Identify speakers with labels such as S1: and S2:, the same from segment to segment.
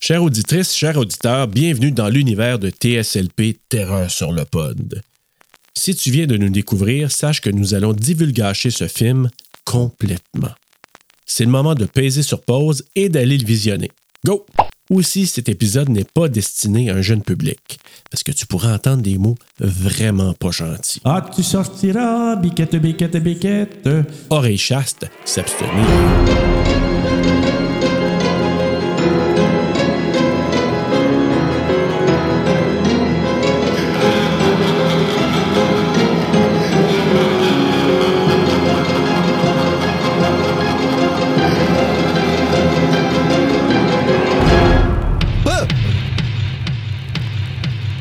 S1: Chères auditrices, chers auditeurs, bienvenue dans l'univers de TSLP Terreur sur le Pod. Si tu viens de nous découvrir, sache que nous allons divulgacher ce film complètement. C'est le moment de peser sur pause et d'aller le visionner. Go! Aussi, cet épisode n'est pas destiné à un jeune public, parce que tu pourras entendre des mots vraiment pas gentils.
S2: Ah, tu sortiras, biquette, biquette, biquette.
S1: Oreille chaste, s'abstenir.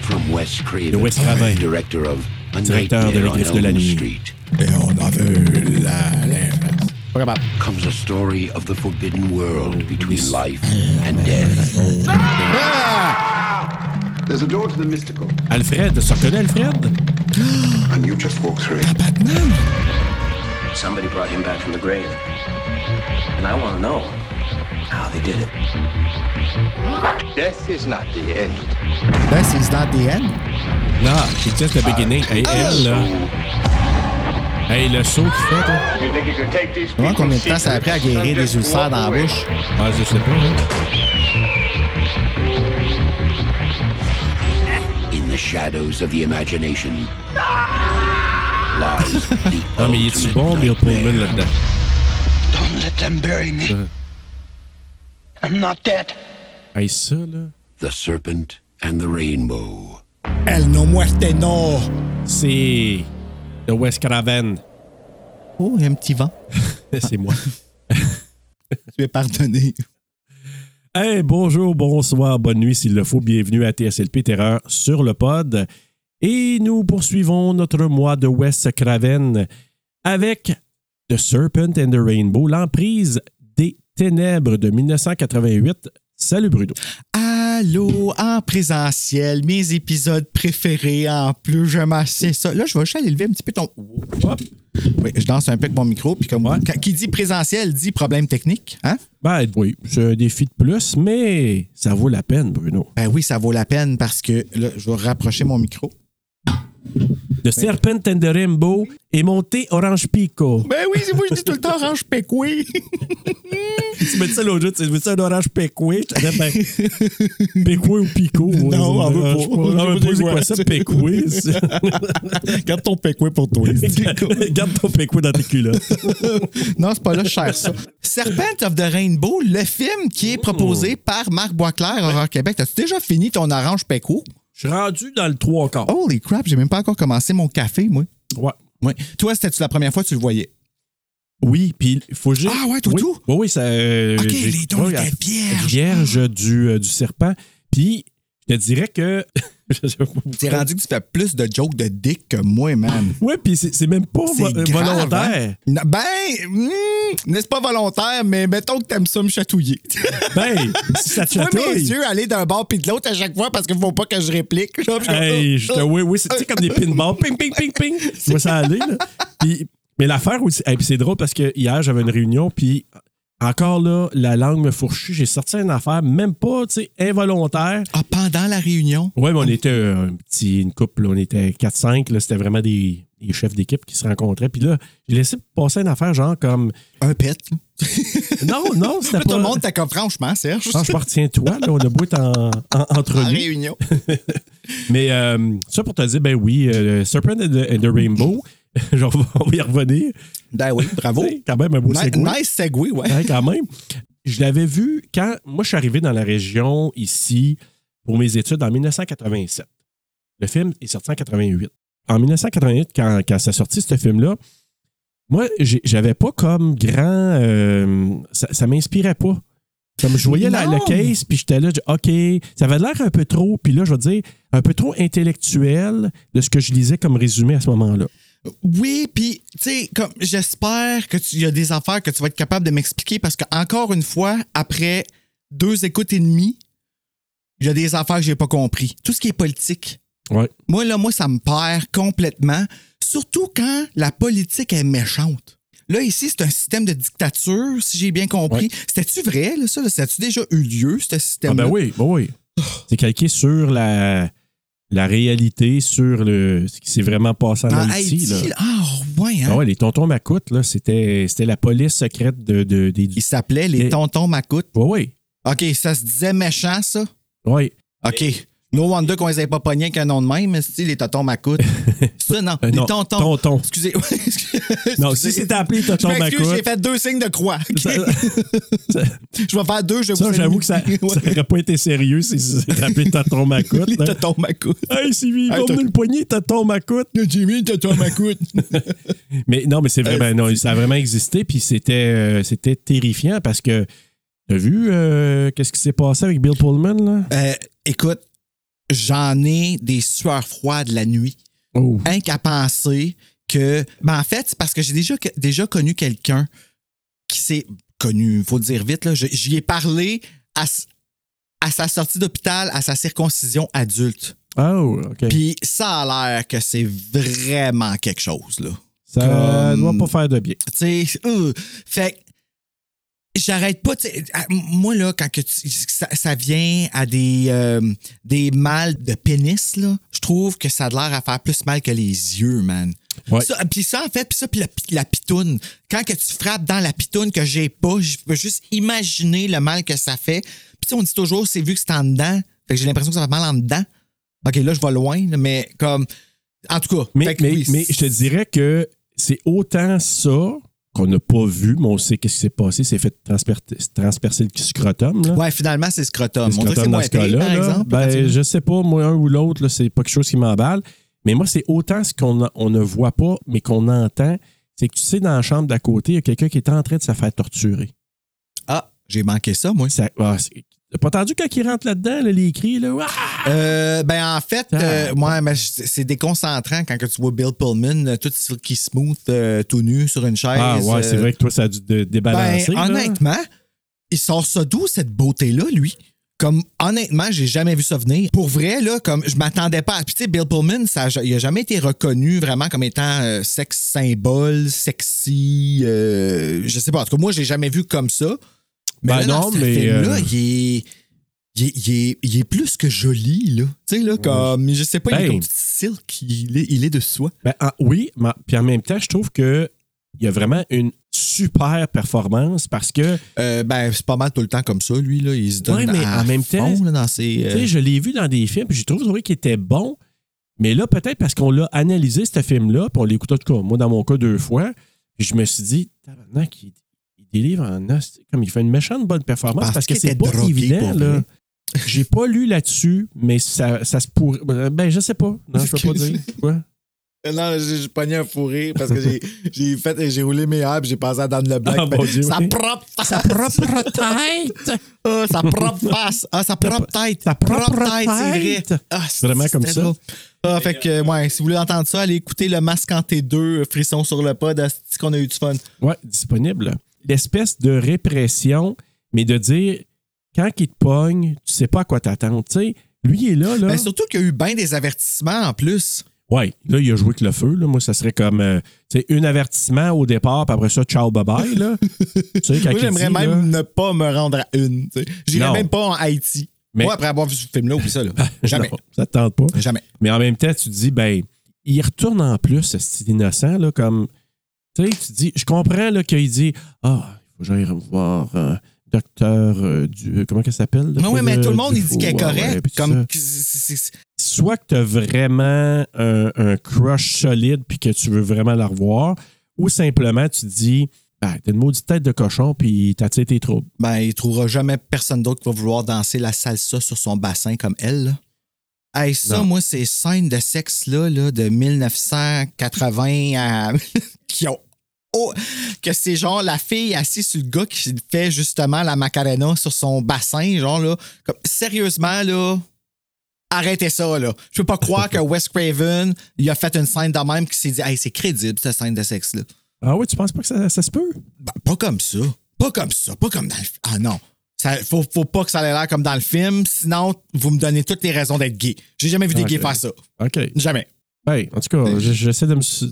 S3: From Wes Craven,
S4: De Wes Craven.
S3: director of A
S4: Directeur de
S3: Nightmare
S4: La
S3: on
S4: Griffe de la
S3: Elm
S4: Nuit.
S3: Street,
S4: Et on a vu la lèvre.
S3: comes a story of the forbidden world between life and death.
S5: There's a door to the mystical,
S2: Alfred, ça reconnaît Alfred?
S5: and you just walk through it.
S4: Batman!
S6: Somebody brought him back from the grave. And I want to know how they did it. Death is not the end.
S7: This is not the end.
S1: Là, c'est juste le beginning. Hey, elle, là. Hey, le saut qu'il fait, hein. là.
S7: Comment Hein? combien de temps ça a pris à guérir des ulcères dans la bouche?
S1: Ah, je sais pas, là.
S3: In the shadows of the imagination lies the
S1: Non, mais il est-tu
S3: ultimate
S1: bon, Bill Pullman,
S3: nightmare.
S1: là-dedans? Euh.
S8: Don't let them bury me. I'm not dead.
S1: Hey, ça, là.
S3: The serpent and the rainbow.
S4: El no muerte no!
S1: C'est. The West Caravan.
S7: Oh, il y a un petit vent.
S1: c'est moi.
S7: Tu es pardonné.
S1: Hey, bonjour, bonsoir, bonne nuit s'il le faut. Bienvenue à TSLP Terreur sur le pod. Et nous poursuivons notre mois de West Craven avec The Serpent and the Rainbow, l'emprise des ténèbres de 1988. Salut Bruno.
S7: Allô, en présentiel, mes épisodes préférés en plus, je m'assieds ça. Là, je vais juste aller lever un petit peu ton. Hop. Oui, je danse un peu avec mon micro, puis comme Quand- qui dit présentiel dit problème technique, hein?
S1: Ben oui, c'est un défi de plus, mais ça vaut la peine, Bruno.
S7: Ben oui, ça vaut la peine parce que là, je vais rapprocher mon micro.
S1: The Serpent and the Rainbow est monté Orange Pico.
S7: Ben oui, c'est moi, je dis tout le temps orange pécoué.
S1: Tu me dis ça l'autre jour, tu veux ça un orange pécoué? Je te dirais, ben, pécoué ou picot? ouais,
S7: on veut
S1: euh,
S7: pas.
S1: je sais
S7: On veut
S1: Non, mais
S7: pas
S1: c'est
S7: des
S1: quoi
S7: voix.
S1: ça, pécoué? C'est-
S7: Garde ton pécoué pour toi.
S1: Garde ton pécoué dans tes culottes.
S7: Non, c'est pas là, je cherche ça. Serpent of the Rainbow, le film qui est proposé par Marc Boisclair, Horreur Québec. T'as-tu déjà fini ton orange péco?
S1: Je suis rendu dans le trois quarts.
S7: Holy crap, j'ai même pas encore commencé mon café, moi.
S1: Ouais.
S7: Ouais. Toi, c'était-tu la première fois que tu le voyais?
S1: Oui, puis il faut juste.
S7: Ah ouais, tout,
S1: oui.
S7: tout?
S1: Oui, oui, ça. euh,
S7: Ok,
S1: j'ai-
S7: les dons
S1: oui,
S7: étaient
S1: à-
S7: vierges.
S1: Vierge du, euh, du serpent. Puis, je te dirais que. je sais pas
S7: T'es
S1: pourquoi.
S7: rendu que tu fais plus de jokes de dick que moi, man.
S1: Ouais, puis c'est c'est même pas
S7: C'est
S1: vo- euh,
S7: grave,
S1: volontaire.
S7: hein? Non, Ben, hmm, n'est-ce pas volontaire, mais mettons que t'aimes ça me chatouiller.
S1: Ben, si ça te
S7: Tu vois mes
S1: chatouille.
S7: yeux aller d'un bord puis de l'autre à chaque fois parce qu'il faut pas que je réplique. Genre, je-
S1: Hey, je te- oui, oui, c'est tu sais, comme des pinballs. Ping, ping, ping, ping. Tu vois ça aller, là. Puis- mais l'affaire aussi. hey, puis c'est drôle parce que hier, j'avais une réunion, puis encore là, la langue me fourchue. J'ai sorti une affaire, même pas, tu sais, involontaire.
S7: Ah, pendant la réunion,
S1: Ouais, mais on était euh, un petit, une couple, là, on était 4-5, là, c'était vraiment des, des chefs d'équipe qui se rencontraient. Puis là, j'ai laissé passer une affaire, genre comme.
S7: un pet.
S1: Non, non, c'était
S7: Là,
S1: pas.
S7: tout le monde t'a comme franchement, Serge.
S1: Non, je me retiens-toi, là, on a beau être en, en- entre
S7: en
S1: nous.
S7: réunion.
S1: Mais euh, ça pour te dire, ben oui, euh, Serpent and the, and the Rainbow, genre, on va y revenir.
S7: Ben oui, bravo.
S1: C'est quand même un beau
S7: Ni-
S1: segway.
S7: Nice segway, ouais.
S1: Ouais, quand même. Je l'avais vu quand moi je suis arrivé dans la région ici pour mes études en 1987. Le film est sorti en 88. En 1988, quand, quand ça sortit ce film-là, moi, j'ai- j'avais pas comme grand. euh, ça ça m'inspirait pas. Comme je voyais la,
S7: Non.
S1: le case, puis j'étais là, je- OK, ça avait l'air un peu trop, puis là, je vais te dire, un peu trop intellectuel de ce que je lisais comme résumé à ce moment-là.
S7: Oui, puis tu sais, comme j'espère que tu y a des affaires que tu vas être capable de m'expliquer parce que encore une fois, après deux écoutes et demie, il y a des affaires que j'ai pas compris. Tout ce qui est politique.
S1: Ouais.
S7: Moi là, moi ça me perd complètement, surtout quand la politique est méchante. Là, ici, c'est un système de dictature, si j'ai bien compris. C'était-tu vrai, là, ça? là? Ça a-tu déjà eu lieu, ce
S2: Ah
S7: système-là?
S2: ben oui, ben oui.
S1: C'est calqué sur la, la réalité, sur le, ce qui s'est vraiment passé en
S7: En
S1: Haïti. là.
S7: Haïti, là. Ah, ouais, hein?
S1: Ah ouais, les tontons Macoutes, là, c'était, c'était la police secrète de, de, des...
S7: Ils s'appelaient les
S1: Et-
S7: tontons Macoutes.
S1: Ouais, ouais,
S7: OK, ça se disait méchant, ça?
S1: ouais.
S7: OK. No wonder qu'on les avait pas pognés avec un nom de même, mais c'est les tontons Macoutes. ça, non.
S1: Euh,
S7: les
S1: non,
S7: tontons.
S1: tontons.
S7: Excusez.
S1: Non, si c'était appelé Tonton
S7: Je m'excuse,
S1: Macoute.
S7: j'ai fait deux signes de croix. OK?
S1: Ça,
S7: Je vais faire deux, je
S1: ça,
S7: vous
S1: j'avoue que ça
S7: salue. Ouais.
S1: n'aurait pas été sérieux si c'était appelé Tonton Macoute.
S7: Les
S1: hein.
S7: tontons Macoutes.
S1: Hey, Sylvie, va
S7: Hey,
S1: me
S7: Tonton-
S1: le poignet, Tonton Macoute.
S7: Jimmy, tonton Macoute.
S1: Mais non, mais c'est vrai, ben non, ça a vraiment existé, puis c'était, euh, c'était terrifiant parce que t'as vu euh, qu'est-ce qui s'est passé avec Bill Pullman, là?
S7: Euh, écoute, j'en ai des sueurs froides la nuit.
S1: Oh.
S7: Rien qu'à penser que. Ben en fait, c'est parce que j'ai déjà, déjà connu quelqu'un qui s'est. Connu, faut le dire vite, là. Je- J'y ai parlé à, s- à sa sortie d'hôpital, à sa circoncision adulte.
S1: Oh, OK.
S7: Puis ça a l'air que c'est vraiment quelque chose, là.
S1: ça
S7: comme-
S1: doit pas faire de bien.
S7: Tu sais, euh, fait que j'arrête pas. tu sais, à- Moi, là, quand que tu- ça, ça vient à des, euh, des mal de pénis, là, je trouve que ça a l'air à faire plus mal que les yeux, man.
S1: Ouais.
S7: Ça- Puis ça, en fait, puis ça, puis la, pi- la pitoune. Quand que tu frappes dans la pitoune que j'ai pas, je peux juste imaginer le mal que ça fait. Puis tu sais, on dit toujours, c'est vu que c'est en dedans. Fait que j'ai l'impression que ça fait mal en dedans. OK, là, je vais loin, là, mais comme. En tout cas,
S1: Mais,
S7: fait que
S1: mais,
S7: oui,
S1: mais je te dirais que c'est autant ça qu'on n'a pas vu, mais on sait qu'est-ce qui s'est passé. C'est fait transper- transpercer le scrotum. Là.
S7: Ouais, finalement, c'est scrotum.
S1: Le
S7: On dirait que
S1: scrotum
S7: Ah, c'est
S1: dans
S7: moins
S1: ce
S7: pire,
S1: cas-là.
S7: par
S1: là.
S7: exemple.
S1: ben, je sais pas, moi, un ou l'autre, là, c'est pas quelque chose qui m'emballe. Mais moi, c'est autant ce qu'on a- on ne voit pas, mais qu'on entend. C'est que tu sais, dans la chambre d'à côté, il y a quelqu'un qui est en train de se faire torturer.
S7: Ah, j'ai manqué ça, moi.
S1: Ça- ah, c'est- T'as pas entendu quand il rentre là-dedans, là, les cris, là? Ah!
S7: Euh, ben, en fait,
S1: Ah.
S7: euh, ouais, mais c'est c'est déconcentrant quand que tu vois Bill Pullman, euh, tout ce qui smooth, euh, tout nu sur une chaise.
S1: Ah, ouais, c'est
S7: euh,
S1: vrai que toi, ça a dû te
S7: Ben,
S1: débalancer. là.
S7: honnêtement, il sort ça d'où, cette beauté-là, lui? Comme, honnêtement, j'ai jamais vu ça venir. Pour vrai, là, comme, je m'attendais pas. à- Puis, tu sais, Bill Pullman, ça, a- il a jamais été reconnu vraiment comme étant euh, sexe symbole, sexy. euh, je sais pas. En tout cas, moi, je l'ai jamais vu comme ça. Mais
S1: Ben
S7: là, dans
S1: non,
S7: ce
S1: mais,
S7: film-là,
S1: euh,
S7: il est. Il est, il est- il est plus que joli, là. Tu sais, là, comme, je sais pas, il est
S1: Ben.
S7: comme du silk, il est, il est de soie.
S1: Ben, en- oui, mais puis en même temps, je trouve que il y a vraiment une super performance parce que,
S7: Euh, ben, c'est pas mal tout le temps comme ça, lui, là. Il se donne
S1: Ouais, mais
S7: à
S1: en même
S7: fond,
S1: temps,
S7: là, dans ses.
S1: tu
S7: euh,
S1: sais, je l'ai vu dans des films, puis j'ai toujours trouvé qu'il était bon. Mais là, peut-être parce qu'on l'a analysé, ce film-là, puis on l'écoute, en tout cas, moi, dans mon cas, deux fois, puis je me suis dit, tabarnak, il, il délivre en os, comme il fait une méchante bonne performance
S7: Parce
S1: parce que
S7: qu'il
S1: c'est
S7: était
S1: pas
S7: drogué,
S1: évident,
S7: pour
S1: là.
S7: vrai.
S1: J'ai pas lu là-dessus, mais ça, ça se pourrait. Ben, je sais pas. Non, je peux pas
S7: Excuse.
S1: dire. Quoi?
S7: Non, j'ai j'ai pogné un fourré parce que j'ai- j'ai fait j'ai roulé mes airs puis j'ai passé à Dan Leblanc.
S1: Ah, mon Dieu,
S7: sa
S1: oui.
S7: propre face. Sa propre tête. Ah, sa propre face. Ah, sa propre tête. Sa
S1: propre tête.
S7: c'est vrai. Ah, c'est-
S1: Vraiment comme
S7: c'était
S1: ça.
S7: drôle. Ah, fait que, ouais, si vous voulez entendre ça, allez écouter le masque en T2, frisson sur le pod, c'est qu'on a eu du fun.
S1: Ouais, disponible. L'espèce de répression, mais de dire quand il te pogne, tu sais pas à quoi t'attendre. Tu sais, lui il est là, là.
S7: Mais Ben, surtout qu'il y a eu bien des avertissements en plus.
S1: Ouais, là, il a joué avec le feu. Là. Moi, ça serait comme euh, tu sais, un avertissement au départ, puis après ça, ciao, bye bye. Là. tu sais, quand il
S7: Moi, j'aimerais
S1: dit, là,
S7: même ne pas me rendre à une. tu sais. J'irais
S1: Non.
S7: même pas en Haïti.
S1: Mais-
S7: Moi, après avoir vu ce film-là, oublie ça. Là. Jamais.
S1: non, ça te tente pas.
S7: Jamais.
S1: Mais en même temps, tu te dis, ben, il retourne en plus, ce style innocent, là, comme. Tu sais, tu dis, je comprends là, qu'il dit Ah, il faut que j'aille revoir euh, docteur euh, du. Comment qu'elle s'appelle là,
S7: Non, oui, mais
S1: de-
S7: tout le monde,
S1: du
S7: il dit
S1: faux,
S7: qu'elle est
S1: ouais, ouais,
S7: correcte.
S1: puis tout ça.
S7: Comme. c'est- c'est-
S1: soit que tu as vraiment un, un crush solide puis que tu veux vraiment la revoir, ou simplement tu dis, ben, t'as une maudite tête de cochon puis t'attires tes troubles.
S7: Ben, il trouvera jamais personne d'autre qui va vouloir danser la salsa sur son bassin comme elle. là. Hey, ça,
S1: Non.
S7: moi, ces scènes de sexe-là, là, de 1980 à. qui ont. oh, que c'est genre la fille assise sur le gars qui fait justement la macarena sur son bassin, genre là. Comme, sérieusement, là. Arrêtez ça, là. Je peux pas croire que Wes Craven, il a fait une scène de même qui s'est dit, hey, c'est crédible, cette scène de sexe-là.
S1: Ah oui, tu penses pas que ça, ça se peut?
S7: Ben, pas comme ça. Pas comme ça. Pas comme dans le fi- Ah non. Ça, faut, faut pas que ça ait l'air comme dans le film, sinon vous me donnez toutes les raisons d'être gay. J'ai jamais vu des
S1: Ah,
S7: gays
S1: je-
S7: faire ça.
S1: OK.
S7: Jamais.
S1: Ben, en tout cas, je- j'essaie de me. su-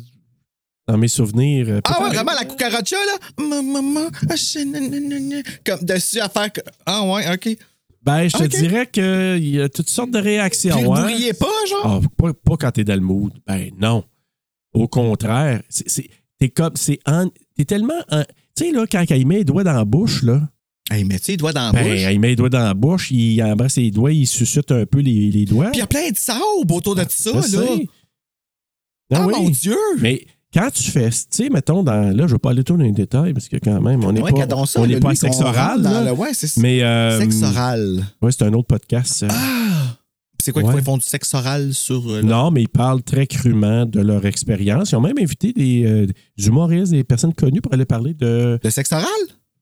S1: dans mes souvenirs. euh,
S7: Ben. Ah ouais,
S1: peut-être.
S7: vraiment, la cucaracha, là. Ma maman, ah, je- nan, nan, nan, nan. Comme dessus à faire. que- Ah ouais, OK. Puis
S1: Ben, je te
S7: Ok.
S1: dirais qu'il y a toutes sortes de réactions.
S7: vous
S1: hein.
S7: riez pas, genre.
S1: Ah, pas, pas quand t'es dans le mood. Ben non. Au contraire, c'est- c'est- t'es comme. c'est en- T'es tellement. en- Tu sais, là, quand il met les doigts dans la bouche, là.
S7: Hey, mais tu sais, les doigts dans la
S1: Ben,
S7: bouche.
S1: il met les doigts dans la bouche, il embrasse les doigts, il suscite un peu les, les doigts.
S7: Puis il y a plein de sable autour de tout ça,
S1: Je sais.
S7: là.
S1: Ah
S7: Ah
S1: oui.
S7: mon Dieu!
S1: Mais quand tu fais, tu sais, mettons, dans, là, je vais pas aller trop dans les détails parce que quand même, on n'est
S7: Ouais,
S1: pas,
S7: cadons ça,
S1: on
S7: là,
S1: n'est pas
S7: lui,
S1: à sexe
S7: qu'on rentre
S1: oral.
S7: dans
S1: là.
S7: le- Ouais, c'est ça.
S1: Mais. euh,
S7: Sexe oral.
S1: Ouais, c'est un autre podcast. ça.
S7: Ah! C'est quoi
S1: ouais.
S7: qu'ils font du sexe oral sur. euh,
S1: Non, mais ils parlent très crûment de leur expérience. Ils ont même invité des, euh, des humoristes, des personnes connues pour aller parler de
S7: Le sexe oral?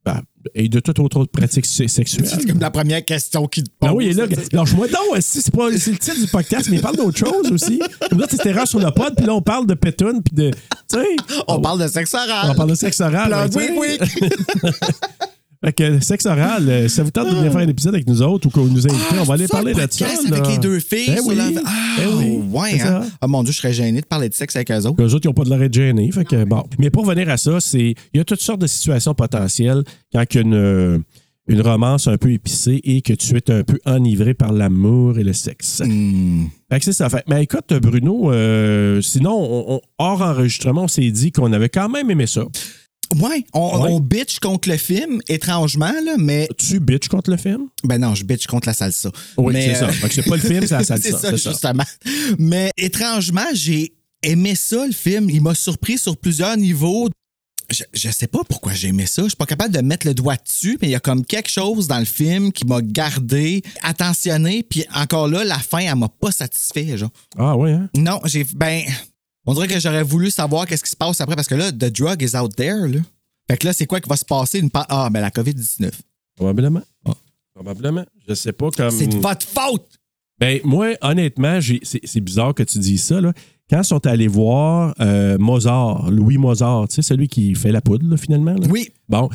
S1: bah, et de toute autre, autre pratique se-
S7: C'est
S1: sexuelle.
S7: comme la première question qu'ils te posent.
S1: Ben oui, et là, lâche-moi donc, esti, c'est pas c'est le titre du podcast, mais ils parlent d'autre chose aussi. Comme là, c'était rare sur le pod, puis là, on parle de pétoune, puis de. Tu sais,
S7: On parle de sexe oral.
S1: Oh. on parle de sexe oral.
S7: Là,
S1: ben, tu
S7: oui,
S1: sais.
S7: oui.
S1: Fait que sexe oral, euh, ça vous tente de venir faire un épisode avec nous autres ou qu'on nous invite, on va aller
S7: Ah, Ça,
S1: parler
S7: le
S1: de ça.
S7: podcast Avec
S1: là.
S7: les deux filles.
S1: Ben
S7: sur
S1: oui,
S7: la-
S1: ben
S7: Ah,
S1: oui, c'est
S7: ouais.
S1: ça.
S7: hein. Ah, mon Dieu, je serais gêné de parler de sexe avec eux autres.
S1: Les autres, ils n'ont pas de l'arrêt de gêner. Fait que, bon. Mais pour venir à ça, c'est il y a toutes sortes de situations potentielles quand il y a une, euh, une romance un peu épicée et que tu es un peu enivré par l'amour et le sexe.
S7: Hmm.
S1: Fait que c'est ça. Fait- Mais écoute, Bruno, euh, sinon, on- on- hors enregistrement, on s'est dit qu'on avait quand même aimé ça.
S7: Ouais, on,
S1: Ouais.
S7: on bitch contre le film, étrangement, là, mais.
S1: Tu bitch contre le film?
S7: Ben non, je bitch contre la salsa.
S1: Oui,
S7: Mais,
S1: c'est ça.
S7: euh,
S1: Fait que c'est pas le film, c'est la salsa.
S7: c'est ça, justement. Mais étrangement, j'ai aimé ça, le film. Il m'a surpris sur plusieurs niveaux. Je, je sais pas pourquoi j'ai aimé ça. Je suis pas capable de mettre le doigt dessus, mais il y a comme quelque chose dans le film qui m'a gardé attentionné. Puis encore là, la fin, elle m'a pas satisfait, genre.
S1: Ah ouais, hein?
S7: Non, j'ai. Ben, on dirait que j'aurais voulu savoir qu'est-ce qui se passe après parce que là, the drug is out there, là. Fait que là, c'est quoi qui va se passer? Une pa- ah, ben la COVID-19.
S1: Probablement. Ah, Probablement. Je sais pas comme.
S7: C'est de votre faute!
S1: Ben, moi, honnêtement, j'ai- c'est c'est bizarre que tu dises ça. Là. Quand ils sont allés voir euh, Mozart, Louis Mozart, tu sais, celui qui fait la poudre, là, finalement. là.
S7: Oui,
S1: Bon.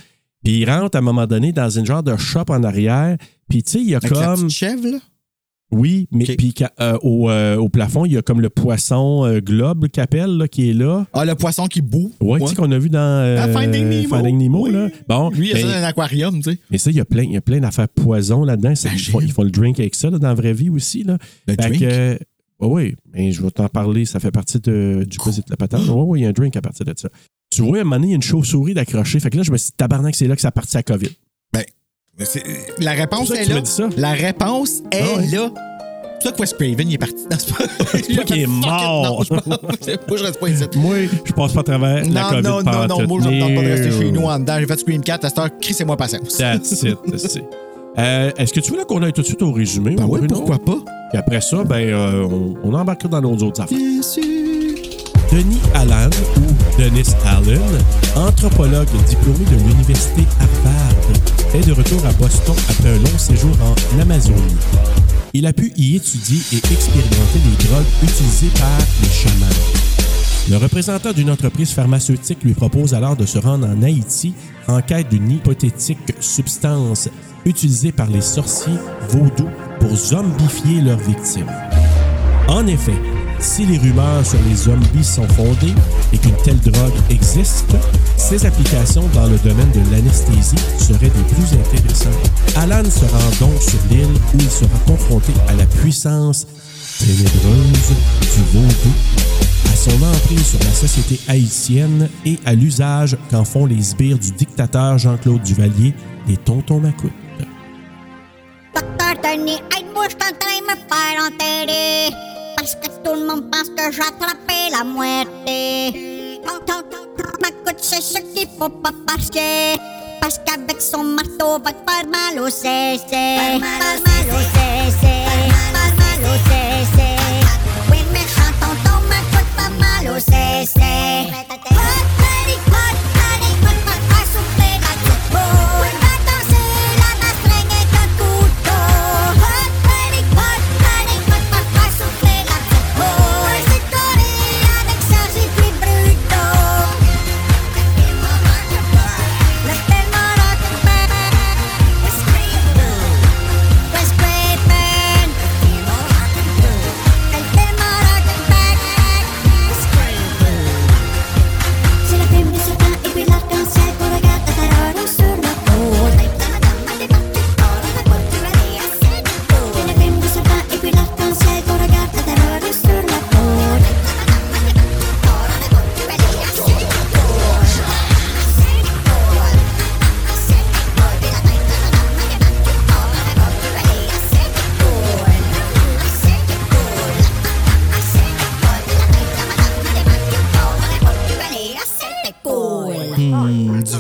S1: Puis il rentre à un moment donné dans une genre de shop en arrière. Puis tu sais, il y a
S7: avec la
S1: comme.
S7: petite chèvre, là.
S1: Oui, mais
S7: Ok.
S1: puis quand- euh, au, euh, au plafond, il y a comme le poisson euh, globe qu'appelle, là, qui est là.
S7: Ah, le poisson qui boue.
S1: Ouais, tu sais, qu'on a vu dans euh,
S7: Dans Finding Nemo.
S1: Finding Nemo,
S7: Oui.
S1: là. Bon,
S7: Lui, il a
S1: ben,
S7: ça dans un aquarium, tu sais.
S1: mais ça, il y a plein, il y a plein d'affaires poison là-dedans. C'est- Ils font, ils font le drink avec ça là, dans la vraie vie aussi. Là.
S7: Le drink?
S1: oui, mais je vais t'en parler. Ça fait partie de- du quiz de la patate. Oui, oui, il y a un drink à partir de ça. Tu vois, à un moment donné, il y a une chauve-souris d'accrocher. Fait que là, je me suis dit, tabarnak, c'est là que ça a parti sa COVID.
S7: Mais c'est- La réponse
S1: ben, C'est pour ça que
S7: est
S1: tu
S7: là.
S1: m'as dit ça.
S7: La réponse est
S1: Ah ouais.
S7: là. C'est pour ça que Wes Craven, il est parti. Non, c'est pas... Il a
S1: qu'il
S7: fait,
S1: est
S7: fuck it,
S1: mort.
S7: non, je pense- Moi, je reste pas ici.
S1: Moi, je passe pas à travers la
S7: Non,
S1: COVID.
S7: non, non, non,
S1: pantoute.
S7: moi, je ne pas de rester chez nous en dedans. J'ai fait Scream 4, à cette heure, crissez-moi patience.
S1: That's it, that's it. Euh, Est-ce que tu voulais qu'on aille tout de suite au résumé?
S7: Ben
S1: mon
S7: oui,
S1: Bruno?
S7: pourquoi pas?
S1: Puis après ça, ben, euh, on, on embarque dans nos autres affaires.
S7: Bien sûr.
S1: Denis Allen ou Dennis Allen, anthropologue diplômé de l'université Harvard, est de retour à Boston après un long séjour en Amazonie. Il a pu y étudier et expérimenter les drogues utilisées par les chamans. Le représentant d'une entreprise pharmaceutique lui propose alors de se rendre en Haïti en quête d'une hypothétique substance utilisée par les sorciers vaudous pour zombifier leurs victimes. En effet, si les rumeurs sur les zombies sont fondées et qu'une telle drogue existe, ses applications dans le domaine de l'anesthésie seraient des plus intéressantes. Alan se rend donc sur l'île où il sera confronté à la puissance ténébreuse du vaudou, à son emprise sur la société haïtienne et à l'usage qu'en font les sbires du dictateur Jean-Claude Duvalier, les tontons macoutes.
S9: Docteur Denis, êtes-vous en train de me faire enterrer? Parce que tout le monde pense que j'ai attrapé la moitié. Tant, tant, tant, ma coûte, c'est ce qu'il faut pas passer. Parce qu'avec son marteau, va te faire mal au CC. Faire mal au CC. Faire mal au CC. Oui, méchant tonton, ma coûte pas mal au CC. Hot, honey, hot, honey, hot, hot, hot, souffler la petite boule. Va danser la mastringue avec un couteau. Hot, honey, hot, honey, hot, hot, hot, souffler la petite boule. C'est doré avec Sergi puis Bruto. Let's get more rock and roll. Let's scream blue. Let's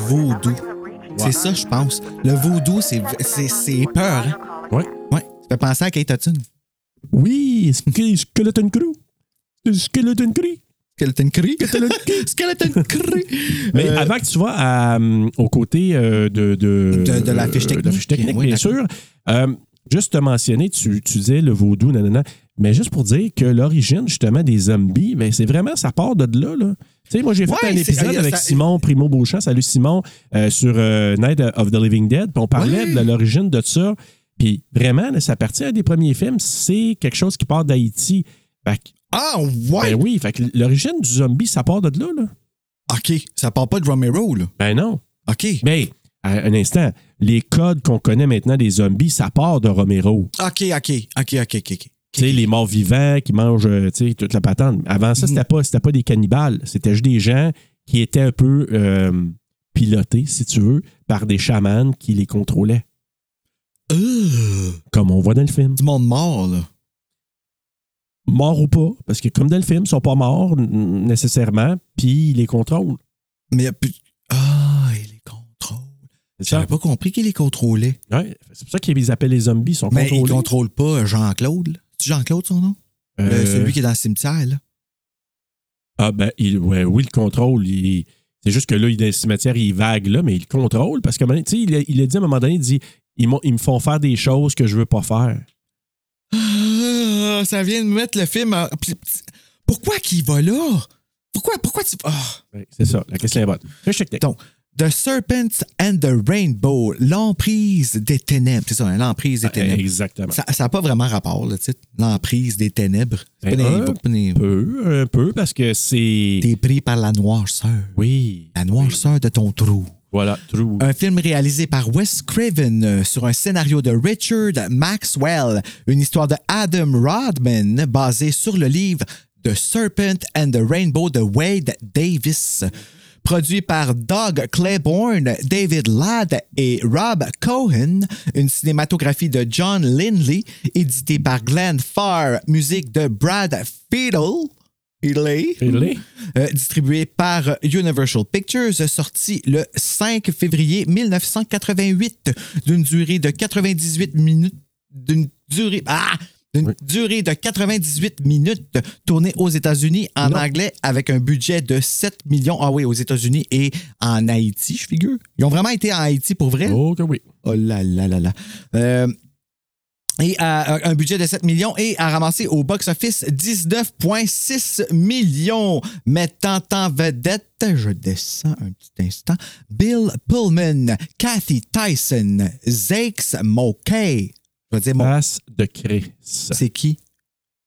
S1: Hmm,
S7: ça, je pense. Le vaudou, c'est c'est- c'est peur. hein.
S1: Ouais.
S7: Ouais. Ça fait penser à Kate Hudson.
S1: Oui, Ske- Skeleton Crew. Skeleton Crew.
S7: Skeleton Creek. Skeleton Creek.
S1: Mais
S7: Euh,
S1: avant que tu vas à, euh, au côté euh, de, de,
S7: De- de la fiche
S1: euh,
S7: technique.
S1: de la fiche technique,
S7: Oui,
S1: bien sûr, euh, juste te mentionner, tu, tu disais le vaudou, nanana, mais juste pour dire que l'origine, justement, des zombies, ben, c'est vraiment, ça part de là. là. Tu sais, moi, j'ai fait
S7: Ouais,
S1: un
S7: c'est-
S1: épisode
S7: euh,
S1: avec
S7: ça-
S1: Simon Primo Beauchamp, salut Simon, euh, sur euh, Night of the Living Dead, puis on parlait
S7: Ouais.
S1: de l'origine de ça. Puis vraiment, là, ça partit à des premiers films, c'est quelque chose qui part d'Haïti. Fait que-
S7: Ah, ouais.
S1: ben oui, fait que l'origine du zombie, ça part de là. là.
S7: OK. Ça part pas de Romero, là.
S1: Ben non.
S7: OK.
S1: Mais, ben, à- un instant, les codes qu'on connaît maintenant des zombies, ça part de Romero.
S7: OK, OK. OK, OK, OK. ok.
S1: Tu sais, les morts vivants qui mangent euh, tu sais, toute la patente. Avant ça, c'était pas, c'était pas des cannibales. C'était juste des gens qui étaient un peu euh, pilotés, si tu veux, par des chamans qui les contrôlaient,
S7: Euh,
S1: comme on voit dans le film.
S7: du monde mort, là.
S1: Morts ou pas, parce que comme dans le film, ils sont pas morts n- nécessairement, puis ils les contrôlent.
S7: Mais y a plus- Ah, il les contrôle.
S1: C'est ça.
S7: J'avais pas compris qu'il les contrôlait.
S1: Ouais, c'est pour ça qu'ils appellent les zombies, ils sont
S7: Mais il
S1: contrôlés.
S7: contrôle pas euh, Jean-Claude, là. C'est Jean-Claude, son nom? Le-
S1: Euh,
S7: celui qui est dans le cimetière, là.
S1: Ah ben il, ouais, oui, le contrôle. il- c'est juste que là, il est dans le cimetière, il est vague là, mais il le contrôle parce que tu sais, il, a- il a dit à un moment donné, il dit ils, m'ont- ils me font faire des choses que je veux pas faire.
S7: Ah, ça vient de mettre le film en- Pourquoi qu'il va là? Pourquoi, pourquoi tu... Ah.
S1: Ouais, c'est ça, la question est bonne. Je check tech.
S7: Donc, The Serpent and the Rainbow, l'emprise des ténèbres. C'est ça, hein, l'emprise
S1: Ah,
S7: des ténèbres.
S1: Exactement.
S7: Ça n'a pas vraiment rapport, le titre. L'emprise des ténèbres. C'est pas
S1: Ben,
S7: des-
S1: un
S7: pas des-
S1: Un peu, un peu parce que c'est
S7: T'es pris par la noirceur.
S1: oui,
S7: La noirceur de ton trou.
S1: voilà, true.
S7: Un film réalisé par Wes Craven euh, sur un scénario de Richard Maxwell, une histoire de Adam Rodman basée sur le livre The Serpent and the Rainbow de Wade Davis. Produit par Doug Claiborne, David Ladd et Rob Cohen, une cinématographie de John Lindley, édité par Glenn Farr, musique de Brad Fiedel. Fiedley.
S1: Really?
S7: Euh, distribué par Universal Pictures, sorti le 5 février 1988, d'une durée de 98 minutes, d'une durée, ah, d'une durée de 98 minutes, tournée aux États-Unis en anglais avec un budget de 7 millions. Ah oui, aux États-Unis et en Haïti, je figure. Ils ont vraiment été en Haïti pour vrai.
S1: Oh que oui.
S7: Oh là là là là. Euh, et à un budget de 7 millions et a ramassé au box-office 19,6 millions, mettant en vedette, je descends un petit instant, Bill Pullman, Kathy Tyson, Zakes Mokay. Je vais dire, Mokay,
S1: Passe de Chris.
S7: c'est qui?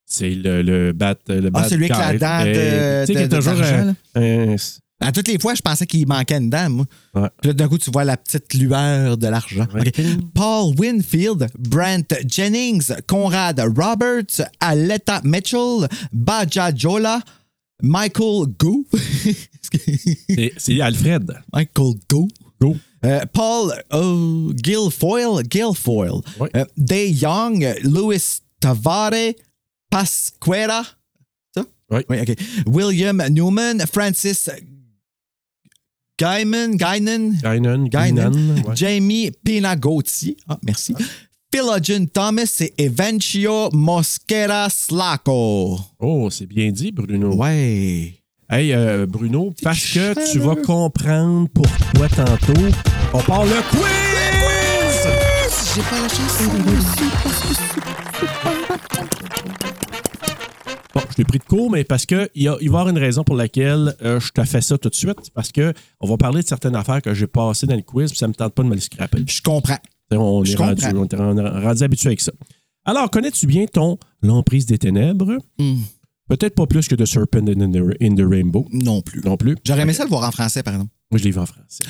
S1: C'est le, le bat. Le
S7: Ah,
S1: bat
S7: celui avec la
S1: guy.
S7: dent de-
S1: Eh, Tu sais, qui
S7: de-
S1: est
S7: de-
S1: toujours
S7: d'argent,
S1: un-
S7: là.
S1: un-
S7: À toutes les fois, je pensais qu'il manquait une dame. moi.
S1: Ouais.
S7: Puis là, d'un coup, tu vois la petite lueur de l'argent.
S1: Ouais.
S7: OK. Paul Winfield, Brent Jennings, Conrad Roberts, Aletta Mitchell, Baja Jola, Michael Goo.
S1: c'est- c'est Alfred.
S7: Michael Goo.
S1: Go.
S7: Euh, Paul euh, Guilfoyle, Guilfoyle,
S1: Ouais.
S7: Euh, Day Young, euh, Louis Tavares, Pasquera, ça?
S1: Ouais.
S7: Oui, ok. William Newman, Francis Guyman, Guinan,
S1: Guinan.
S7: Guinan,
S1: Guinan, ouais.
S7: Jamie Pinagotti, ah, merci, Philogen Thomas et Evencio Mosquera Slaco.
S1: Oh, c'est bien dit, Bruno.
S7: Ouais.
S1: Hey, euh, Bruno, parce que tu vas comprendre pourquoi tantôt, on parle le quiz!
S7: J'ai pas la chance. oh,
S1: Bon, je t'ai pris de court, mais parce que il, y a- il va y avoir une raison pour laquelle euh, je te fais ça tout de suite, parce que on va parler de certaines affaires que j'ai passées dans le quiz, puis ça me tente pas de me le scraper.
S7: Je comprends.
S1: On est,
S7: Je
S1: rendu,
S7: comprends.
S1: on est rendu- rendu habitué avec ça. Alors, connais-tu bien ton L'emprise des ténèbres?
S7: Hmm.
S1: Peut-être pas plus que The Serpent in the, in the Rainbow,
S7: Non plus.
S1: non plus.
S7: J'aurais aimé ça le voir en français, par exemple.
S1: Moi, je l'ai vu en français.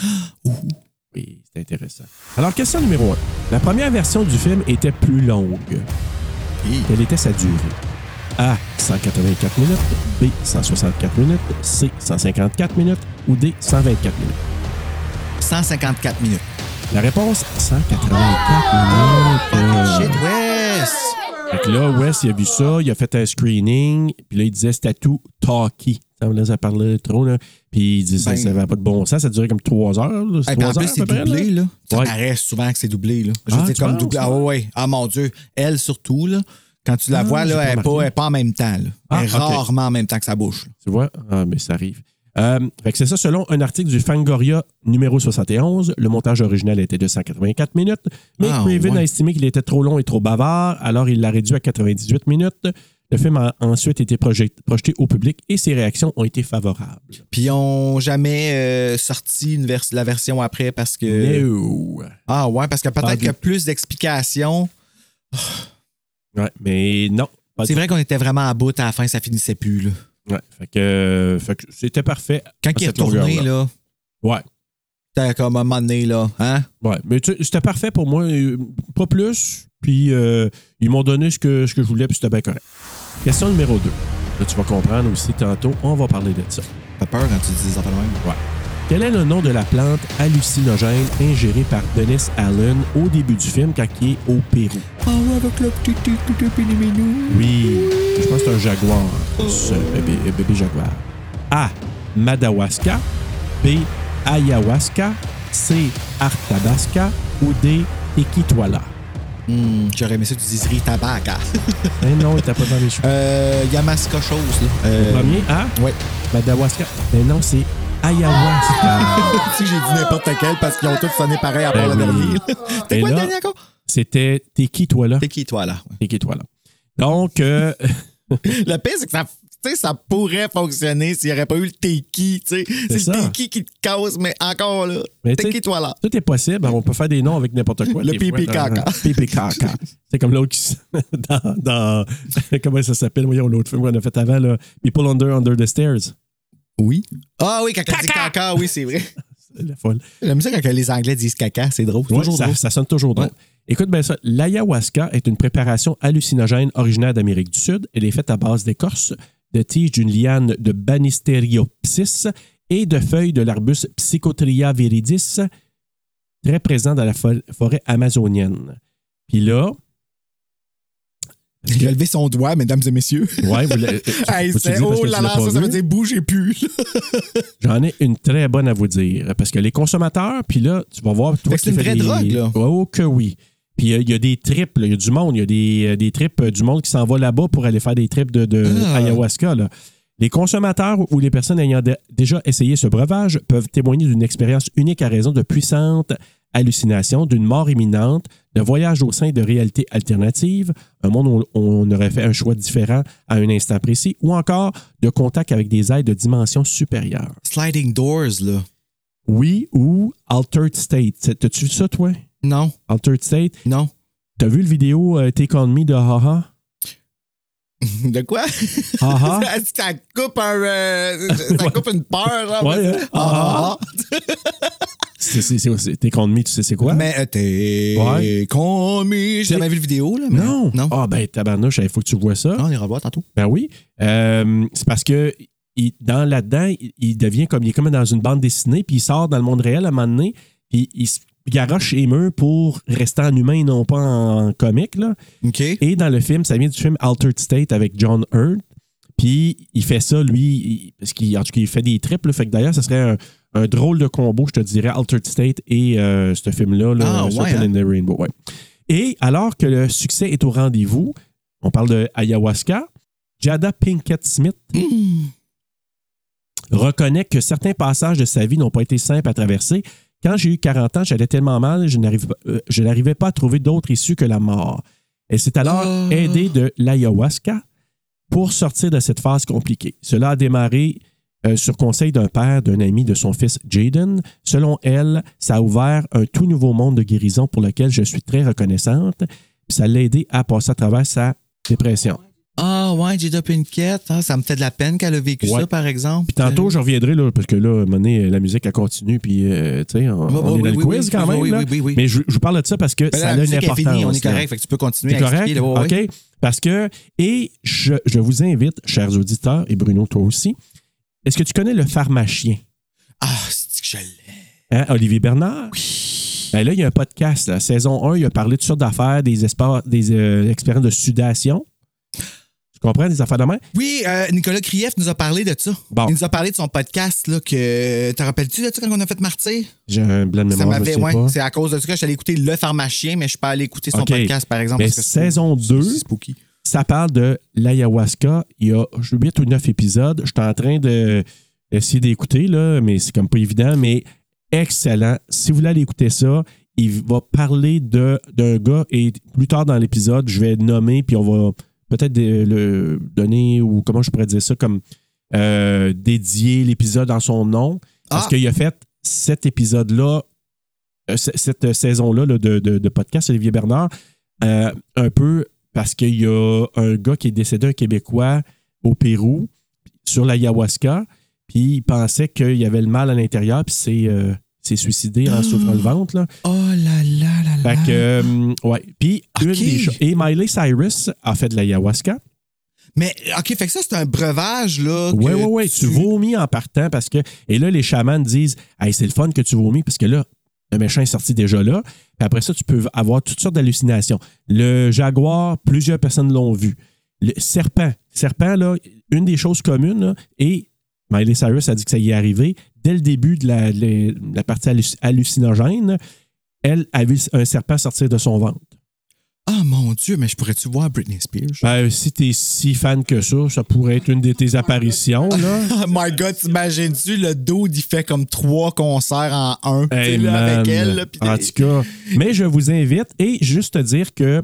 S1: Oui, c'est intéressant. Alors, question numéro 1. La première version du film était plus longue.
S7: Hi.
S1: Quelle était sa durée? A. 184 minutes. B. 164 minutes. C. 154 minutes. Ou D. 124 minutes.
S7: 154 minutes.
S1: La réponse, 184 minutes.
S7: Shit, Wes!
S1: Fait que là, Wes, il a vu ça, il a fait un screening, puis là, il disait c'était tout talkie. Tu Ça me laisse à parler trop, là. Puis il dit ça
S7: Ben-
S1: ça n'avait pas de bon sens. Ça durait comme trois heures, là.
S7: Et puis en
S1: trois heures, à
S7: plus,
S1: peu
S7: c'est
S1: près, là.
S7: doublé, là. Ça
S1: Ouais.
S7: paraît souvent que c'est doublé, là. Je
S1: Ah,
S7: veux dire,
S1: tu
S7: comme
S1: penses,
S7: doublé.
S1: ouais?
S7: Ah, ouais, ouais. Ah, mon Dieu. Elle, surtout, là. Quand tu la
S1: Ah,
S7: vois,
S1: j'ai
S7: là,
S1: pas
S7: elle n'est
S1: remarqué.
S7: pas, elle est pas en même temps. là.
S1: Ah,
S7: elle est
S1: ok.
S7: rarement en même temps que sa bouche. là.
S1: Tu vois? Ah, mais ça arrive. Euh, fait que c'est ça, selon un article du Fangoria numéro 71, le montage original était de 184 minutes, mais
S7: Ah,
S1: Craven
S7: ouais.
S1: a estimé qu'il était trop long et trop bavard, alors il l'a réduit à 98 minutes. Le film a ensuite été projet- projeté au public et ses réactions ont été favorables.
S7: Puis, ils n'ont jamais euh, sorti une vers- la version après parce que.
S1: No.
S7: Ah, ouais, parce que
S1: Pas
S7: peut-être
S1: de-
S7: que plus d'explications.
S1: Ouais, mais non. Pas
S7: C'est
S1: de-
S7: vrai qu'on était vraiment à bout à la fin, ça finissait plus, là.
S1: Ouais, fait que, euh, fait que c'était parfait.
S7: Quand
S1: à
S7: il est
S1: cette
S7: retourné,
S1: longueur-là.
S7: là.
S1: Ouais.
S7: C'était comme un moment donné, là. Hein?
S1: Ouais, mais tu sais, c'était parfait pour moi, euh, pas plus. Puis euh, ils m'ont donné ce que, ce que je voulais, puis c'était bien correct. Question numéro 2. Là, tu vas comprendre aussi tantôt, on va parler de ça.
S7: T'as peur quand tu dis ça pas le même.
S1: Quel est le nom de la plante hallucinogène ingérée par Dennis Allen au début du film quand il est au Pérou?
S7: Ah, ouais, avec le petit petit petit petit minou.
S1: Oui, je pense que c'est un jaguar, ce bébé, euh, bébé jaguar. A. Madawaska. B. Ayahuasca. C. Artabasca. Ou D. Equitoala.
S7: Hum, J'aurais aimé ça que tu dises Ritabaga.
S1: Eh non, t'as pas dans mes cheveux.
S7: Euh, Yamaska chose,
S1: Le
S7: là. Euh,
S1: Premier A.
S7: ouais.
S1: Madawaska. Mais Ben non, c'est Ayahuasca.
S7: si j'ai dit n'importe quel parce qu'ils ont tous sonné pareil à part
S1: Ben
S7: le
S1: oui.
S7: dernier. T'es
S1: Et
S7: quoi
S1: là-
S7: le dernier encore?
S1: C'était Tequitoala.
S7: T'es qui, toi, là? Ouais.
S1: Tequitoala. Donc, euh,
S7: Le pire, c'est que ça. Tu sais, ça pourrait fonctionner s'il n'y aurait pas eu le Teki, tu sais. C'est
S1: ça.
S7: le Teki qui te cause, mais encore là.
S1: Mais ben, tu sais-
S7: T'es qui, toi, là?
S1: tout est possible. On peut faire des noms avec n'importe quoi.
S7: Le
S1: des fois,
S7: pipi
S1: dans-
S7: caca.
S1: Pipi caca. C'est comme l'autre qui. s- dans, dans- Comment ça s'appelle? Voyons l'autre film qu'on a fait avant, là. People Under Under the Stairs.
S7: Oui. Ah oui, quand elle dit caca, oui, c'est vrai.
S1: C'est La folle.
S7: J'aime ça quand les Anglais disent caca, c'est drôle.
S1: Ouais,
S7: Toujours
S1: ça,
S7: drôle.
S1: ça sonne toujours drôle.
S7: Ouais.
S1: Écoute bien ça. L'ayahuasca est une préparation hallucinogène originaire d'Amérique du Sud. Elle est faite à base d'écorce, de tiges d'une liane de Banisteriopsis et de feuilles de l'arbuste Psychotria viridis, très présent dans la fo- forêt amazonienne. Puis là,
S7: Il a levé son doigt, mesdames et messieurs.
S1: ouais, vous l'avez-
S7: Hey,
S1: faut-tu le
S7: c'est-
S1: dire parce
S7: oh
S1: que
S7: là
S1: tu l'as
S7: là,
S1: pas
S7: ça, ça
S1: vu?
S7: veut dire bougez plus. là.
S1: J'en ai une très bonne à vous dire. Parce que les consommateurs, puis là, tu vas voir. Toi
S7: Fait que c'est
S1: qui
S7: une
S1: fais
S7: vraie
S1: des-
S7: drogue, là.
S1: Oh, que oui. Puis euh, il y a des trips, là, il y a du monde, il y a des, euh, des trips euh, du monde qui s'en va là-bas pour aller faire des trips de, de
S7: Ah.
S1: ayahuasca. là. Les consommateurs ou les personnes ayant dé- déjà essayé ce breuvage peuvent témoigner d'une expérience unique à raison de puissantes hallucinations, d'une mort imminente, de voyage au sein de réalités alternatives, un monde où on aurait fait un choix différent à un instant précis, ou encore de contact avec des aides de dimension supérieure.
S7: Sliding doors, là.
S1: Oui ou Altered State. T'as-tu vu ça, toi?
S7: Non,
S1: Altered State.
S7: non.
S1: T'as vu le vidéo euh, Take On Me de Haha?
S7: De quoi?
S1: Haha?
S7: Ça- ça coupe un. euh, ça coupe une peur, là.
S1: Ouais, hein?
S7: Ah, ah,
S1: C'est- c'est- c'est- c'est- Take On Me, tu sais c'est
S7: ah.
S1: quoi?
S7: Mais euh, t'es.
S1: Ouais.
S7: commis. J'ai jamais vu la vidéo, là. mais-
S1: Non!
S7: Non.
S1: Ah ben tabarnouche, il faut que tu vois ça.
S7: Non, on ira voir tantôt.
S1: Ben oui. Euh, c'est parce que il- dans là-dedans, il, il devient comme il est comme dans une bande dessinée, puis il sort dans le monde réel à un moment donné, puis il se garoche les murs pour rester en humain et non pas en comique. Là.
S7: OK.
S1: Et dans le film, ça vient du film Altered State avec John Hurt. Puis il fait ça, lui, il- parce qu'il en tout cas, il fait des triples. Fait que d'ailleurs, ça serait un, un drôle de combo, je te dirais, Altered State et euh, ce film-là, là,
S7: Ah, ouais,
S1: Serpent
S7: hein?
S1: in the Rainbow. ouais. Et alors que le succès est au rendez-vous, on parle de ayahuasca, Jada Pinkett Smith reconnaît que certains passages de sa vie n'ont pas été simples à traverser. Quand j'ai eu 40 ans, j'allais tellement mal, je n'arrive pas- euh, je n'arrivais pas à trouver d'autre issue que la mort. Et c'est alors
S7: Ah.
S1: aidé de l'ayahuasca pour sortir de cette phase compliquée. Cela a démarré euh, sur conseil d'un père, d'un ami de son fils Jaden. Selon elle, ça a ouvert un tout nouveau monde de guérison pour lequel je suis très reconnaissante. Puis ça l'a aidé à passer à travers sa dépression.
S7: Ah, ouais, j'ai dopé une quête. Ah, ça me fait de la peine qu'elle a vécu
S1: Ouais.
S7: ça, par exemple.
S1: Puis tantôt, je reviendrai, là, parce que là, à un moment donné, la musique, elle continue, puis, euh, tu sais, on,
S7: Bah, bah,
S1: on est
S7: oui,
S1: dans le
S7: oui,
S1: quiz
S7: oui,
S1: quand
S7: oui,
S1: même.
S7: oui,
S1: là.
S7: oui, oui, oui.
S1: Mais je, je vous parle de ça parce que
S7: Ben,
S1: ça
S7: la
S1: a une
S7: musique est
S1: importance.
S7: finie, on est
S1: là.
S7: correct. Fait que tu peux continuer
S1: C'est
S7: à
S1: correct?
S7: expliquer, là, ouais, ouais.
S1: OK. Parce que, et je, je vous invite, chers auditeurs, et Bruno, toi aussi, est-ce que tu connais le pharmacien,
S7: Ah, c'est que je l'ai.
S1: hein, Olivier Bernard? Oui. Ben là, il y a un podcast, là. saison 1, il a parlé de toutes sortes d'affaires, des, espoirs- des euh, expériences de sudation. Tu Tu comprends des affaires de main?
S7: Oui, euh, Nicolas Krief nous a parlé de ça.
S1: Bon.
S7: Il nous a parlé de son podcast. Là, que... Te rappelles-tu de ça quand on a fait Martyr?
S1: J'ai un blanc de
S7: Ça
S1: mémoire. je
S7: m'avait.
S1: sais
S7: ouais,
S1: pas.
S7: c'est à cause de ça que je suis allé écouter Le Pharmacien, mais je suis pas allé écouter son
S1: OK.
S7: podcast, par exemple.
S1: Mais
S7: parce que c'est-
S1: saison 2,
S7: c'est spooky.
S1: ça parle de l'ayahuasca. Il y a 8 ou 9 épisodes. Je suis en train de essayer d'écouter, là, mais c'est comme pas évident, mais excellent. Si vous voulez aller écouter ça, il va parler de- d'un gars et plus tard dans l'épisode, je vais le nommer, puis on va peut-être dé- le donner, ou comment je pourrais dire ça, comme euh, dédier l'épisode en son nom. Parce
S7: Ah.
S1: qu'il a fait cet épisode-là, euh, c- cette euh, saison-là là, de, de- de podcast, Olivier Bernard, euh, un peu parce qu'il y a un gars qui est décédé, un Québécois, au Pérou, sur l'ayahuasca, puis il pensait qu'il y avait le mal à l'intérieur, puis c'est. euh, s'est suicidé en s'ouvrant le ventre. Là.
S7: Oh là là là là.
S1: Fait que, euh, ouais. Puis, une
S7: Ah! Ok.
S1: des cho- Et Miley Cyrus a fait de l'ayahuasca.
S7: Mais, OK, fait que ça, c'est un breuvage, là.
S1: Oui,
S7: que
S1: oui, oui. Tu vomis en partant parce que. Et là, les chamans disent Hey, c'est le fun que tu vomis parce que là, le méchant est sorti déjà là. Puis après ça, tu peux avoir toutes sortes d'hallucinations. Le jaguar, plusieurs personnes l'ont vu. Le serpent. Serpent, là, une des choses communes, là, et Miley Cyrus a dit que ça y est arrivé. Dès le début de la, les- la partie halluc- hallucinogène, elle a vu un serpent sortir de son ventre.
S7: Ah, mon Dieu, mais je pourrais-tu voir Britney Spears?
S1: Ben, si t'es si fan que ça, ça pourrait être une de tes apparitions, là.
S7: Oh my God, t'imagines-tu, le dude, il fait comme trois concerts en un, tu sais,
S1: Hey,
S7: là, avec
S1: man.
S7: elle. Là, pis
S1: en tout cas, mais je vous invite et juste te dire que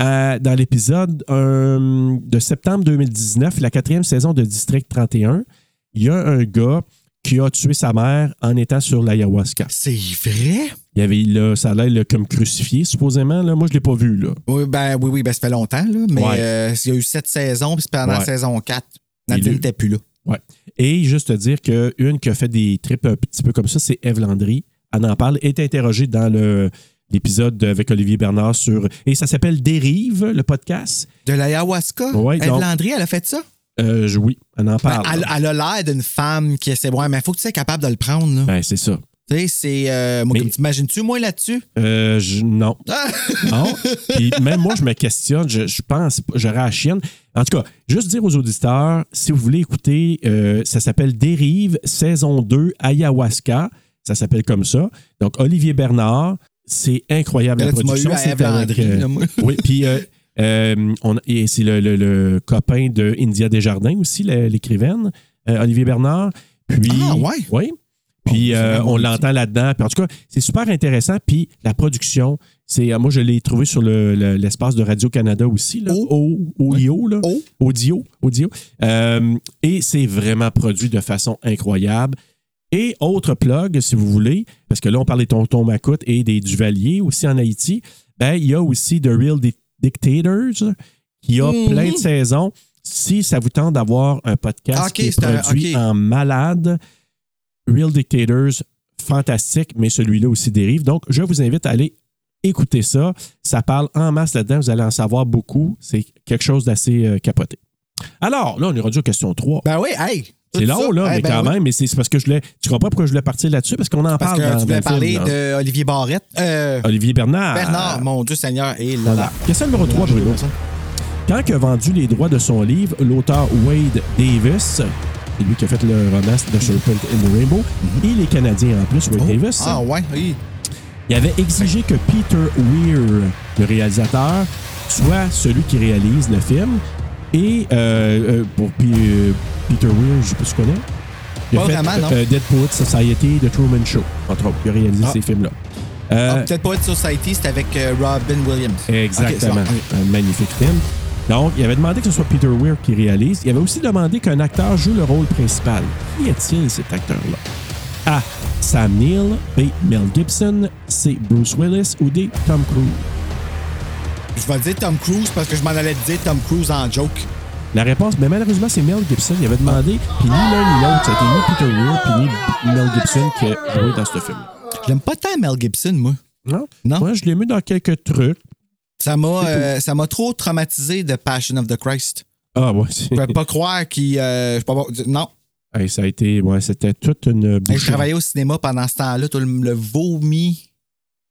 S1: euh, dans l'épisode euh, de septembre 2019, la quatrième saison de District 31, il y a un gars qui a tué sa mère en étant sur l'ayahuasca.
S7: C'est vrai?
S1: Il avait là, ça l'air comme crucifié supposément. Là. Moi, je l'ai pas vu là.
S7: Oui, ben, oui, oui, ben, ça fait longtemps, là, mais
S1: Ouais.
S7: euh, il y a eu sept saisons, puis c'est pendant
S1: Ouais.
S7: la saison 4,
S1: Il
S7: Nadine
S1: est-
S7: n'était plus là.
S1: Et juste te dire qu'une qui a fait des trips un petit peu comme ça, c'est Eve Landry. Elle en parle, est interrogée dans le- l'épisode avec Olivier Bernard sur... Et ça s'appelle Dérive, le podcast.
S7: De l'ayahuasca?
S1: Ouais,
S7: Eve
S1: donc-
S7: Landry, elle a fait ça?
S1: Euh, je- oui, on en
S7: Ben,
S1: parle.
S7: elle, elle a l'air d'une femme qui essaie. Ouais, mais faut que tu sois capable de le prendre, là.
S1: Ben, c'est ça.
S7: Tu sais, c'est. euh, moi,
S1: Mais-
S7: comme T'imagines-tu, moi, là-dessus?
S1: Euh, je- non.
S7: Ah!
S1: non. Puis même moi, je me questionne. Je, je pense, pas- j'aurais la chienne. En tout cas, juste dire aux auditeurs, si vous voulez écouter, euh, ça s'appelle Dérive, saison 2, ayahuasca. Ça s'appelle comme ça. Donc, Olivier Bernard, c'est incroyable
S7: Ben
S1: la
S7: là, tu m'as
S1: production.
S7: eu à
S1: c'est
S7: Ève
S1: avec,
S7: Landry,
S1: euh,
S7: là, moi.
S1: oui, puis euh, euh, on- et c'est le, le- le copain de India Desjardins aussi, la- l'écrivaine, euh, Olivier Bernard. Puis,
S7: Ah, ouais?
S1: Oui. Puis
S7: Bon, Oh, c'est
S1: euh,
S7: vraiment
S1: on
S7: bon
S1: l'entend là-dedans. Puis en tout cas, c'est super intéressant. Puis la production, c'est euh, moi je l'ai trouvé sur le- le- l'espace de Radio Canada aussi là, au, audio là,
S7: Oh.
S1: audio, audio. Euh, et c'est vraiment produit de façon incroyable. Et autre plug, si vous voulez, parce que là, on parle des tontons Macoutes et des Duvaliers aussi en Haïti, ben, il y a aussi The Real Di- Dictators qui a
S7: Mhm.
S1: plein de saisons. Si ça vous tente d'avoir un podcast
S7: Ok,
S1: qui est
S7: c'est un-
S1: produit
S7: ok.
S1: en malade, Real Dictators, fantastique, mais celui-là aussi dérive. Donc, je vous invite à aller écouter ça. Ça parle en masse là-dedans. Vous allez en savoir beaucoup. C'est quelque chose d'assez euh, capoté. Alors, là, on est rendu à question 3.
S7: Ben oui, hey!
S1: C'est
S7: tout
S1: long,
S7: ça,
S1: là,
S7: hey,
S1: mais
S7: ben
S1: quand
S7: oui.
S1: même. Mais c'est c'est parce que je voulais. Tu comprends pourquoi je voulais partir là-dessus? Parce qu'on en
S7: Parce
S1: parle
S7: que
S1: dans, dans
S7: tu voulais
S1: le film,
S7: parler
S1: là.
S7: de Olivier Barrette. Euh,
S1: Olivier Bernard.
S7: Bernard, mon Dieu Seigneur, et là
S1: Voilà.
S7: là.
S1: Question numéro 3, Bruno. Quand a vendu les droits de son livre, l'auteur Wade Davis, c'est lui qui a fait le roman de Serpent in the Rainbow, il est Canadien en plus, Wade Davis.
S7: Mm-hmm. Ah ouais, oui.
S1: Il avait exigé que Peter Weir, le réalisateur, soit celui qui réalise le film. Et euh, euh, pour P- euh, Peter Weir, je ne sais pas si tu connais. Il a
S7: Pas
S1: fait
S7: vraiment, non.
S1: euh, Dead Poets Society, The Truman Show, entre autres. Il a réalisé ces films-là.
S7: Ah,
S1: Euh,
S7: Peut-être pas être Society, c'était avec euh, Robin Williams.
S1: Exactement.
S7: Ok, c'est bon.
S1: Un magnifique film. Donc, il avait demandé que ce soit Peter Weir qui réalise. Il avait aussi demandé qu'un acteur joue le rôle principal. Qui est-il, cet acteur-là? A. Sam Neill. B. Mel Gibson. C. Bruce Willis. Ou D. Tom Cruise.
S7: Je vais dire Tom Cruise parce que je m'en allais te dire Tom Cruise en joke.
S1: La réponse, mais malheureusement, c'est Mel Gibson. Il avait demandé, puis ni l'un ni l'autre. Ça a été ni Peter Weir, puis ni Mel Gibson qui a joué dans ce film.
S7: J'aime pas tant Mel Gibson, moi.
S1: Non?
S7: Non.
S1: Moi, je l'ai mis dans quelques trucs.
S7: Ça m'a euh, ça m'a trop traumatisé de Passion of the Christ.
S1: Ah, ouais. c'est-
S7: Je peux pas croire qu'il. euh, je peux pas- non.
S1: Hey, ça a été. Ouais, c'était toute une
S7: Hey, Je
S1: bouche.
S7: travaillais au cinéma pendant ce temps-là, tout le, le vomi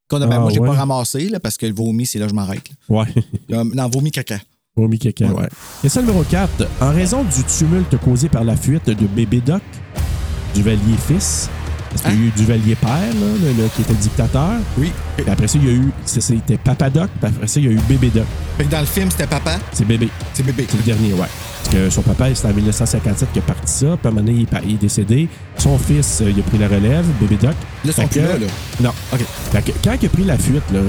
S7: qu'on a. ben,
S1: Ah,
S7: moi, j'ai
S1: ouais.
S7: pas ramassé, là, parce que le vomi, c'est là que je m'arrête. là.
S1: Ouais.
S7: Euh, non, vomi caca.
S1: Homie caca.
S7: Ouais.
S1: Question numéro 4. En raison du tumulte causé par la fuite de bébé Doc, Duvalier fils, parce qu'il y a
S7: Hein?
S1: eu Duvalier père, là, le- le- qui était le dictateur.
S7: Oui.
S1: Puis après ça, il y a eu. c'est- C'était Papa Doc, puis après ça, il y a eu Bébé Doc.
S7: Fait que dans le film, c'était papa,
S1: C'est bébé.
S7: c'est bébé.
S1: C'est le dernier, ouais. Parce que son papa, c'était en 1957 qu'il a parti ça. Puis à un moment donné, il est pa- il est décédé. Son fils, euh, il a pris la relève, bébé Doc.
S7: Là, ils sont
S1: Fait
S7: plus
S1: que-
S7: là, là.
S1: Non.
S7: OK.
S1: Fait que quand il a pris la fuite, là,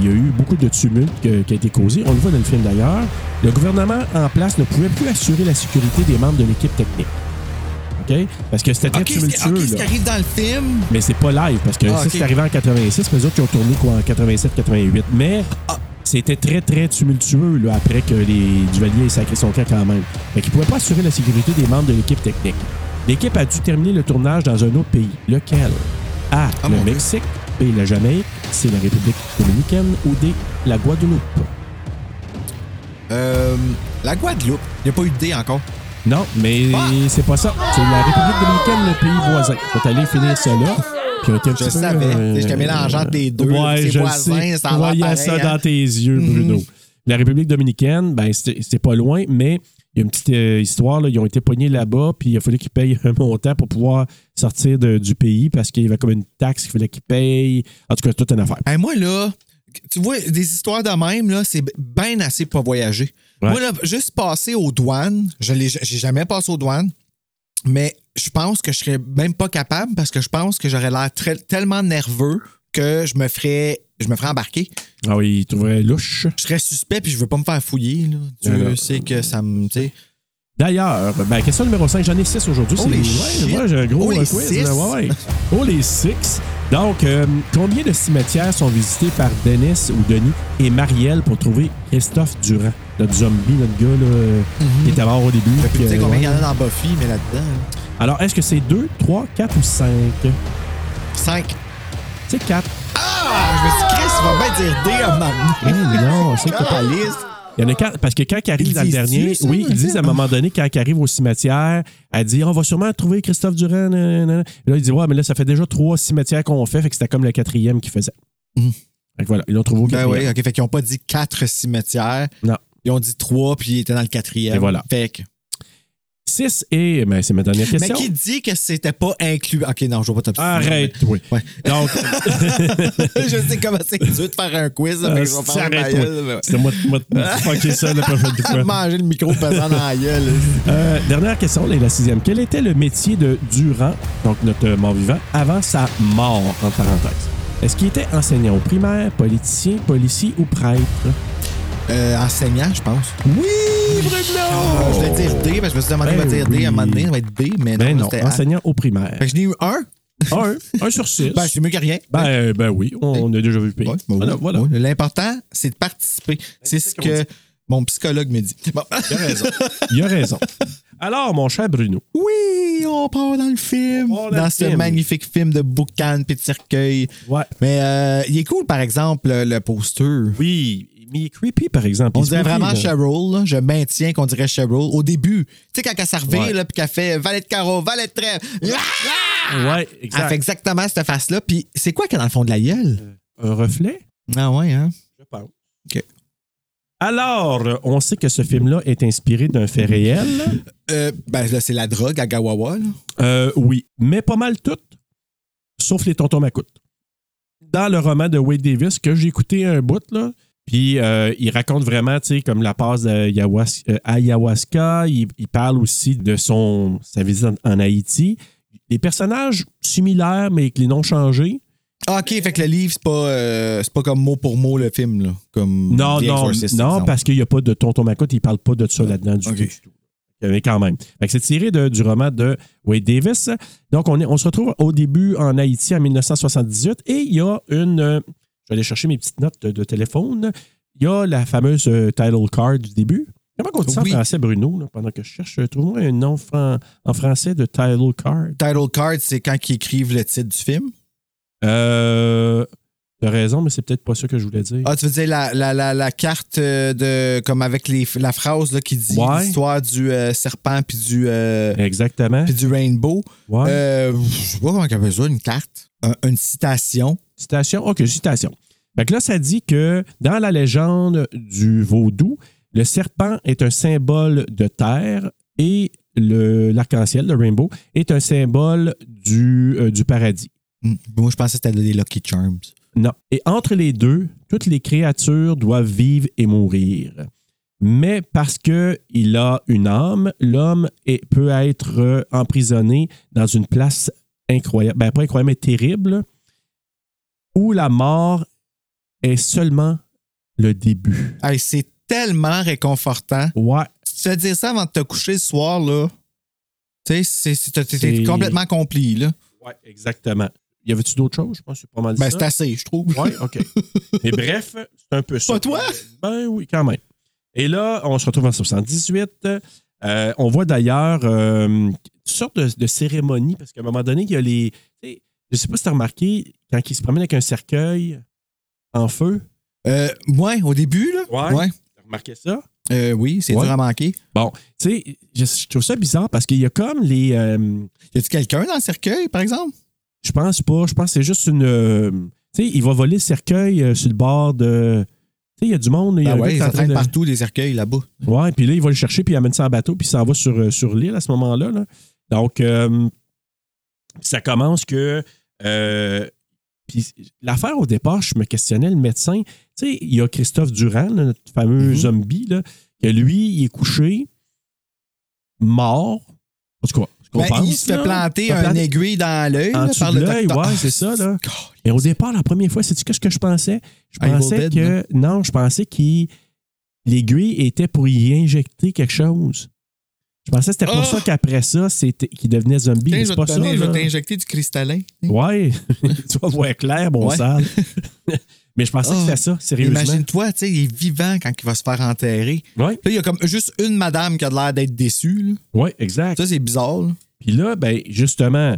S1: il y a eu beaucoup de tumulte que- qui a été causé. On le voit dans le film d'ailleurs. Le gouvernement en place ne pouvait plus assurer la sécurité des membres de l'équipe technique. OK? Parce que c'était très
S7: Ok, c'est-
S1: tumultueux.
S7: ok, ce
S1: là.
S7: qui arrive dans le film,
S1: Mais c'est pas live parce que
S7: Ah,
S1: ça,
S7: ok.
S1: c'est arrivé en 86, mais eux autres, ils ont tourné quoi, en 87-88. Mais c'était très, très tumultueux là, après que les Duvaliers aient sacré son camp quand même. Fait qu'ils pouvaient pas assurer la sécurité des membres de l'équipe technique. L'équipe a dû terminer le tournage dans un autre pays. Lequel? A.
S7: Ah,
S1: le
S7: mon Dieu.
S1: Mexique. B. La Jamaïque. C. La République dominicaine. Ou D. La Guadeloupe.
S7: euh, la Guadeloupe, il n'y a pas eu de dé encore.
S1: Non, mais c'est pas ça. C'est la République dominicaine, le pays voisin. Faut aller finir ça là. Puis on était un
S7: Je
S1: petit peu,
S7: savais.
S1: euh,
S7: J'étais mélangeant entre les deux.
S1: Ouais,
S7: C'est
S1: je le
S7: voisin,
S1: sais.
S7: ça a l'air
S1: Voyant ça
S7: pareil, hein.
S1: dans tes yeux, Bruno. La République dominicaine, ben c'est c'est pas loin, mais il y a une petite euh, histoire. là. Ils ont été pognés là-bas, puis il a fallu qu'ils payent un montant pour pouvoir sortir de- du pays parce qu'il y avait comme une taxe qu'il fallait qu'ils payent. En tout cas, toute une affaire.
S7: Hey, moi, là, tu vois, des histoires de même, là, c'est bien assez pour voyager.
S1: Ouais.
S7: Moi, là, juste passer aux douanes, je l'ai j'ai jamais passé aux douanes, mais je pense que je serais même pas capable parce que je pense que j'aurais l'air très- tellement nerveux que je me ferais, je me ferais embarquer.
S1: Ah oui, ils trouveraient louche.
S7: Je serais suspect puis je veux pas me faire fouiller. Là. Dieu
S1: Alors.
S7: sait que ça me. tu sais.
S1: D'ailleurs, ben, question numéro 5, j'en ai 6 aujourd'hui.
S7: Oh
S1: c'est
S7: les
S1: ouais,
S7: shit.
S1: ouais, j'ai un gros
S7: Oh les
S1: euh, quiz.
S7: six.
S1: là, ouais, ouais. Oh les 6. Donc, euh, combien de cimetières sont visités par Dennis ou Denis et Marielle pour trouver Christophe Durand, notre zombie, notre gars là,
S7: Mhm.
S1: qui était mort au début?
S7: Je sais
S1: puis,
S7: plus
S1: euh,
S7: combien il y
S1: ouais.
S7: en a dans Buffy, mais là-dedans.
S1: Alors, est-ce que c'est 2, 3, 4 ou 5?
S7: 5.
S1: C'est 4.
S7: Ah, je me suis dit, Chris, il va bien dire D oh, à un moment donné.
S1: Oh, non,
S7: Ah,
S1: c'est pas
S7: Calisse.
S1: Il y en a quatre, parce que quand ils arrivent
S7: Ils
S1: dans le
S7: disent-tu
S1: dernier,
S7: ça,
S1: oui,
S7: dans
S1: ils
S7: le
S1: disent à un
S7: film?
S1: moment donné, quand ils arrivent au cimetière, elle dit On va sûrement trouver Christophe Durand. nan, nan, nan. Et Là, il dit Ouais, mais là, ça fait déjà trois cimetières qu'on fait, fait que c'était comme le quatrième qu'ils faisaient. Fait que voilà, ils l'ont trouvé au
S7: Hmm. Ben
S1: quatrième.
S7: oui, OK. Fait qu'ils n'ont pas dit quatre cimetières.
S1: Non.
S7: Ils ont dit trois, puis ils étaient dans le quatrième.
S1: Et voilà.
S7: Fait que-
S1: Six et. Ben, c'est ma dernière
S7: Mais
S1: question.
S7: qui dit que c'était pas inclus? OK, non, je vois pas t'obstiner.
S1: Arrête, oui.
S7: Ouais.
S1: Donc,
S7: je sais comment c'est dur de faire un quiz, là, mais je vais
S1: c'est-
S7: faire ma
S1: arrête, oui.
S7: gueule. mais ouais.
S1: C'était moi moi de fucker ça la prochaine fois.
S7: Manger le micro pesant dans la gueule.
S1: Euh, dernière question, et la sixième. Quel était le métier de Durand, donc notre mort-vivant, avant sa mort, en parenthèse? Est-ce qu'il était enseignant au primaire, politicien, policier ou prêtre?
S7: Euh, enseignant, je pense.
S1: Oui, Bruno!
S7: Euh, Je voulais dire D, parce que je me suis demandé,
S1: Ben
S7: on va dire D à un
S1: oui.
S7: moment donné, ça va être D, mais
S1: Ben non,
S7: non, c'était A. Fait
S1: enseignant au primaire.
S7: que je n'ai eu un.
S1: Un, un sur six.
S7: Ben, c'est mieux que rien.
S1: Ben, euh, ben oui, on, on a déjà vu payer.
S7: Ouais, ben
S1: voilà,
S7: oui,
S1: voilà.
S7: oui. L'important, c'est de participer. C'est ce
S1: Ben, qu'on
S7: que mon psychologue me dit. Bon.
S1: Il a raison. Alors, mon cher Bruno,
S7: Oui, on part dans le film.
S1: On part dans
S7: dans
S1: le
S7: ce
S1: film.
S7: magnifique film de boucan puis de cercueil.
S1: Ouais.
S7: Mais euh, il est cool, par exemple, le, le poster.
S1: oui, mais il est creepy, par exemple.
S7: On
S1: Il se
S7: dirait
S1: creepy,
S7: vraiment
S1: là.
S7: Cheryl. là. Je maintiens qu'on dirait Cheryl. Au début, tu sais, quand elle servait,
S1: Ouais.
S7: là, puis qu'elle fait valet de carreau, valet de trèfle. Ah!
S1: Ouais,
S7: Elle
S1: exact. Euh.
S7: fait exactement cette face-là. Puis c'est quoi qu'elle a dans le fond de la gueule?
S1: Un reflet?
S7: Ah ouais, hein?
S1: Je pense.
S7: OK.
S1: Alors, euh, on sait que ce film-là est inspiré d'un fait réel.
S7: Euh, ben là, c'est la drogue à Gawawa. Là.
S1: Euh, oui, mais pas mal toutes, sauf les tontons macoutes. Dans le roman de Wade Davis, que j'ai écouté un bout, là, puis euh, il raconte vraiment, tu sais, comme la passe d'ayahuas- euh, ayahuasca. Il, il parle aussi de son, sa visite en, en Haïti. Des personnages similaires, mais avec les noms changés.
S7: Ah, OK, fait que le livre, c'est pas, euh, c'est pas comme mot pour mot le film. Là, comme
S1: Non,
S7: The
S1: non,
S7: Exorcist,
S1: non,
S7: exemple. Ah,
S1: parce qu'il n'y a pas de Tonton Macoute, il ne parle pas de ça là-dedans du
S7: OK.
S1: tout, du tout. Mais quand même. Fait que c'est tiré de- du roman de Wade Davis. Donc, on, est, on se retrouve au début en Haïti en 1978 et il y a une. euh, je vais aller chercher mes petites notes de, de téléphone. Il y a la fameuse euh, title card du début. Comment on dit ça
S7: Oui.
S1: en français, Bruno, là, pendant que je cherche? euh, Trouve-moi un nom fran- en français de title card.
S7: Title card, c'est quand ils écrivent le titre du film.
S1: Euh. T'as raison, mais c'est peut-être pas ça que je voulais dire.
S7: Ah, tu veux dire la, la, la, la carte euh, de. comme avec les, la phrase là, qui dit
S1: Ouais.
S7: l'histoire du euh, serpent puis du, euh,
S1: Exactement.
S7: puis du rainbow.
S1: Ouais.
S7: Euh, je sais pas comment on appelle ça, une carte, Un- une citation.
S1: Citation. OK, citation. Fait que là, ça dit que dans la légende du vaudou, Le serpent est un symbole de terre et le- l'arc-en-ciel, le rainbow, est un symbole du, euh, du paradis.
S7: Mm. Moi, je pensais que c'était des Lucky Charms.
S1: Non. Et entre les deux, toutes les créatures doivent vivre et mourir. Mais parce qu'il a une âme, l'homme est- peut être euh, emprisonné dans une place incroyable, ben pas incroyable, mais terrible, où la mort est seulement le début.
S7: Hey, c'est tellement réconfortant.
S1: Ouais.
S7: Tu te fais dire ça avant de te coucher le soir, là. Tu sais, c'est- c'est- t'es- t'es
S1: C'est-
S7: complètement accompli, là.
S1: Ouais, exactement. Y avait-tu d'autres choses? Je pense que c'est pas mal
S7: Ben,
S1: ça.
S7: c'est assez, je trouve.
S1: Ouais, OK. Mais bref, c'est un peu ça.
S7: Pas toi?
S1: Ben oui, quand même. Et là, on se retrouve en 78. Euh, on voit d'ailleurs euh, une sorte de, de cérémonie, parce qu'à un moment donné, il y a les. tu sais, Je sais pas si tu as remarqué, quand ils se promènent avec un cercueil en feu,
S7: Euh, ouais, au début, là.
S1: Ouais. tu remarqué ça?
S7: Euh, oui, c'est
S1: Ouais.
S7: dur à manquer.
S1: Tu sais, je, je trouve ça bizarre parce qu'il y a comme les. euh,
S7: Y a-tu quelqu'un dans le cercueil, par exemple?
S1: je pense pas. Je pense que c'est juste une. euh, tu sais, il va voler le cercueil euh, sur le bord de. Tu sais, il y a du monde. il y a un
S7: Ben
S1: gars qui
S7: ouais,
S1: est en
S7: ça
S1: train
S7: traîne
S1: de-
S7: partout, des cercueils, là-bas.
S1: Ouais, puis là, il va le chercher, puis il amène ça en bateau, puis il s'en va sur, euh, sur l'île à ce moment-là. là. Donc, euh, ça commence que. euh, puis l'affaire au départ, je me questionnais, le médecin. Tu sais, il y a Christophe Durand, là, notre fameux
S7: Mhm.
S1: zombie, là, que lui, il est couché, mort. En tout cas, ce qu'on
S7: Ben,
S1: pense,
S7: il se fait
S1: là.
S7: planter
S1: Il se fait
S7: un
S1: planter-
S7: aiguille dans l'œil
S1: En
S7: là,
S1: dessous
S7: par
S1: de
S7: le
S1: l'œil,
S7: docteur.
S1: ouais,
S7: Ah,
S1: c'est ça, là.
S7: God.
S1: Mais au départ, la première fois, c'est-tu qu'est-ce que je pensais? Je
S7: Evil
S1: pensais
S7: Dead,
S1: que. Non, je pensais qu'il. L'aiguille était pour y injecter quelque chose. Je pensais que c'était pour
S7: Ah!
S1: ça qu'après ça, c'était qu'il devenait zombie.
S7: Tiens,
S1: mais
S7: je
S1: c'est
S7: vais
S1: pas
S7: te
S1: ça.
S7: donner- je vais
S1: là.
S7: t'injecter du cristallin.
S1: Ouais. tu vas voir clair, bon
S7: Ouais.
S1: sale. mais je pensais que
S7: Ah!
S1: c'était ça, sérieusement.
S7: Imagine-toi, tu sais, il est vivant quand il va se faire enterrer.
S1: Ouais.
S7: Là, il y a comme juste une madame qui a l'air d'être déçue. là.
S1: Ouais, exact.
S7: Ça, c'est bizarre. là.
S1: Puis là, ben, justement,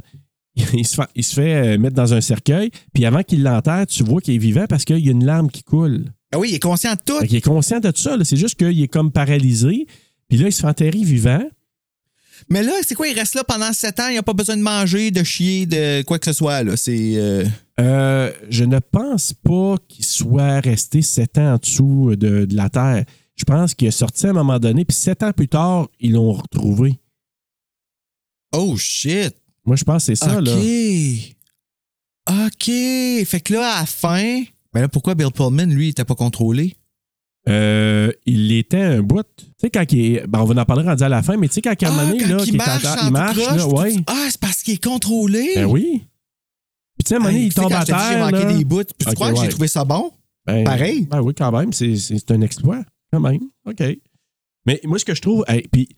S1: il se fait, il se fait, euh, mettre dans un cercueil. Puis avant qu'il l'enterre, tu vois qu'il est vivant parce qu'il y a une larme qui coule.
S7: Ah oui, il est conscient de tout.
S1: Fait qu'il est conscient de ça. là. C'est juste qu'il est comme paralysé. Puis là, il se fait enterrer vivant.
S7: Mais là, c'est quoi? Il reste là pendant sept ans. Il n'a pas besoin de manger, de chier, de quoi que ce soit. là. C'est. euh,
S1: Euh, je ne pense pas qu'il soit resté sept ans en dessous de, de la Terre. Je pense qu'il est sorti à un moment donné, puis sept ans plus tard, ils l'ont retrouvé.
S7: Oh shit!
S1: Moi, je pense que c'est ça,
S7: OK.
S1: là.
S7: OK. Fait que là, à la fin. Ben là, pourquoi Bill Pullman, lui, il était pas contrôlé?
S1: Euh, il était un bout. Tu sais, quand il est- ben, on va en parler rendu à la fin, mais tu sais, quand, à un moment donné,
S7: Ah, quand
S1: là,
S7: il
S1: qu'il est
S7: marche,
S1: en-
S7: en
S1: il marche,
S7: croche,
S1: là,
S7: tout-
S1: ouais.
S7: Ah, c'est parce qu'il est contrôlé.
S1: Ben oui. Puis tu sais, à un moment donné,
S7: Hey,
S1: il
S7: tu sais,
S1: tombe
S7: quand
S1: à
S7: je t'ai dit,
S1: terre.
S7: J'ai manqué
S1: là.
S7: des bouts. Puis tu
S1: Ok,
S7: crois que
S1: ouais.
S7: j'ai trouvé ça bon?
S1: Ben,
S7: Pareil.
S1: Ben oui, quand même. C'est- C'est c'est un exploit, quand même. OK. Mais moi, ce que je trouve, hey, puis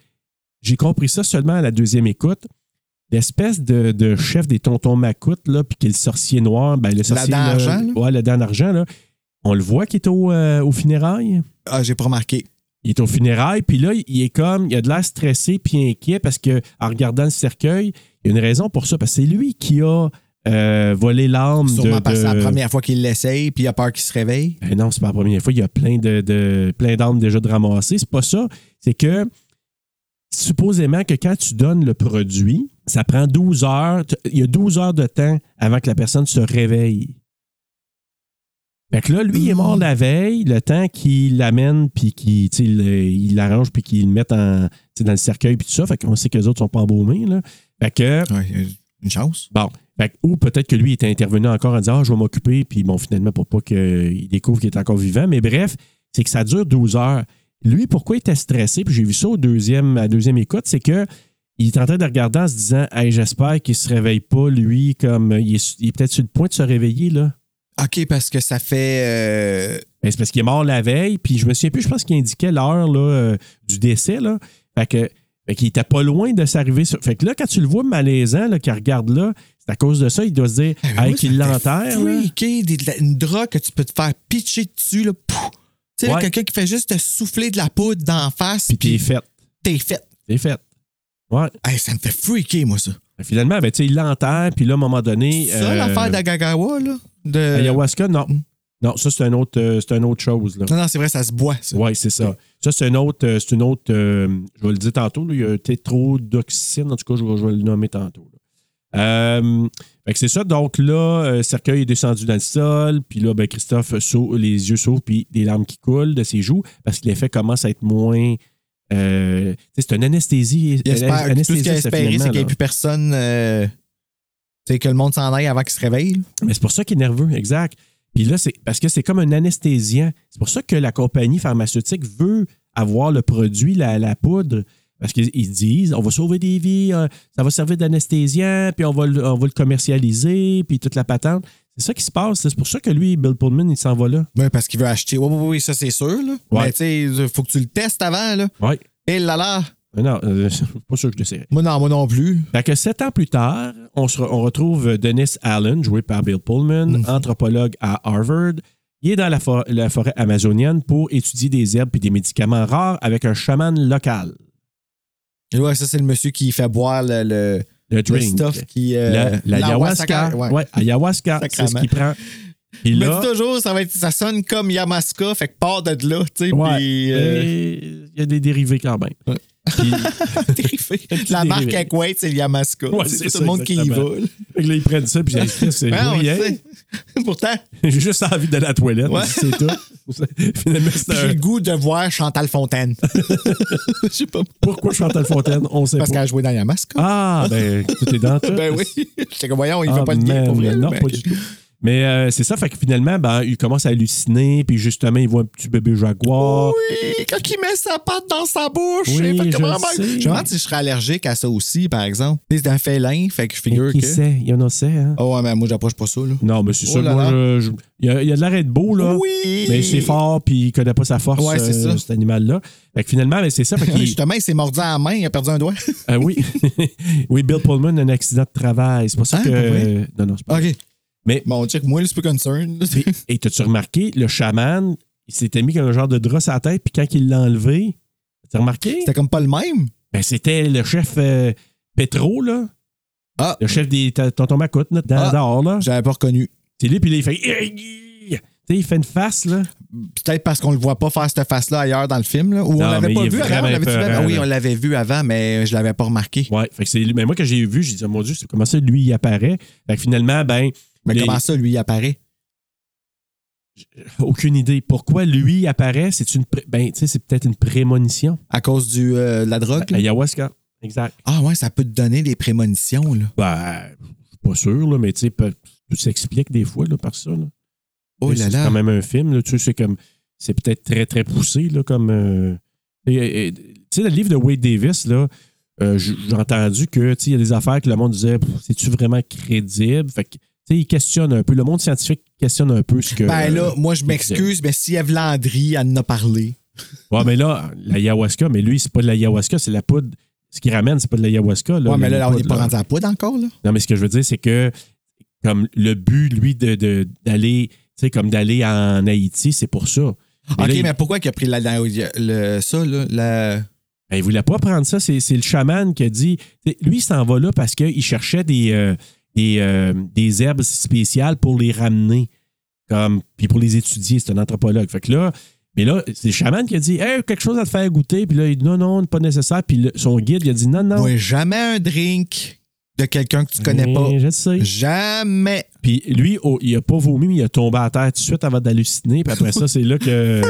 S1: j'ai compris ça seulement à la deuxième écoute. L'espèce de, de chef des tontons macoutes, là, puis qui est le sorcier noir, ben le sorcier.
S7: dent
S1: là,
S7: argent, là?
S1: Ouais, le dent d'argent, là. On le voit qui est au, euh, au funérailles.
S7: Ah, j'ai pas remarqué.
S1: Il est au funérailles, puis là, il est comme, il a de l'air stressé puis inquiet parce que, en regardant le cercueil, il y a une raison pour ça, parce que c'est lui qui a euh, volé l'âme de.
S7: Sûrement parce que c'est
S1: de-
S7: la première fois qu'il l'essaye, puis il a peur qu'il se réveille.
S1: ben non, c'est pas la première fois. Il y a plein de, de- plein d'armes déjà de ramasser. C'est pas ça. C'est que supposément que quand tu donnes le produit, ça prend 12 heures. Tu- Il y a 12 heures de temps avant que la personne se réveille. Fait que là, lui, il est mort la veille, le temps qu'il l'amène, puis qu'il tu sais, il- il l'arrange, puis qu'il le mette en, tu sais, dans le cercueil, puis tout ça. Fait qu'on sait que les autres sont pas embaumés. Là. Fait que,
S7: Ouais, euh, une chance.
S1: Bon. Fait que- ou peut-être que lui était intervenu encore en disant Ah, je vais m'occuper, puis bon, finalement, pour pas qu'il découvre qu'il est encore vivant. Mais bref, c'est que ça dure 12 heures. Lui, pourquoi il était stressé, puis j'ai vu ça au deuxième, à la deuxième écoute, c'est que il est en train de regarder en se disant Hey, j'espère qu'il se réveille pas, lui, comme il est, il est peut-être sur le point de se réveiller, là.
S7: OK, parce que ça fait. euh,
S1: Ben, c'est parce qu'il est mort la veille, puis je me souviens plus, je pense qu'il indiquait l'heure là, euh, du décès. Là. Fait que fait qu'il était pas loin de s'arriver sur. Fait que là, quand tu le vois malaisant, là, qu'il regarde là, c'est à cause de ça, il doit se dire
S7: Ah, mais
S1: hey,
S7: moi,
S1: qu'il
S7: ça me fait
S1: l'enterre. là.
S7: freaker, des- de la- une drogue que tu peux te faire pitcher dessus, là. pouf! Tu sais, là,
S1: Ouais.
S7: quelqu'un qui fait juste te souffler de la poudre d'en face,
S1: Puis t'es
S7: puis
S1: fait.
S7: t'es fait.
S1: T'es fait. Ouais.
S7: Hey, ça me fait freaker, moi, ça.
S1: Fait que Finalement, ben, tu sais, il l'enterre, puis là, à un moment donné.
S7: Ça,
S1: euh,
S7: l'affaire Hmm. d'Agagawa, là. De...
S1: Ayahuasca, non. Non, ça, c'est un autre, euh, c'est une autre chose. Là.
S7: Non, non, Ah, c'est vrai, ça se boit, ça.
S1: Oui, c'est ça. Ça, c'est une autre. euh, C'est une autre euh, je vais le dire tantôt. là, il y a un tétrodoxine. En tout cas, je vais, je vais le nommer tantôt. là. Euh, Fait que c'est ça. Donc là, euh, Cercueil est descendu dans le sol. Puis là, ben, Christophe, sau- les yeux s'ouvrent, puis des larmes qui coulent de ses joues parce que l'effet commence à être moins. euh, tu sais, c'est une anesthésie.
S7: Il espère-
S1: anesthésie,
S7: tout ce qu'il a espéré, c'est qu'il n'y ait plus personne. euh, tu sais, que le monde s'en aille avant qu'il se réveille. là.
S1: Mais c'est pour ça qu'il est nerveux, exact. Puis là, c'est parce que c'est comme un anesthésiant. C'est pour ça que la compagnie pharmaceutique veut avoir le produit, la, la poudre. Parce qu'ils ils disent, on va sauver des vies, euh, ça va servir d'anesthésiant, puis on va, le- on va le commercialiser, puis toute la patente. C'est ça qui se passe. C'est pour ça que lui, Bill Pullman, il s'en va là.
S7: Ouais, parce qu'il veut acheter. Oui, oui, oui, ça, c'est sûr. Là.
S1: Ouais.
S7: Mais tu sais, il faut que tu le testes avant. Là.
S1: Oui.
S7: Et là là.
S1: Non, euh, pas sûr que je le sais.
S7: Moi, non, moi non plus.
S1: Fait que sept ans plus tard, on, se re- on retrouve euh, Dennis Allen, joué par Bill Pullman,
S7: Mm.
S1: anthropologue à Harvard. Il est dans la, for- la forêt amazonienne pour étudier des herbes et des médicaments rares avec un chaman local.
S7: Et ouais, ça, c'est le monsieur qui fait boire le, le,
S1: Le
S7: le
S1: drink.
S7: stuff qui. euh,
S1: La- la ayahuasca.
S7: l'awasaca- Ouais.
S1: Ouais, ayahuasca, c'est ce
S7: Sacrament.
S1: qu'il prend. Et
S7: Il me
S1: là,
S7: dit toujours, ça, va être- ça sonne comme Yamaska, fait que part de là, tu sais,
S1: ouais,
S7: puis euh,
S1: mais il y a des dérivés quand même. Puis-
S7: dérivé.
S1: Petit
S7: La marque
S1: dérivé.
S7: à Kuwait, c'est le Yamaska.
S1: Ouais,
S7: c'est
S1: c'est
S7: tout
S1: ça,
S7: le monde qui y va.
S1: exactement.
S7: là. Ah,
S1: Fait que là, ils prennent ça, puis ils c'est
S7: Ouais, on le
S1: rien.
S7: sait. Pourtant,
S1: J'ai juste envie d'aller à la toilette,
S7: Ouais.
S1: c'est tout. Finalement, c'est
S7: j'ai
S1: un-
S7: le goût de voir Chantal Fontaine. Je sais pas.
S1: Pourquoi Chantal Fontaine? On sait
S7: Parce
S1: pas.
S7: qu'elle a joué dans Yamaska.
S1: Ah, ben, tout est dans tout.
S7: ben oui. J'étais comme, voyons, il
S1: Ah,
S7: veut pas le lien
S1: man,
S7: pour vrai.
S1: Non,
S7: mais-
S1: pas du tout. Mais euh, c'est ça, fait que finalement, ben, il commence à halluciner, puis justement, il voit un petit bébé jaguar.
S7: Oh, Oui, quand il met sa patte dans sa bouche.
S1: Oui,
S7: il fait
S1: je le
S7: comment-
S1: sais.
S7: je me demande si je serais allergique à ça aussi, par exemple. Tu sais, C'est un félin, fait que je
S1: Mais
S7: figure
S1: qui
S7: que.
S1: sait? Il y en a sait, hein?
S7: Oh, ouais, mais moi, j'approche pas ça, là.
S1: Non, mais c'est
S7: Oh
S1: ça,
S7: là
S1: moi, je-
S7: là.
S1: je- il, y a, il y a de l'arrêt de beau, là.
S7: Oui!
S1: Mais c'est fort, puis il connaît pas sa force,
S7: Ouais, c'est
S1: euh,
S7: ça.
S1: cet animal-là. Fait que finalement, ben, c'est ça. Fait
S7: Oui,
S1: qu'il-
S7: Justement, il s'est mordu à la main, il a perdu un doigt.
S1: Ah oui. oui, Bill Pullman a un accident de travail. C'est pour ça
S7: Ah,
S1: que.
S7: pour vrai?
S1: Non, non, c'est pas.
S7: OK.
S1: Mais-
S7: Bon, check, moi, c'est plus concern.
S1: Puis- Et t'as-tu remarqué, le chaman, il s'était mis comme un genre de drap à la tête, puis quand il l'a enlevé, t'as remarqué?
S7: C'était comme pas le même.
S1: Ben, c'était le chef euh, Petro, là.
S7: Ah.
S1: Le chef des ta- Tonton Macoute, là, dans,
S7: Ah.
S1: dehors, là.
S7: J'avais pas reconnu.
S1: C'est lui, puis là, il fait. Tu sais, il fait une face, là.
S7: Peut-être parce qu'on le voit pas faire cette face-là ailleurs dans le film. Là, ou
S1: Non,
S7: on l'avait
S1: mais
S7: pas
S1: il est
S7: vu avant.
S1: vraiment
S7: on l'avait-tu vu
S1: épeurant,
S7: avant? Oui,
S1: là.
S7: on l'avait vu avant, mais je l'avais pas remarqué.
S1: Ouais, fait que c'est lui. Mais moi, quand j'ai vu, j'ai dit, oh, mon Dieu, c'est comment ça, lui, il apparaît. Fait que finalement, ben.
S7: Mais
S1: les-
S7: comment ça, lui, il apparaît?
S1: Aucune idée. Pourquoi lui apparaît? C'est une. pré- Ben, tu sais, c'est peut-être une prémonition.
S7: À cause du, euh, de la drogue? là?
S1: Ayahuasca. Exact.
S7: Ah ouais, ça peut te donner des prémonitions. Là.
S1: Ben, je suis pas sûr, là, mais tu sais, peut- tout s'explique des fois, là, par ça, là.
S7: Oh là
S1: c'est
S7: là.
S1: quand même un film, là, tu sais, c'est comme. C'est peut-être très, très poussé, là, comme. euh, et- et- et- tu sais, le livre de Wade Davis, là, euh, j- j'ai entendu que, tu sais, il y a des affaires que le monde disait, Pff, c'est-tu vraiment crédible? Fait que, tu sais, il questionne un peu. Le monde scientifique questionne un peu ce que.
S7: Ben là, moi, je
S1: euh,
S7: m'excuse, mais si Eve Landry, elle en a parlé.
S1: Ouais, mais là, l'ayahuasca, mais lui, c'est pas de l'ayahuasca, c'est la poudre. Ce qu'il ramène, c'est pas de l'ayahuasca. Là,
S7: ouais, mais
S1: Le-
S7: là, là, on
S1: le
S7: n'est
S1: poudre,
S7: pas
S1: là.
S7: rendu à la poudre encore, là.
S1: Non, mais ce que je veux dire, c'est que comme le but, lui, de, de- d'aller, tu sais, comme d'aller en Haïti, c'est pour ça. Mais
S7: OK,
S1: là, il-
S7: mais pourquoi qu'il a pris la, la- le, ça, là? La...
S1: ben, il voulait pas prendre ça. C'est, c'est le chaman qui a dit. tu sais, Lui, il s'en va là parce qu'il cherchait des, euh, des, euh, des herbes spéciales pour les ramener. Comme, puis pour les étudier, c'est un anthropologue. Fait que là, mais là, c'est le chaman qui a dit Hey, quelque chose à te faire goûter. Puis là, il dit Non, non, pas nécessaire. Puis le- son guide, il a dit Non, non.
S7: Bois jamais un drink de quelqu'un que tu connais pas.
S1: Je le sais.
S7: Jamais.
S1: Puis lui, oh, il a pas vomi, mais il a tombé à terre tout de suite avant d'halluciner. Puis après ça, c'est là que.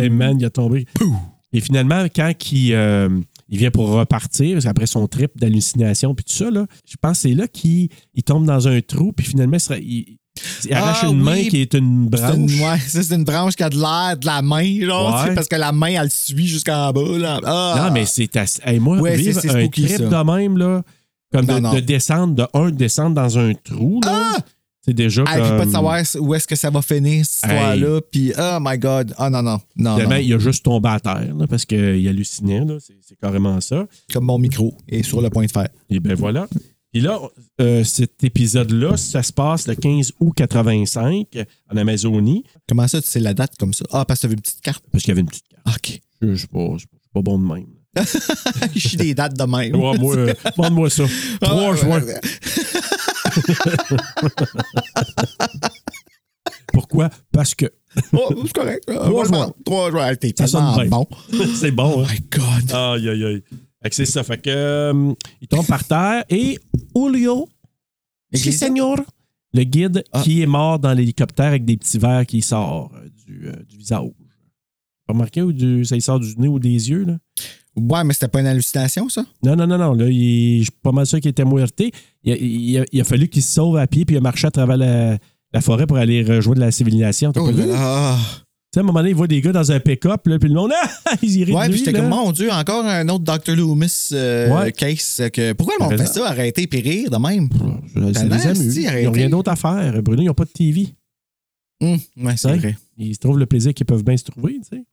S1: hey man, il a tombé. Et finalement, quand il, euh, il vient pour repartir, parce qu'après son trip d'hallucination, puis tout ça, là, je pense que c'est là qu'il il tombe dans un trou, puis finalement, il, se ra- il- il
S7: Ah
S1: arrache une
S7: oui.
S1: main qui est une
S7: C'est une,
S1: branche.
S7: ouais, ça, c'est une branche qui a de l'air de la main, genre,
S1: Ouais.
S7: tu sais, parce que la main, elle suit jusqu'en bas. Là. Ah!
S1: Non, mais c'est. ass- hey, moi,
S7: Ouais,
S1: vivre
S7: c'est- c'est
S1: un
S7: spooky,
S1: trip
S7: ça.
S1: de même, là, comme de,
S7: Non, non.
S1: de descendre, de un, de descendre dans un trou, là,
S7: Ah!
S1: c'est déjà.
S7: Ah, puis pas de
S1: comme-
S7: savoir où est-ce que ça va finir, cette
S1: Hey.
S7: histoire-là. Puis, oh my God. Ah non, non. Non,
S1: Évidemment,
S7: non.
S1: il a juste tombé à terre là, parce qu'il hallucinait. là. C'est c'est carrément ça.
S7: Comme mon micro est sur le point de faire.
S1: Et ben voilà. Et là, euh, cet épisode-là, ça se passe le 15 août 85 en Amazonie.
S7: Comment ça, tu sais la date comme ça? Ah, parce que t'as vu une petite carte.
S1: Parce qu'il y avait une petite carte.
S7: OK.
S1: Je ne suis pas je suis pas bon de même.
S7: Je suis des dates de même.
S1: Ouais, moi, euh, Demande-moi ça. Trois
S7: ouais,
S1: juin. Pourquoi? Parce que
S7: Oh, c'est correct. Euh,
S1: Trois
S7: on
S1: joueurs.
S7: va le prendre. Trois joueurs. Hey, T'es
S1: Ça sonne
S7: tellement
S1: bien.
S7: bon.
S1: c'est bon. hein?
S7: My God.
S1: Aïe, aïe, aïe. Fait que c'est ça. Fait que, euh, il tombe par terre et Julio Si, senor. Le guide
S7: Ah.
S1: qui est mort dans l'hélicoptère avec des petits verres qui sortent euh, du, euh, du visage. Remarquez ou du, ça y sort du nez ou des yeux, là?
S7: Ouais, mais c'était pas une hallucination, ça?
S1: Non, non, non, non. Là, il- je suis pas mal sûr qu'il était muerté. Il a, il a- il a fallu qu'il se sauve à pied puis il a marché à travers la, la forêt pour aller rejoindre la civilisation. T'as
S7: Oh
S1: pas vu? Ah.
S7: là là.
S1: Tu sais, à un moment donné, il voit des gars dans un pick-up, là, puis le monde, ah, ils y rient de
S7: Ouais,
S1: lui,
S7: puis j'étais
S1: là.
S7: comme, mon Dieu, encore un autre Dr. Loomis euh,
S1: Ouais.
S7: case. Que... Pourquoi le monde
S1: Raison.
S7: fait ça, arrêter puis rire de même?
S1: Ça les
S7: Tabarnak,
S1: amuse.
S7: si,
S1: Ils
S7: arrêtez.
S1: n'ont rien d'autre à faire. Bruno, ils n'ont pas de TV.
S7: Hum, ouais, c'est
S1: Ouais.
S7: vrai.
S1: Ils se trouvent le plaisir qu'ils peuvent bien se trouver. tu sais.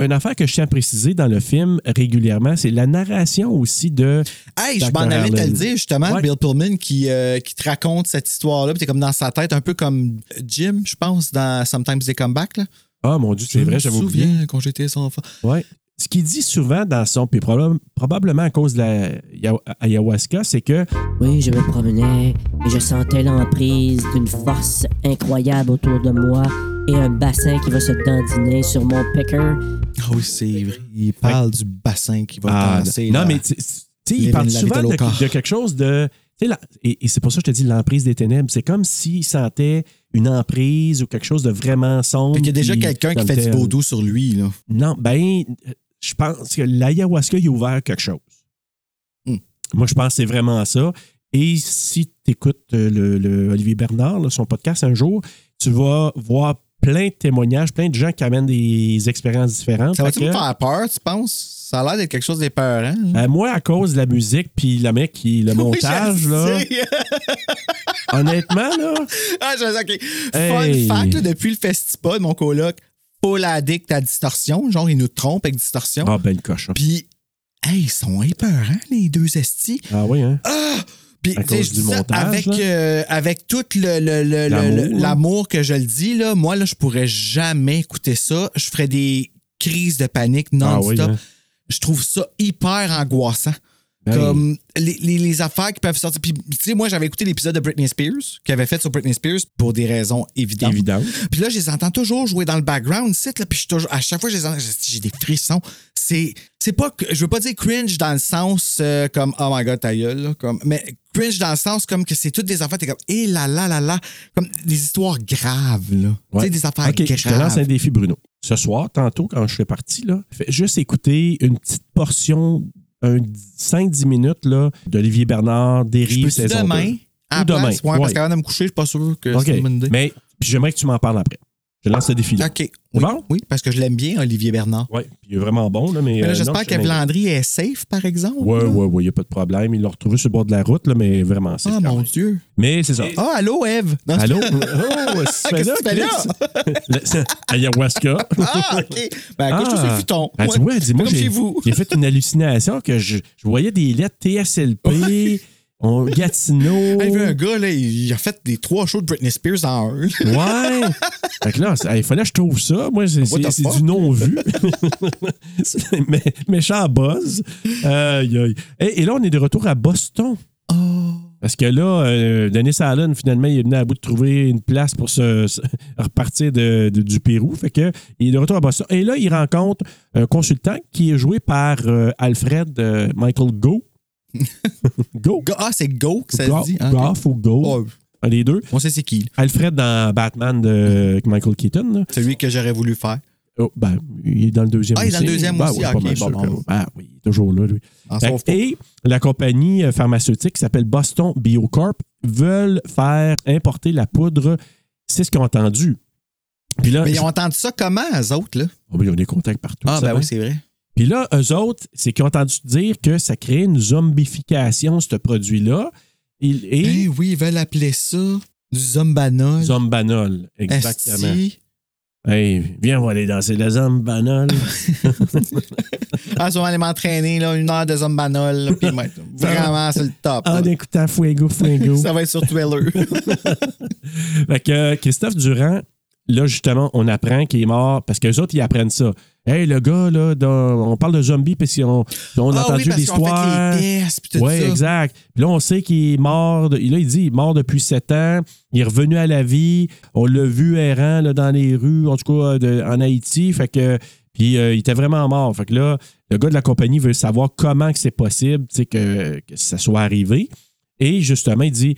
S1: Une affaire que je tiens à préciser dans le film régulièrement, c'est la narration aussi de.
S7: Hey, je
S1: Dr.
S7: m'en allais te le
S1: Allen.
S7: dire justement,
S1: Ouais.
S7: Bill Pullman qui, euh, qui te raconte cette histoire-là, puis t'es comme dans sa tête, un peu comme Jim, je pense, dans Sometimes They Come Back. Là.
S1: Ah mon Dieu, c'est vrai,
S7: je
S1: j'avais
S7: me
S1: oublié.
S7: souviens quand j'étais son enfant.
S1: Ouais. Ce qu'il dit souvent dans son, puis probable- probablement à cause de la ya- ayahuasca, c'est que
S10: Oui, je me promenais et je sentais l'emprise d'une force incroyable autour de moi et un bassin qui va se dandiner sur mon pecker.
S7: Ah oui, c'est vrai. Il parle du bassin qui va
S1: Ah,
S7: danser.
S1: non,
S7: là.
S1: mais tu tu sais, il
S7: Lévin
S1: parle
S7: la
S1: souvent
S7: vitale au
S1: de,
S7: corps.
S1: de quelque chose de. tu sais, la- et et c'est pour ça que je te dis l'emprise des ténèbres. C'est comme s'il sentait une emprise ou quelque chose de vraiment sombre.
S7: Fait qu'il y a déjà
S1: puis
S7: quelqu'un qui
S1: dans
S7: fait du
S1: lequel-
S7: vaudou sur lui. Là.
S1: Non, ben, euh, je pense que l'ayahuasca, il a ouvert quelque chose.
S7: Hmm.
S1: Moi, je pense que c'est vraiment ça. Et si tu écoutes euh, le, le Olivier Bernard, là, son podcast un jour, tu vas voir plein de témoignages, plein de gens qui amènent des expériences différentes.
S7: Ça
S1: Fait
S7: va-tu
S1: que-
S7: me faire peur, tu penses? Ça a l'air d'être quelque chose d'épeurant. hein?
S1: Euh, moi, à cause de la musique puis le mec qui le montage,
S7: Oui, je
S1: là,
S7: sais.
S1: honnêtement, là,
S7: ah, je sais, ok.
S1: Hey.
S7: Fun fact, là, depuis le festival, mon coloc, full addict à distorsion. Genre, il nous trompe avec distorsion.
S1: ah ben le cochon.
S7: Puis, hey, ils sont épeurants, les deux estis.
S1: Ah oui, hein?
S7: Puis,
S1: À
S7: tu sais,
S1: cause
S7: je
S1: du
S7: dis ça
S1: montage,
S7: avec,
S1: là.
S7: euh, avec tout le- le- le-
S1: L'amour,
S7: le- le-
S1: là.
S7: l'amour que je le dis, là, moi, là, je pourrais jamais écouter ça. Je ferais des crises de panique
S1: Ah
S7: non-stop.
S1: oui, hein?
S7: Je trouve ça hyper angoissant.
S1: Ben,
S7: Comme les, les- les affaires qui peuvent sortir. Puis, tu sais, moi, j'avais écouté l'épisode de Britney Spears, qu'il avait fait sur Britney Spears pour des raisons évidentes.
S1: évident.
S7: Puis là, je les entends toujours jouer dans le background, ici, là, puis je suis toujours, à chaque fois, je les entends, j'ai- j'ai des frissons. C'est, c'est pas, que- je veux pas dire cringe dans le sens euh, comme, oh my god, ta gueule, là, comme, mais cringe dans le sens comme que c'est toutes des affaires, t'es comme, hé là là là là, comme des histoires graves, là.
S1: Ouais.
S7: Tu sais, des affaires
S1: OK, je te lance
S7: graves.
S1: un défi, Bruno. Ce soir, tantôt, quand je fais parti, là, fais juste écouter une petite portion, un 5-10 minutes, là, d'Olivier Bernard,
S7: Je
S1: d'Éric,
S7: peux-tu
S1: saison
S7: demain,
S1: deux.
S7: à
S1: Ou
S7: la place,
S1: demain,
S7: ouais, parce
S1: ouais.
S7: qu'avant de me coucher, je suis pas sûr que
S1: OK,
S7: c'est une bonne idée.
S1: mais puis j'aimerais que tu m'en parles après. Je lance ce défi-là.
S7: OK. Oui,
S1: bon?
S7: oui, parce que je l'aime bien, Olivier Bernard.
S1: Oui, puis il est vraiment bon, là, mais...
S7: Mais là,
S1: euh, non,
S7: j'espère
S1: je
S7: que
S1: suis bien.
S7: Landry est safe, par exemple.
S1: Ouais,
S7: là.
S1: ouais, ouais, il n'y a pas de problème. Il l'a retrouvé sur le bord de la route, là, mais vraiment, c'est
S7: Ah,
S1: quand
S7: mon
S1: même.
S7: Dieu.
S1: Mais c'est ça.
S7: Ah, allô, Eve. Non,
S1: Allô? Oh, c'est
S7: Ah, Qu'est-ce que tu fais là?
S1: Ayahuasca.
S7: Ah, OK. Ben, couche-toi
S1: Ah.
S7: sur le futon.
S1: Elle dit, ouais, elle dit, moi,
S7: Comme
S1: j'ai,
S7: chez vous.
S1: j'ai fait une hallucination que je, je voyais des lettres TSLP, on, Gatineau.
S7: Hey, vu un gars, là, il a fait les trois shows de Britney Spears en un.
S1: Ouais. fait que là, c'est- hey, il fallait que je trouve ça. Moi, c'est,
S7: What
S1: c'est-
S7: the
S1: c'est
S7: fuck?
S1: du non-vu. C'est mé- méchant buzz. Aïe, aïe. Et, et là, on est de retour à Boston. Ah. Parce que là, euh, Dennis Allen, finalement, il est venu à bout de trouver une place pour se, se- repartir de- de- du Pérou. Fait que il est de retour à Boston. Et là, il rencontre un consultant qui est joué par euh, Alfred euh, Michael Go. Go.
S7: Go- Ah, c'est Go que ça
S1: Go-
S7: se dit. Ah, ok.
S1: Goff ou Go.
S7: Oh,
S1: Un des deux.
S7: on sait c'est qui. là.
S1: Alfred dans Batman de Michael Keaton. là.
S7: Celui que j'aurais voulu faire.
S1: Oh, ben, il est dans le deuxième
S7: Ah, il est
S1: aussi.
S7: dans le deuxième
S1: Ben,
S7: aussi,
S1: ouais,
S7: ah,
S1: pas
S7: ok,
S1: mal
S7: bon,
S1: sûr que-
S7: bon.
S1: Ah oui, il est toujours là, lui.
S7: En
S1: Fait-
S7: sauf pas.
S1: Ben, et la compagnie euh, pharmaceutique qui s'appelle Boston Biocorp veulent faire importer la poudre. C'est ce qu'ils ont entendu. Puis là,
S7: Mais
S1: je-
S7: ils ont entendu ça comment, eux autres, là?
S1: Oh, ben, ils ont des contacts partout.
S7: Ah,
S1: ça, hein.
S7: ben oui, c'est vrai.
S1: Puis là, eux autres, c'est qu'ils ont entendu dire que ça crée une zombification, ce produit-là. Il
S7: Eh
S1: est
S7: oui, ils veulent appeler ça du zombanol.
S1: zombanol. Exactement.
S7: Esti.
S1: Hey, viens, on va aller danser le zombanol.
S7: Ah, souvent, aller m'entraîner, là, une heure de zombanol. là, puis mettre vraiment, c'est le top.
S1: en
S7: là.
S1: écoutant Fuego, Fuego.
S7: Ça va être sur Twitter. Ah
S1: Fait que euh, Christophe Durand, là, justement, on apprend qu'il est mort parce qu'eux autres, ils apprennent ça. Hey, le gars, là, dans- on parle de zombies, puis si on, on a
S7: ah oui,
S1: entendu
S7: parce qu'on
S1: l'histoire.
S7: fait les tests, puis tout
S1: Oui,
S7: ça.
S1: exact. Puis là, on sait qu'il est mort. de- là, il dit il est mort depuis sept ans. Il est revenu à la vie. On l'a vu errant là, dans les rues, en tout cas de- en Haïti. Fait que. Puis euh, il était vraiment mort. Fait que là, le gars de la compagnie veut savoir comment que c'est possible tu sais, que, que ça soit arrivé. Et justement, il dit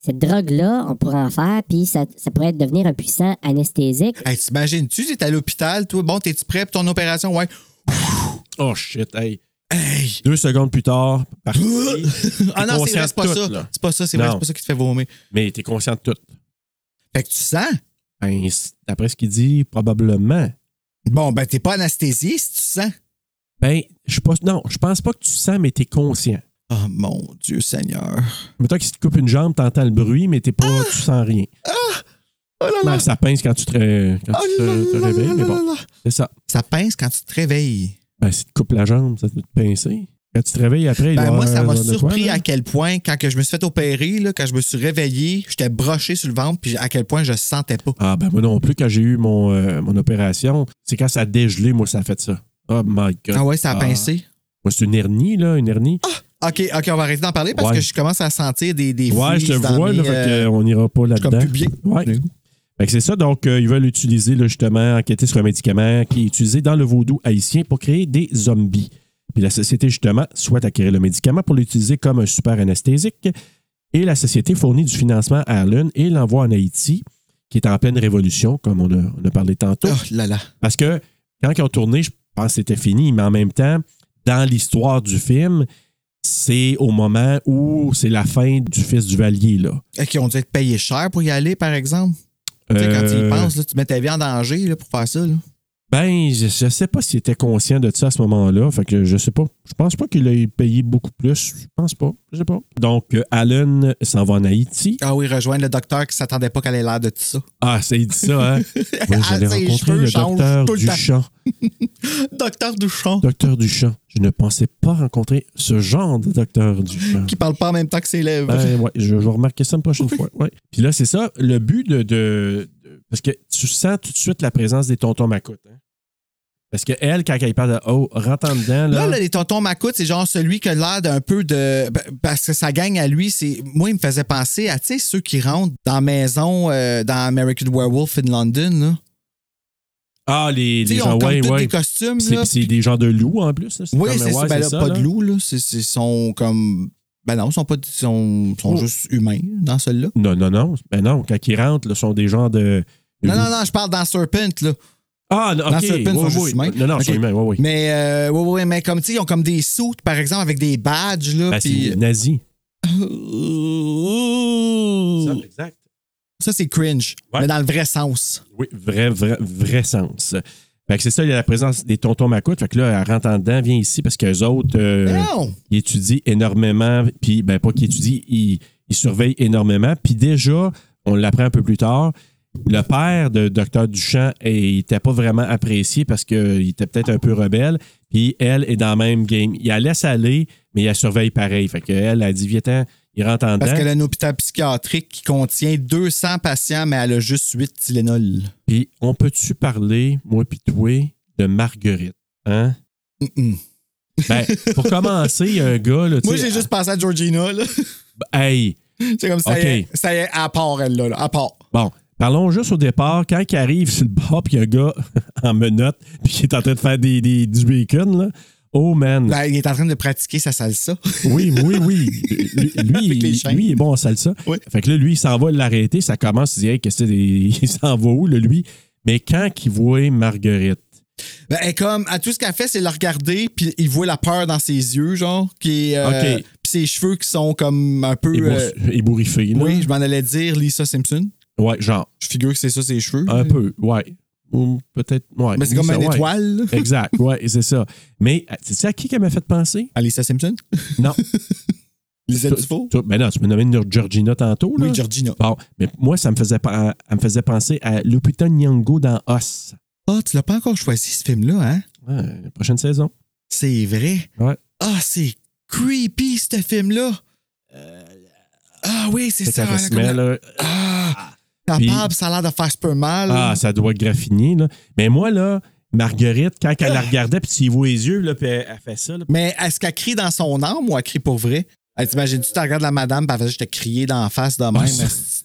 S11: cette drogue-là, on pourrait en faire, puis ça, ça pourrait devenir un puissant anesthésique.
S7: Hey, t'imagines-tu, t'es à l'hôpital, toi, bon, t'es-tu prêt pour ton opération? Ouais. Ah
S1: Oh shit, hey. hey. Deux secondes plus tard, parti.
S7: ah
S1: T'es
S7: non, c'est
S1: conscient
S7: vrai,
S1: de
S7: c'est pas
S1: tout,
S7: ça.
S1: là.
S7: C'est pas ça, c'est vrai,
S1: Non.
S7: c'est pas ça qui te fait vomir.
S1: Mais t'es conscient de tout.
S7: Fait que tu sens.
S1: Ben, c'est- d'après ce qu'il dit, probablement.
S7: Bon, ben, t'es pas anesthésiste, tu sens.
S1: Ben, je pense. Non, je pense pas que tu sens, mais t'es conscient.
S7: Oh mon Dieu Seigneur.
S1: Mais toi, si tu te coupes une jambe, t'entends le bruit, mais t'es pas, tu sens rien.
S7: Ah! Oh là Ah,
S1: Ben,
S7: là.
S1: ça pince quand tu te, ré- quand tu te- te réveilles, mais bon, c'est ça.
S7: Ça pince quand tu te réveilles.
S1: Ben, si tu te coupes la jambe, ça doit te pincer. Quand tu te réveilles après, il
S7: Ben,
S1: doit
S7: moi,
S1: avoir
S7: ça
S1: un
S7: m'a
S1: genre de quoi,
S7: surpris
S1: là.
S7: à quel point, quand que je me suis fait opérer, là, quand je me suis réveillé, j'étais broché sur le ventre, puis à quel point je sentais pas.
S1: Ah, ben, moi non plus, quand j'ai eu mon, euh, mon opération, c'est quand ça a dégelé, moi, ça a fait ça. Oh my God.
S7: Ah ouais, ça a pincé.
S1: Moi, c'est une hernie, là, une hernie.
S7: Ah, OK, OK, on va arrêter d'en parler parce
S1: Ouais.
S7: que je commence à sentir des, des
S1: ouais, je te
S7: fluides dans
S1: vois,
S7: mes,
S1: là, fait
S7: euh,
S1: qu'on n'ira pas
S7: je suis comme
S1: là-dedans.
S7: publié.
S1: Ouais. Fait que c'est ça, donc euh, ils veulent utiliser là, justement, enquêter sur un médicament qui est utilisé dans le vaudou haïtien pour créer des zombies. Puis la société, justement, souhaite acquérir le médicament pour l'utiliser comme un super anesthésique. Et la société fournit du financement à Allen et l'envoie en Haïti, qui est en pleine révolution, comme on a, on a parlé tantôt.
S7: Oh là là.
S1: Parce que quand ils ont tourné, je pense que c'était fini, mais en même temps, dans l'histoire du film, c'est au moment où c'est la fin du fils du Valier. Là.
S7: Euh, Qui ont dû être payés cher pour y aller, par exemple. Tu sais, quand tu y
S1: Euh,
S7: penses, là, tu mets ta vie en danger là, pour faire ça. là.
S1: Ben, je, je sais pas s'il était conscient de ça à ce moment-là. Fait que je sais pas. Je pense pas qu'il ait payé beaucoup plus. Je pense pas. Je sais pas. Donc, euh, Allen s'en va en Haïti.
S7: Ah oui, rejoindre le docteur qui s'attendait pas qu'elle ait l'air de tout ça.
S1: Ah, c'est il dit ça, hein? Moi, j'allais
S7: Ah, ses
S1: rencontrer
S7: cheveux
S1: le
S7: changent
S1: docteur
S7: tout le temps.
S1: Duchamp.
S7: Docteur Duchamp,
S1: Docteur Duchamp. Je ne pensais pas rencontrer ce genre de docteur Duchamp.
S7: qui parle pas en même temps que ses lèvres.
S1: Ben, ouais, je, je vais remarquer ça une prochaine fois. Ouais. Puis là, c'est ça, le but de, de- de- Parce que tu sens tout de suite la présence des tontons macoutes. Hein? Parce que elle, quand elle parle de. Oh, rentre en dedans,
S7: Là, là, les tontons Macoutes, c'est genre celui qui a l'air d'un peu de. p- Parce que sa gang à lui, c'est. Moi, il me faisait penser à, tu sais, ceux qui rentrent dans la maison, euh, dans American Werewolf in London, là.
S1: Ah, les,
S7: Tu
S1: les
S7: sais, on
S1: gens,
S7: comme
S1: ouais,
S7: tous
S1: ouais.
S7: des costumes,
S1: Puis C'est,
S7: là.
S1: puis c'est des gens de loups en plus. là.
S7: Oui,
S1: comme,
S7: c'est ça.
S1: ouais,
S7: Ben là,
S1: c'est
S7: pas
S1: là.
S7: de loups, là. C'est- c'est- Ils sont comme. Ben non, ils sont pas. Ils sont, ils sont
S1: Oh.
S7: juste humains dans celui-là.
S1: Non, non, non. Ben non, quand ils rentrent, là, sont des gens de. de
S7: Non,
S1: loups.
S7: non, non, je parle dans Serpent, là.
S1: Ah, non,
S7: Dans
S1: ok.
S7: Serpent, ils
S1: ouais,
S7: sont juste
S1: ouais.
S7: humains.
S1: Non, non, ils sont
S7: Ok.
S1: humains, oui, oui.
S7: Mais, euh, ouais, ouais, mais comme, tu sais, ils ont comme des soutes, par exemple, avec des badges, là.
S1: Ben, c'est
S7: puis- euh,
S1: des nazis.
S7: Ça,
S1: exact.
S7: c'est cringe,
S1: Ouais. Euh,
S7: mais dans le vrai sens.
S1: Oui, vrai, vrai, vrai sens. Fait que c'est ça, il y a la présence des tontons macoutes. Fait que là, elle rentre en dedans, vient ici parce qu'eux autres, euh,
S7: Non!
S1: ils étudient énormément. Puis, ben, pas qu'ils étudient, ils, ils surveillent énormément. Puis déjà, on l'apprend un peu plus tard, le père de Dr. Duchamp, eh, il n'était pas vraiment apprécié parce qu'il était peut-être un peu rebelle. Puis elle est dans le même game. Il la laisse aller, mais il la surveille pareil. Fait qu'elle, elle dit, viens il rentre en dedans.
S7: Parce qu'elle a un hôpital psychiatrique qui contient 200 patients, mais elle a juste 8 Tylenol.
S1: Puis on peut-tu parler, moi puis toi, de Marguerite? Hein?
S7: Mm-mm.
S1: Ben, pour commencer, il y a un gars, là, tu
S7: Moi,
S1: sais, ah,
S7: j'ai juste pensé à Georgina, là.
S1: Hey,
S7: C'est comme ça,
S1: Ok.
S7: y est, ça y est, à part, elle, là, là, à part.
S1: bon, parlons juste au départ. Quand il arrive sur le bas, puis il y a un gars en menottes, puis qui est en train de faire des, des- du bacon, là. Oh man.
S7: Là, Ben, il est en train de pratiquer sa salsa.
S1: Oui, oui, oui. Lui, lui,
S7: Avec les
S1: il-
S7: chaînes.
S1: lui, il est bon en salsa.
S7: Oui.
S1: Fait que là, lui, il s'en va l'arrêter. Ça commence, il dit, hey, qu'est-ce que c'est? des- Il s'en va où, là, lui? Mais quand il voit Marguerite,
S7: Ben, elle, comme, à tout ce qu'elle fait, c'est la regarder, puis il voit la peur dans ses yeux, genre, qui est. euh,
S1: Ok.
S7: Puis ses cheveux qui sont comme un peu.
S1: ébour-
S7: euh,
S1: ébouriffé, là.
S7: oui, je m'en allais dire Lisa Simpson.
S1: Ouais, genre.
S7: Je figure que c'est ça ses cheveux.
S1: Un peu, ouais. Ou peut-être, ouais.
S7: Mm-hmm. Mais c'est
S1: Oui,
S7: comme
S1: ça,
S7: une
S1: ouais.
S7: étoile, là.
S1: Exact, ouais, c'est ça. Mais, tu sais à qui qu'elle m'a fait penser?
S7: À Ah, Lisa Simpson.
S1: Non.
S7: Lisa
S1: Toi-
S7: Dufault.
S1: toi- ben non, tu me nommais une Georgina tantôt, là.
S7: Oui, Georgina.
S1: Bon, mais moi, ça me faisait, pa- elle me faisait penser à Lupita Nyong'o dans Os.
S7: Ah, tu l'as pas encore choisi, ce film-là, hein?
S1: Ouais, la prochaine saison.
S7: C'est vrai.
S1: Ouais.
S7: Ah, c'est creepy, ce film-là. Euh, Ah oui, c'est
S1: Fait
S7: ça. Euh.
S1: qu'elle va
S7: là,
S1: se
S7: comme
S1: met,
S7: la-
S1: là,
S7: Ah, la
S1: Puis-
S7: barbe, ça a l'air de faire super mal.
S1: Ah, ça doit graffiner, là. Mais moi, là, Marguerite, quand elle la
S7: Ah.
S1: regardait, puis tu y vois les yeux, là, puis elle, elle fait ça, là.
S7: Mais est-ce qu'elle crie dans son âme ou elle crie pour vrai? Elle t'imagines-tu, tu regardes la madame, puis elle va juste te crier dans la face de même.
S1: ça-
S7: Asti,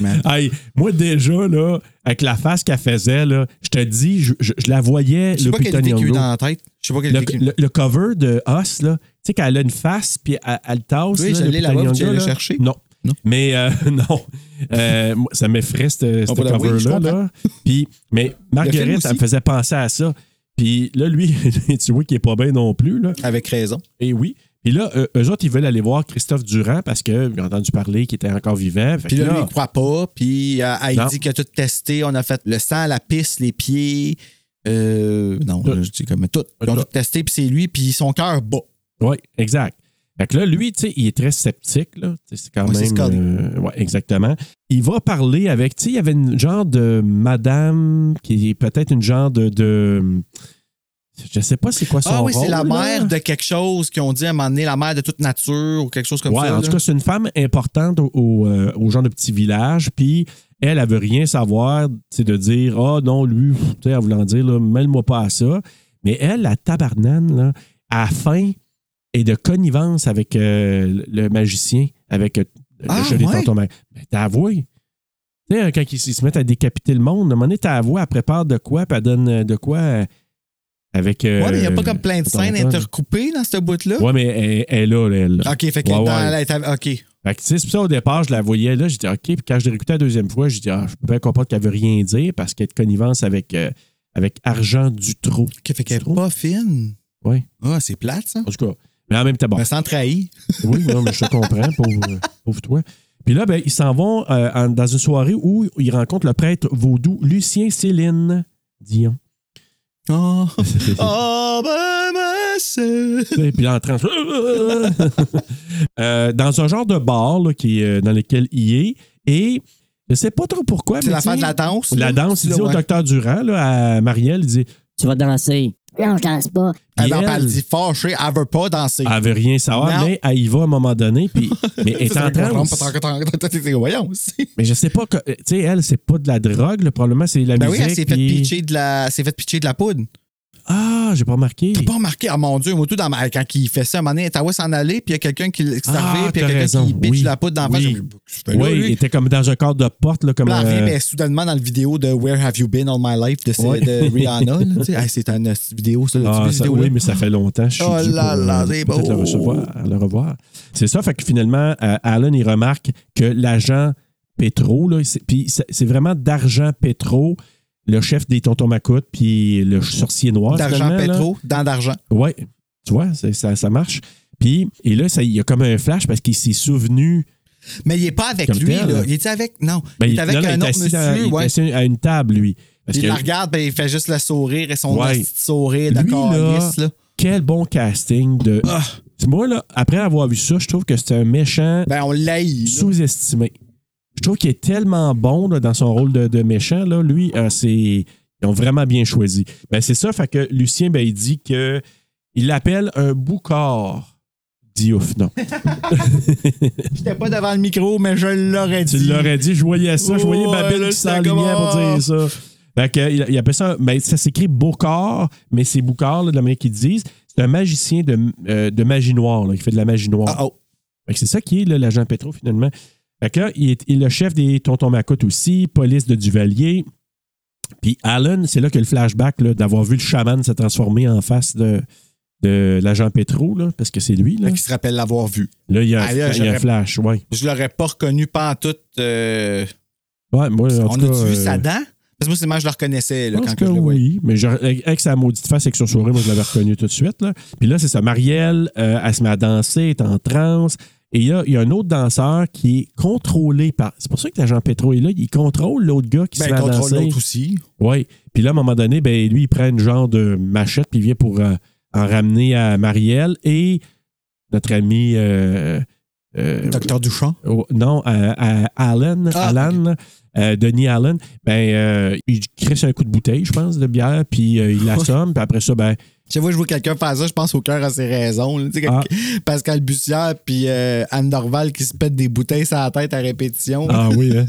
S7: man.
S1: Hey, moi, déjà, là, avec la face qu'elle faisait, là, je te dis, je, je- je la voyais,
S7: Je sais pas quelle
S1: Lupita
S7: idée qu'il y a eu
S1: Nyong'o.
S7: dans la tête. Je sais pas quelle
S1: le,
S7: idée qu'il y a eu.
S1: le- le cover de Us, là, tu sais, qu'elle a une face, puis elle, elle tasse.
S7: Oui,
S1: là,
S7: je
S1: le
S7: l'ai là-bas,
S1: Britannia
S7: tu
S1: Yoga,
S7: l'as
S1: là.
S7: cherché?
S1: Non.
S7: Non.
S1: Mais euh, non, Euh, moi, ça m'effraie cette, cette
S7: va l'avouer, je
S1: cover-là.
S7: comprends.
S1: là. Puis, mais
S7: Le film
S1: Marguerite,
S7: aussi.
S1: ça me faisait penser à ça. Puis là, lui, tu vois qu'il est pas bien non plus. Là.
S7: Avec raison.
S1: Et oui. Puis là, euh, eux autres, ils veulent aller voir Christophe Durand parce qu'ils ont entendu parler qu'il était encore vivant. Fait
S7: Puis
S1: que
S7: là, lui,
S1: là,
S7: il croit pas. Puis euh, elle
S1: Non.
S7: dit qu'il a tout testé. On a fait le sang, la pisse, les pieds. Euh, non,
S1: Tout.
S7: là, je dis comme tout. Ils ont tout testé, puis c'est lui, puis son cœur bat.
S1: Oui, exact. Fait que là, lui, tu sais, il est très sceptique, là. Tu sais, C'est quand
S7: Ouais, c'est
S1: même.
S7: Scully.
S1: euh, ouais, exactement. Il va parler avec. Tu sais, il y avait une genre de madame qui est peut-être une genre de. de je sais pas c'est quoi son
S7: Ah oui,
S1: rôle,
S7: c'est la
S1: là.
S7: mère de quelque chose qu'ils ont dit à un moment donné, la mère de toute nature ou quelque chose comme
S1: Ouais,
S7: ça.
S1: en
S7: là.
S1: tout cas, c'est une femme importante au, au, euh, aux gens de petit village. Puis elle, elle veut rien savoir, c'est de dire Ah non, lui, pff, tu sais, en voulant dire, là, mêle-moi pas à ça. Mais elle, la tabarnane, là, à la fin, est de connivence avec euh, le magicien, avec euh,
S7: Ah,
S1: le joli
S7: ouais?
S1: tonton Mac- Mais t'as avoué. Tu sais, hein, quand ils, ils se mettent à décapiter le monde, à un moment donné, t'as avoué, elle prépare de quoi, puis elle donne euh, de quoi euh, avec.
S7: ouais, mais il n'y a
S1: euh,
S7: pas comme plein de
S1: tonton
S7: scènes
S1: Tom.
S7: intercoupées dans ce bout-là.
S1: Ouais, mais elle, elle est là, là, elle. là.
S7: OK, fait que
S1: Ouais,
S7: dans
S1: ouais.
S7: la- t'avais- OK.
S1: Fait que, tu sais, c'est pour ça, au départ, je la voyais là, j'ai dit OK. Puis quand je l'ai réécouté la deuxième fois, j'ai dit ah, je peux bien comprendre qu'elle veut rien dire parce qu'elle est de connivence avec, euh, avec Argent du Trou.
S7: OK, fait qu'elle est pas fine.
S1: Oui.
S7: Ah, c'est plate, ça.
S1: En tout cas, mais en même temps, bon.
S7: Mais sans trahir.
S1: Oui, non, mais je te comprends, pauvre, euh, pauvre toi. Puis là, ben, ils s'en vont euh, en- dans une soirée où ils rencontrent le prêtre vaudou Lucien Céline Dion.
S7: Oh, oh ben, ben, c'est-
S1: Et puis là, en train Euh, dans un genre de bar là, qui, est, euh, dans lequel il est. Et je sais pas trop pourquoi.
S7: C'est
S1: mais
S7: l'affaire
S1: tu
S7: de
S1: sais,
S7: la danse.
S1: La
S7: là.
S1: danse, il
S7: Là,
S1: dit au
S7: ouais.
S1: docteur Durand, là, à Marielle, il dit
S10: Tu vas danser.
S11: Non, je danse pas.
S7: Elle,
S1: Puis
S7: en parle,
S1: elle-
S7: dit fâchée, elle veut pas danser.
S1: Ah, elle veut rien savoir,
S7: Non.
S1: mais elle y va à un moment donné, puis mais elle est en transe.
S7: Voyons aussi.
S1: Mais je sais pas, que- tu sais, elle, c'est pas de la drogue, le probablement, c'est de la
S7: Ben oui,
S1: musique.
S7: elle s'est fait
S1: puis-
S7: pitcher de la, s'est fait pitcher de la poudre.
S1: Ah, j'ai pas remarqué.
S7: T'as pas remarqué, ah mon Dieu, moi tout dans ma- quand il fait ça, à un moment donné, t'as s'en aller, puis il y a quelqu'un qui s'est
S1: Ah,
S7: arrivé, puis il
S1: t'as
S7: y a quelqu'un
S1: raison.
S7: qui pitche
S1: Oui.
S7: de la poudre dans la face.
S1: Oui.
S7: J'ai dit, Qu'est-ce que tu fais là,
S1: Oui, il
S7: lui?
S1: était comme dans un corps de porte, là, comme.
S7: Puis là, elle
S1: euh,
S7: revient, ben, soudainement dans la vidéo de Where Have You Been All My Life de,
S1: Ouais.
S7: de Rihanna. là, tu sais. Hey, c'est une euh, vidéo, ça.
S1: ah, ça, oui, mais ça fait longtemps. Je suis
S7: Oh
S1: dû
S7: là
S1: pour,
S7: là,
S1: euh,
S7: c'est
S1: peut-être
S7: beau.
S1: Le revoir. Le revoir. C'est ça, fait que finalement, euh, Alan, il remarque que l'agent Petro, là, c'est- puis c'est c'est vraiment d'argent Petro, le chef des tontons Macoutes, puis le sorcier noir.
S7: D'argent
S1: finalement, là.
S7: pétro, dans d'argent.
S1: Oui, tu vois, c'est- ça, ça marche. Puis, et là, ça- il y a comme un flash parce qu'il s'est souvenu.
S7: Mais il est pas avec
S1: Comme
S7: lui,
S1: tel.
S7: là. Il était avec. Non.
S1: Ben,
S7: il est avec
S1: non, non,
S7: un
S1: il est
S7: autre
S1: assis dans-
S7: monsieur,
S1: il est
S7: ouais.
S1: assis à une table, lui. Parce
S7: Il
S1: que
S7: la regarde, ben, il fait juste le sourire et son
S1: Ouais.
S7: petit sourire de
S1: Lui, là,
S7: calice, là. Ah.
S1: quel bon casting de. Moi, là, après avoir vu ça, je trouve que c'est un méchant
S7: Ben, on l'aïe. là.
S1: sous-estimé. Je trouve qu'il est tellement bon là, dans son rôle de, de méchant. Là. Lui, euh, c'est. Ils ont vraiment bien choisi. Ben, c'est ça, fait que Lucien, ben, il dit que il l'appelle un boucard. Diouf, non.
S7: J'étais pas devant le micro, mais je l'aurais
S1: Tu
S7: dit.
S1: l'aurais dit, je voyais ça, je voyais
S7: Ouais,
S1: Babel
S7: là,
S1: qui
S7: j'étais
S1: s'enlignait
S7: comme,
S1: pour
S7: ah.
S1: dire ça. Fait que, il, il appelle ça, mais ça s'écrit Beaucor, mais c'est Boucor, là, de la manière qu'ils disent. C'est un magicien de, euh, de magie noire, là, qui fait de la magie noire.
S7: Ah, oh.
S1: Fait que c'est ça qui est là, l'agent Petro, finalement. Fait que là, il est, il est le chef des Tontons Macoutes aussi, police de Duvalier. Puis Alan, c'est là que le flashback là, d'avoir vu le chaman se transformer en face de, de l'agent Petro, là, parce que c'est lui. Là.
S7: Fait qu'il se rappelle l'avoir vu.
S1: Là, il y a un,
S7: Ah, là,
S1: il y a un
S7: j'aurais-
S1: flash, oui.
S7: Je l'aurais pas reconnu pas en tout. euh,
S1: Ouais, moi, en
S7: on
S1: tout
S7: a-tu
S1: cas,
S7: vu
S1: euh,
S7: sa dent? Parce que moi, c'est moi, je le reconnaissais là,
S1: Je
S7: quand
S1: pense
S7: que
S1: que
S7: je le voyais.
S1: oui, mais j'aurais- avec sa maudite face et que son sourire, moi, je l'avais reconnu tout de suite. Là. Puis là, c'est ça. Marielle, euh, elle se met à danser, est en transe. Et il y a, il y a un autre danseur qui est contrôlé par. C'est pour ça que l'agent Petro est là. Il contrôle l'autre gars qui
S7: Ben,
S1: se
S7: il
S1: met à
S7: contrôle
S1: danser.
S7: l'autre aussi.
S1: Oui. Puis là, à un moment donné, ben, lui, il prend une genre de machette, puis il vient pour euh, en ramener à Marielle et notre ami. euh, euh,
S7: Docteur Duchamp.
S1: Oh, non, à, à Allen,
S7: Ah,
S1: Alan, euh, Denis Allen, ben, euh, il crisse un coup de bouteille, je pense, de bière, puis euh, il l'assomme, puis après ça, ben,
S7: Chaque fois que je vois quelqu'un faire ça, je pense au cœur à ses raisons. là. Tu sais, quand-
S1: Ah.
S7: Pascal Bussière puis euh, Anne Dorval qui se pètent des bouteilles sur la tête à répétition.
S1: ah oui, hein?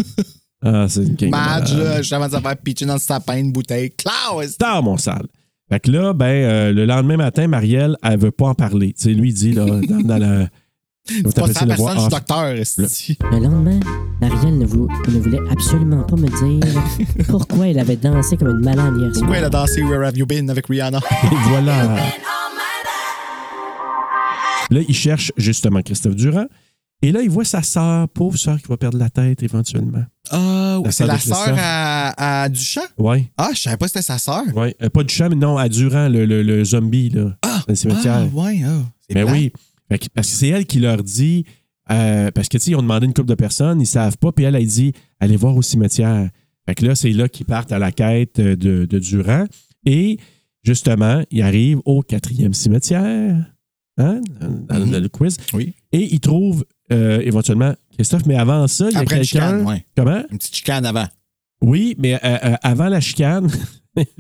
S1: Ah, c'est une
S7: Madge,
S1: euh,
S7: là, juste avant de se faire pitcher dans le sapin une bouteille. Klaus!
S1: Star, mon sale. Fait que là, ben, euh, le lendemain matin, Marielle, elle veut pas en parler. Tu sais, lui, il dit, là, dans, dans la. Comment
S7: C'est pas
S1: t'appelles
S7: ça la
S1: voix
S7: personne, je suis
S1: off?
S7: docteur. esti.
S10: Le lendemain, Marielle ne, vou- ne voulait absolument pas me dire pourquoi elle avait dansé comme une malade hier soir.
S7: Pourquoi elle a dansé Where Have You Been avec Rihanna?
S1: Et voilà. Là, il cherche justement Christophe Durand. Et là, il voit sa sœur, pauvre sœur, qui va perdre la tête éventuellement.
S7: Ah,
S1: La
S7: c'est
S1: sœur
S7: la
S1: de Christian.
S7: sœur à, à Duchamp?
S1: Ouais.
S7: Ah, je savais pas que c'était sa sœur.
S1: Oui, euh, pas du champ, mais non, à Durand, le, le- le zombie, là, dans le cimetière.
S7: Ah, ouais, ah. C'est
S1: mais
S7: plate.
S1: oui, Fait que- parce que c'est elle qui leur dit, euh, parce que, tu sais, ils ont demandé une couple de personnes, ils savent pas, puis elle, elle dit, allez voir au cimetière. Fait que là, c'est là qu'ils partent à la quête euh, de, de Durand. Et justement, ils arrivent au quatrième cimetière, hein, dans dans le quiz.
S7: Mm-hmm. Oui.
S1: Et ils trouvent euh, éventuellement Christophe, mais avant ça, il y a
S7: Après la
S1: quelqu'un.
S7: chicane, ouais.
S1: Comment?
S7: Une petite chicane avant.
S1: Oui, mais euh, euh, avant la chicane,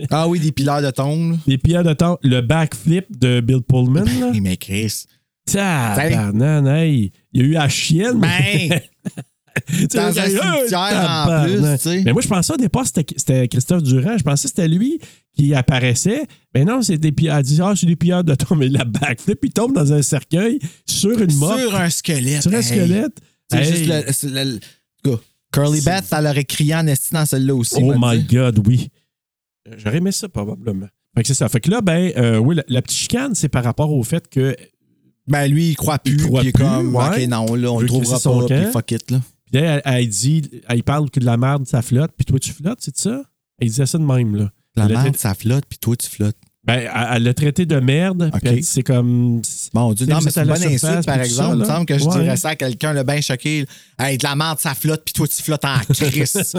S7: Ah oui, des pilars de tombe.
S1: les pierres de temps, le backflip de Bill Pullman. là.
S7: Il mais Chris.
S1: Tabarnan, hey! Il y a eu la chienne.
S7: Ben!
S1: Tu sais,
S7: Dans un
S1: il y a eu,
S7: cimetière en
S1: tabarnak.
S7: plus, tu sais.
S1: Mais moi, je pensais au départ, c'était- c'était Christophe Durand. Je pensais que c'était lui qui apparaissait. Mais non, c'était des Elle dit, ah, c'est des pilleurs de tombe. Mais la backflip, il tombe dans un cercueil sur une mort.
S7: Sur un squelette.
S1: Sur un
S7: hey.
S1: squelette.
S7: C'est
S1: Hey.
S7: juste le. c'est le- le- gars, Curly
S1: C'est-
S7: Beth, elle aurait crié en esti dans celle-là aussi.
S1: Oh
S7: moi,
S1: my
S7: tu sais.
S1: God, oui. J'aurais aimé ça, probablement. Fait que c'est ça. Fait que là, ben, euh, oui, la, la petite chicane, c'est par rapport au fait que
S7: Ben lui, il croit plus.
S1: croit
S7: puis il est
S1: plus,
S7: comme,
S1: ouais.
S7: ok, non, là, on
S1: Veut
S7: le trouvera
S1: crisser son
S7: pas.
S1: camp.
S7: Puis fuck it, là.
S1: Puis là, elle, elle dit, elle parle que de la merde, ça flotte, puis toi, tu flottes, c'est ça? Elle disait ça de même, là.
S7: La
S1: Elle l'a
S7: merde,
S1: traité-
S7: ça flotte, puis toi, tu flottes.
S1: ben, elle- elle l'a traité de merde,
S7: Ok.
S1: puis elle dit, c'est comme.
S7: Bon, Dieu,
S1: C'est
S7: non,
S1: juste
S7: mais
S1: à
S7: c'est une
S1: la
S7: bonne
S1: surface,
S7: insulte, par
S1: puis tout ça,
S7: exemple. Il me
S1: là.
S7: semble que je
S1: Ouais.
S7: dirais ça à quelqu'un, le bien choqué. Hey, de la merde, ça flotte, puis toi, tu flottes en crise.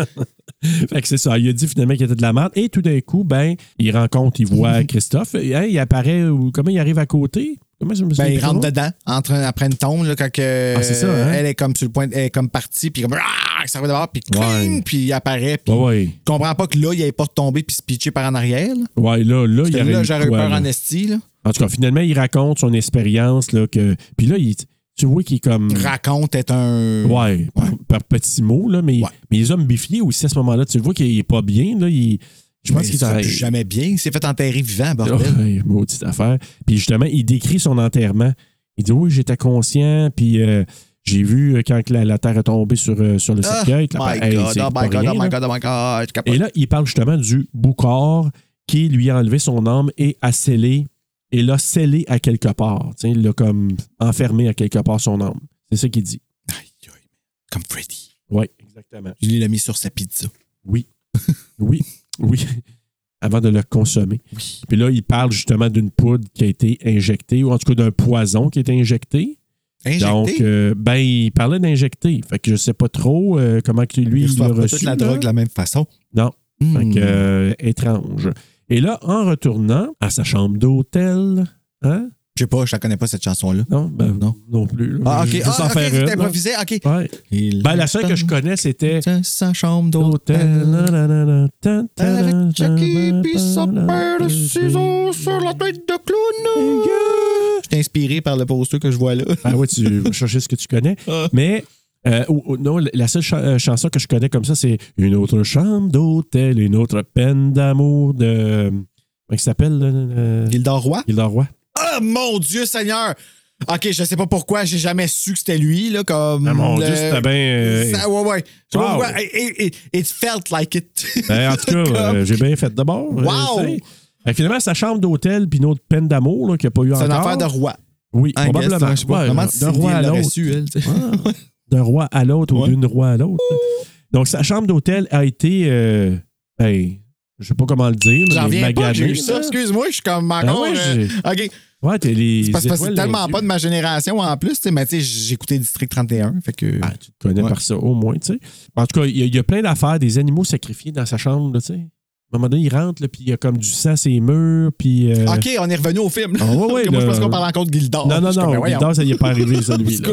S1: Fait que c'est ça. Il a dit finalement qu'il était de la merde, et tout d'un coup, ben, il rencontre, il voit Christophe, et, hein, il apparaît, ou comment il arrive à côté? Comment je me
S7: ben,
S1: souviens
S7: il
S1: plus
S7: rentre
S1: trop?
S7: dedans, entre, après une tombe, là, quand que,
S1: Ah, c'est ça, hein?
S7: elle est comme sur le point, elle est comme partie, puis comme, ah, ça va dehors, puis cling, puis il apparaît, puis
S1: Ouais, ouais.
S7: tu comprends pas que là, il n'allait pas tomber puis se pitcher par en arrière. Là,
S1: Ouais, là, là,
S7: Parce
S1: il y
S7: que
S1: aurait
S7: là
S1: eu
S7: j'aurais eu
S1: quoi,
S7: peur
S1: là? Mm.
S7: en esti, là.
S1: En tout cas, finalement, il raconte son expérience, là, que. Puis là, il, tu vois qu'il est comme.
S7: Raconte est un.
S1: Ouais, par, par petits mots, là, mais,
S7: Ouais.
S1: mais les hommes bifliés aussi à ce moment-là. Tu le vois qu'il est pas bien. Là, il- je pense
S7: Mais
S1: qu'il
S7: ça
S1: est
S7: plus jamais bien. Il s'est fait enterrer vivant,
S1: Oh,
S7: bordel.
S1: hey, maudite affaire. Puis justement, il décrit son enterrement. Il dit Oui, j'étais conscient, puis euh, j'ai vu euh, quand que la, la terre est tombée sur, euh, sur le
S7: Ah,
S1: cercueil. que la-
S7: my
S1: hey,
S7: God,
S1: c'est
S7: oh
S1: pas
S7: my God,
S1: rien,
S7: oh
S1: là.
S7: my God, oh my God. je capote.
S1: Et là, il parle justement du boucor qui lui a enlevé son âme et a scellé, et l'a scellé à quelque part. Tu sais, il l'a comme enfermé à quelque part son âme. C'est ça qu'il dit.
S7: Aïe, aïe. Comme Freddy.
S1: Oui, exactement.
S7: Il l'a mis sur sa pizza.
S1: Oui. Oui. Oui. Avant de le consommer. Puis là, il parle justement d'une poudre qui a été injectée, ou en tout cas d'un poison qui a été injecté.
S7: Injecté.
S1: Donc, euh, ben, il parlait d'injecter. Fait que je sais pas trop euh, comment que lui,
S7: il
S1: il l'a
S7: reçoit pas
S1: reçu.
S7: toute la
S1: là.
S7: drogue de la même façon.
S1: Non. Fait
S7: Hmm.
S1: que, euh, étrange. Et là, en retournant à sa chambre d'hôtel, hein?
S7: Je sais pas, je la connais pas cette chanson-là.
S1: Non, ben,
S7: Non.
S1: non. plus. là.
S7: Ah, ok,
S1: Je vais
S7: ah,
S1: s'en
S7: ok,
S1: faire
S7: c'était
S1: une, là.
S7: improvisé, ok.
S1: Ouais. Ben, la seule que je connais, c'était
S7: connais. Sa chambre d'hôtel. Avec Jackie pis sa paire de ciseaux sur la tête de clown. Je suis inspiré par le poster que je vois là.
S1: Ah ouais, tu vas chercher ce que tu connais. Mais euh, ou- ou- non, la seule cha- euh, chanson que je connais comme ça, c'est Une autre chambre d'hôtel, une autre peine d'amour de. Comment il s'appelle? là, euh,
S7: Gildor Roy.
S1: Gildor Roy.
S7: Ah mon Dieu Seigneur! Ok, je sais pas pourquoi, j'ai jamais su que c'était lui, là, comme.
S1: Ah, mon Dieu,
S7: le-
S1: c'était bien. euh,
S7: Ça- ouais, ouais. Je sais pas
S1: Wow.
S7: pourquoi, It, it- it felt like it.
S1: Ben, en tout cas,
S7: Comme-
S1: euh, j'ai bien fait d'abord. euh,
S7: Wow!
S1: tu sais. Fait que finalement, sa chambre d'hôtel puis une autre peine d'amour là, qu'il n'y a pas eu
S7: c'est
S1: encore.
S7: une affaire de roi.
S1: Oui,
S7: Hein,
S1: probablement.
S7: Gaston, je sais pas.
S1: Ouais,
S7: Comment si
S1: d'un
S7: Sylvie
S1: roi à
S7: l'aurait
S1: l'autre.
S7: su, elle, tu sais.
S1: Ah, D'un roi à l'autre
S7: Ouais.
S1: ou d'une roi à l'autre. Donc, sa chambre d'hôtel a été. euh, hey, je sais pas comment le dire.
S7: J'en
S1: mais
S7: reviens pas, que j'ai
S1: maganée,
S7: eu ça.
S1: là.
S7: Excuse-moi, je suis comme encore.
S1: ouais,
S7: euh, ok,
S1: Ouais, t'es les.
S7: c'est parce parce que c'est
S1: étoiles
S7: tellement
S1: dans les
S7: pas de
S1: yeux.
S7: ma génération en plus, tu sais, mais tu sais, j'écoutais District 31, fait que.
S1: Ah, tu te connais
S7: Ouais.
S1: par ça, au moins, tu sais. En tout cas, il y, a- il y a plein d'affaires, des animaux sacrifiés dans sa chambre, là, tu sais. À un moment donné, il rentre, là, puis il y a comme du sang, ses murs, puis. euh,
S7: Ah, Ok, on est revenu au film.
S1: Ah, ouais, ouais,
S7: Ok, moi, je
S1: là.
S7: pense qu'on parle encore de Gildor.
S1: Non, non,
S7: Je suis comme,
S1: non.
S7: ben, voyons.
S1: Bidard, ça n'y est pas arrivé, celui-là.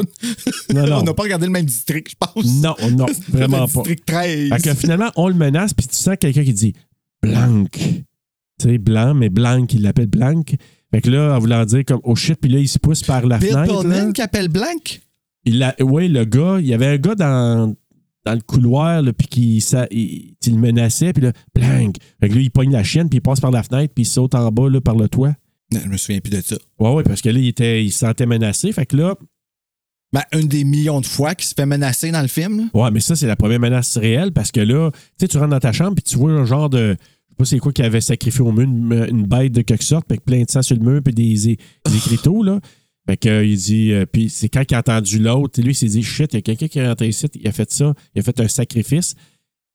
S1: Non,
S7: On
S1: non.
S7: n'a pas regardé le même district, je pense.
S1: Non, non, vraiment pas.
S7: District 13.
S1: Fait que finalement, on le menace, puis tu sens quelqu'un qui dit Blanc. Tu sais, blanc, mais blanc, il l'appelle blanc. Fait que là, en voulant dire comme oh shit, puis là, il se pousse par la
S7: Bill
S1: fenêtre. là.
S7: Pullman qui appelle Blank?
S1: Il a, ouais, le gars, il y avait un gars dans, dans le couloir, là, puis qui ça, il, il le menaçait, puis là, blanc. Fait que là, il pogne la chienne, puis il passe par la fenêtre, puis il saute en bas là, par le toit.
S7: Non, je me souviens plus de ça.
S1: Ouais, ouais, parce que là, il, était, il se sentait menacé. Fait que là,
S7: Ben, une des millions de fois qu'il se fait menacer dans le film. là.
S1: Ouais, mais ça, c'est la première menace réelle parce que là, tu sais, tu rentres dans ta chambre puis tu vois un genre de. Je sais pas c'est quoi qui avait sacrifié au mur, une, une bête de quelque sorte, puis avec plein de sang sur le mur, puis des, des écriteaux, là. Fait que, euh, il dit, euh, puis c'est quand il a entendu l'autre, lui, il s'est dit, shit, il y a quelqu'un qui est rentré ici, il a fait ça, il a fait un sacrifice,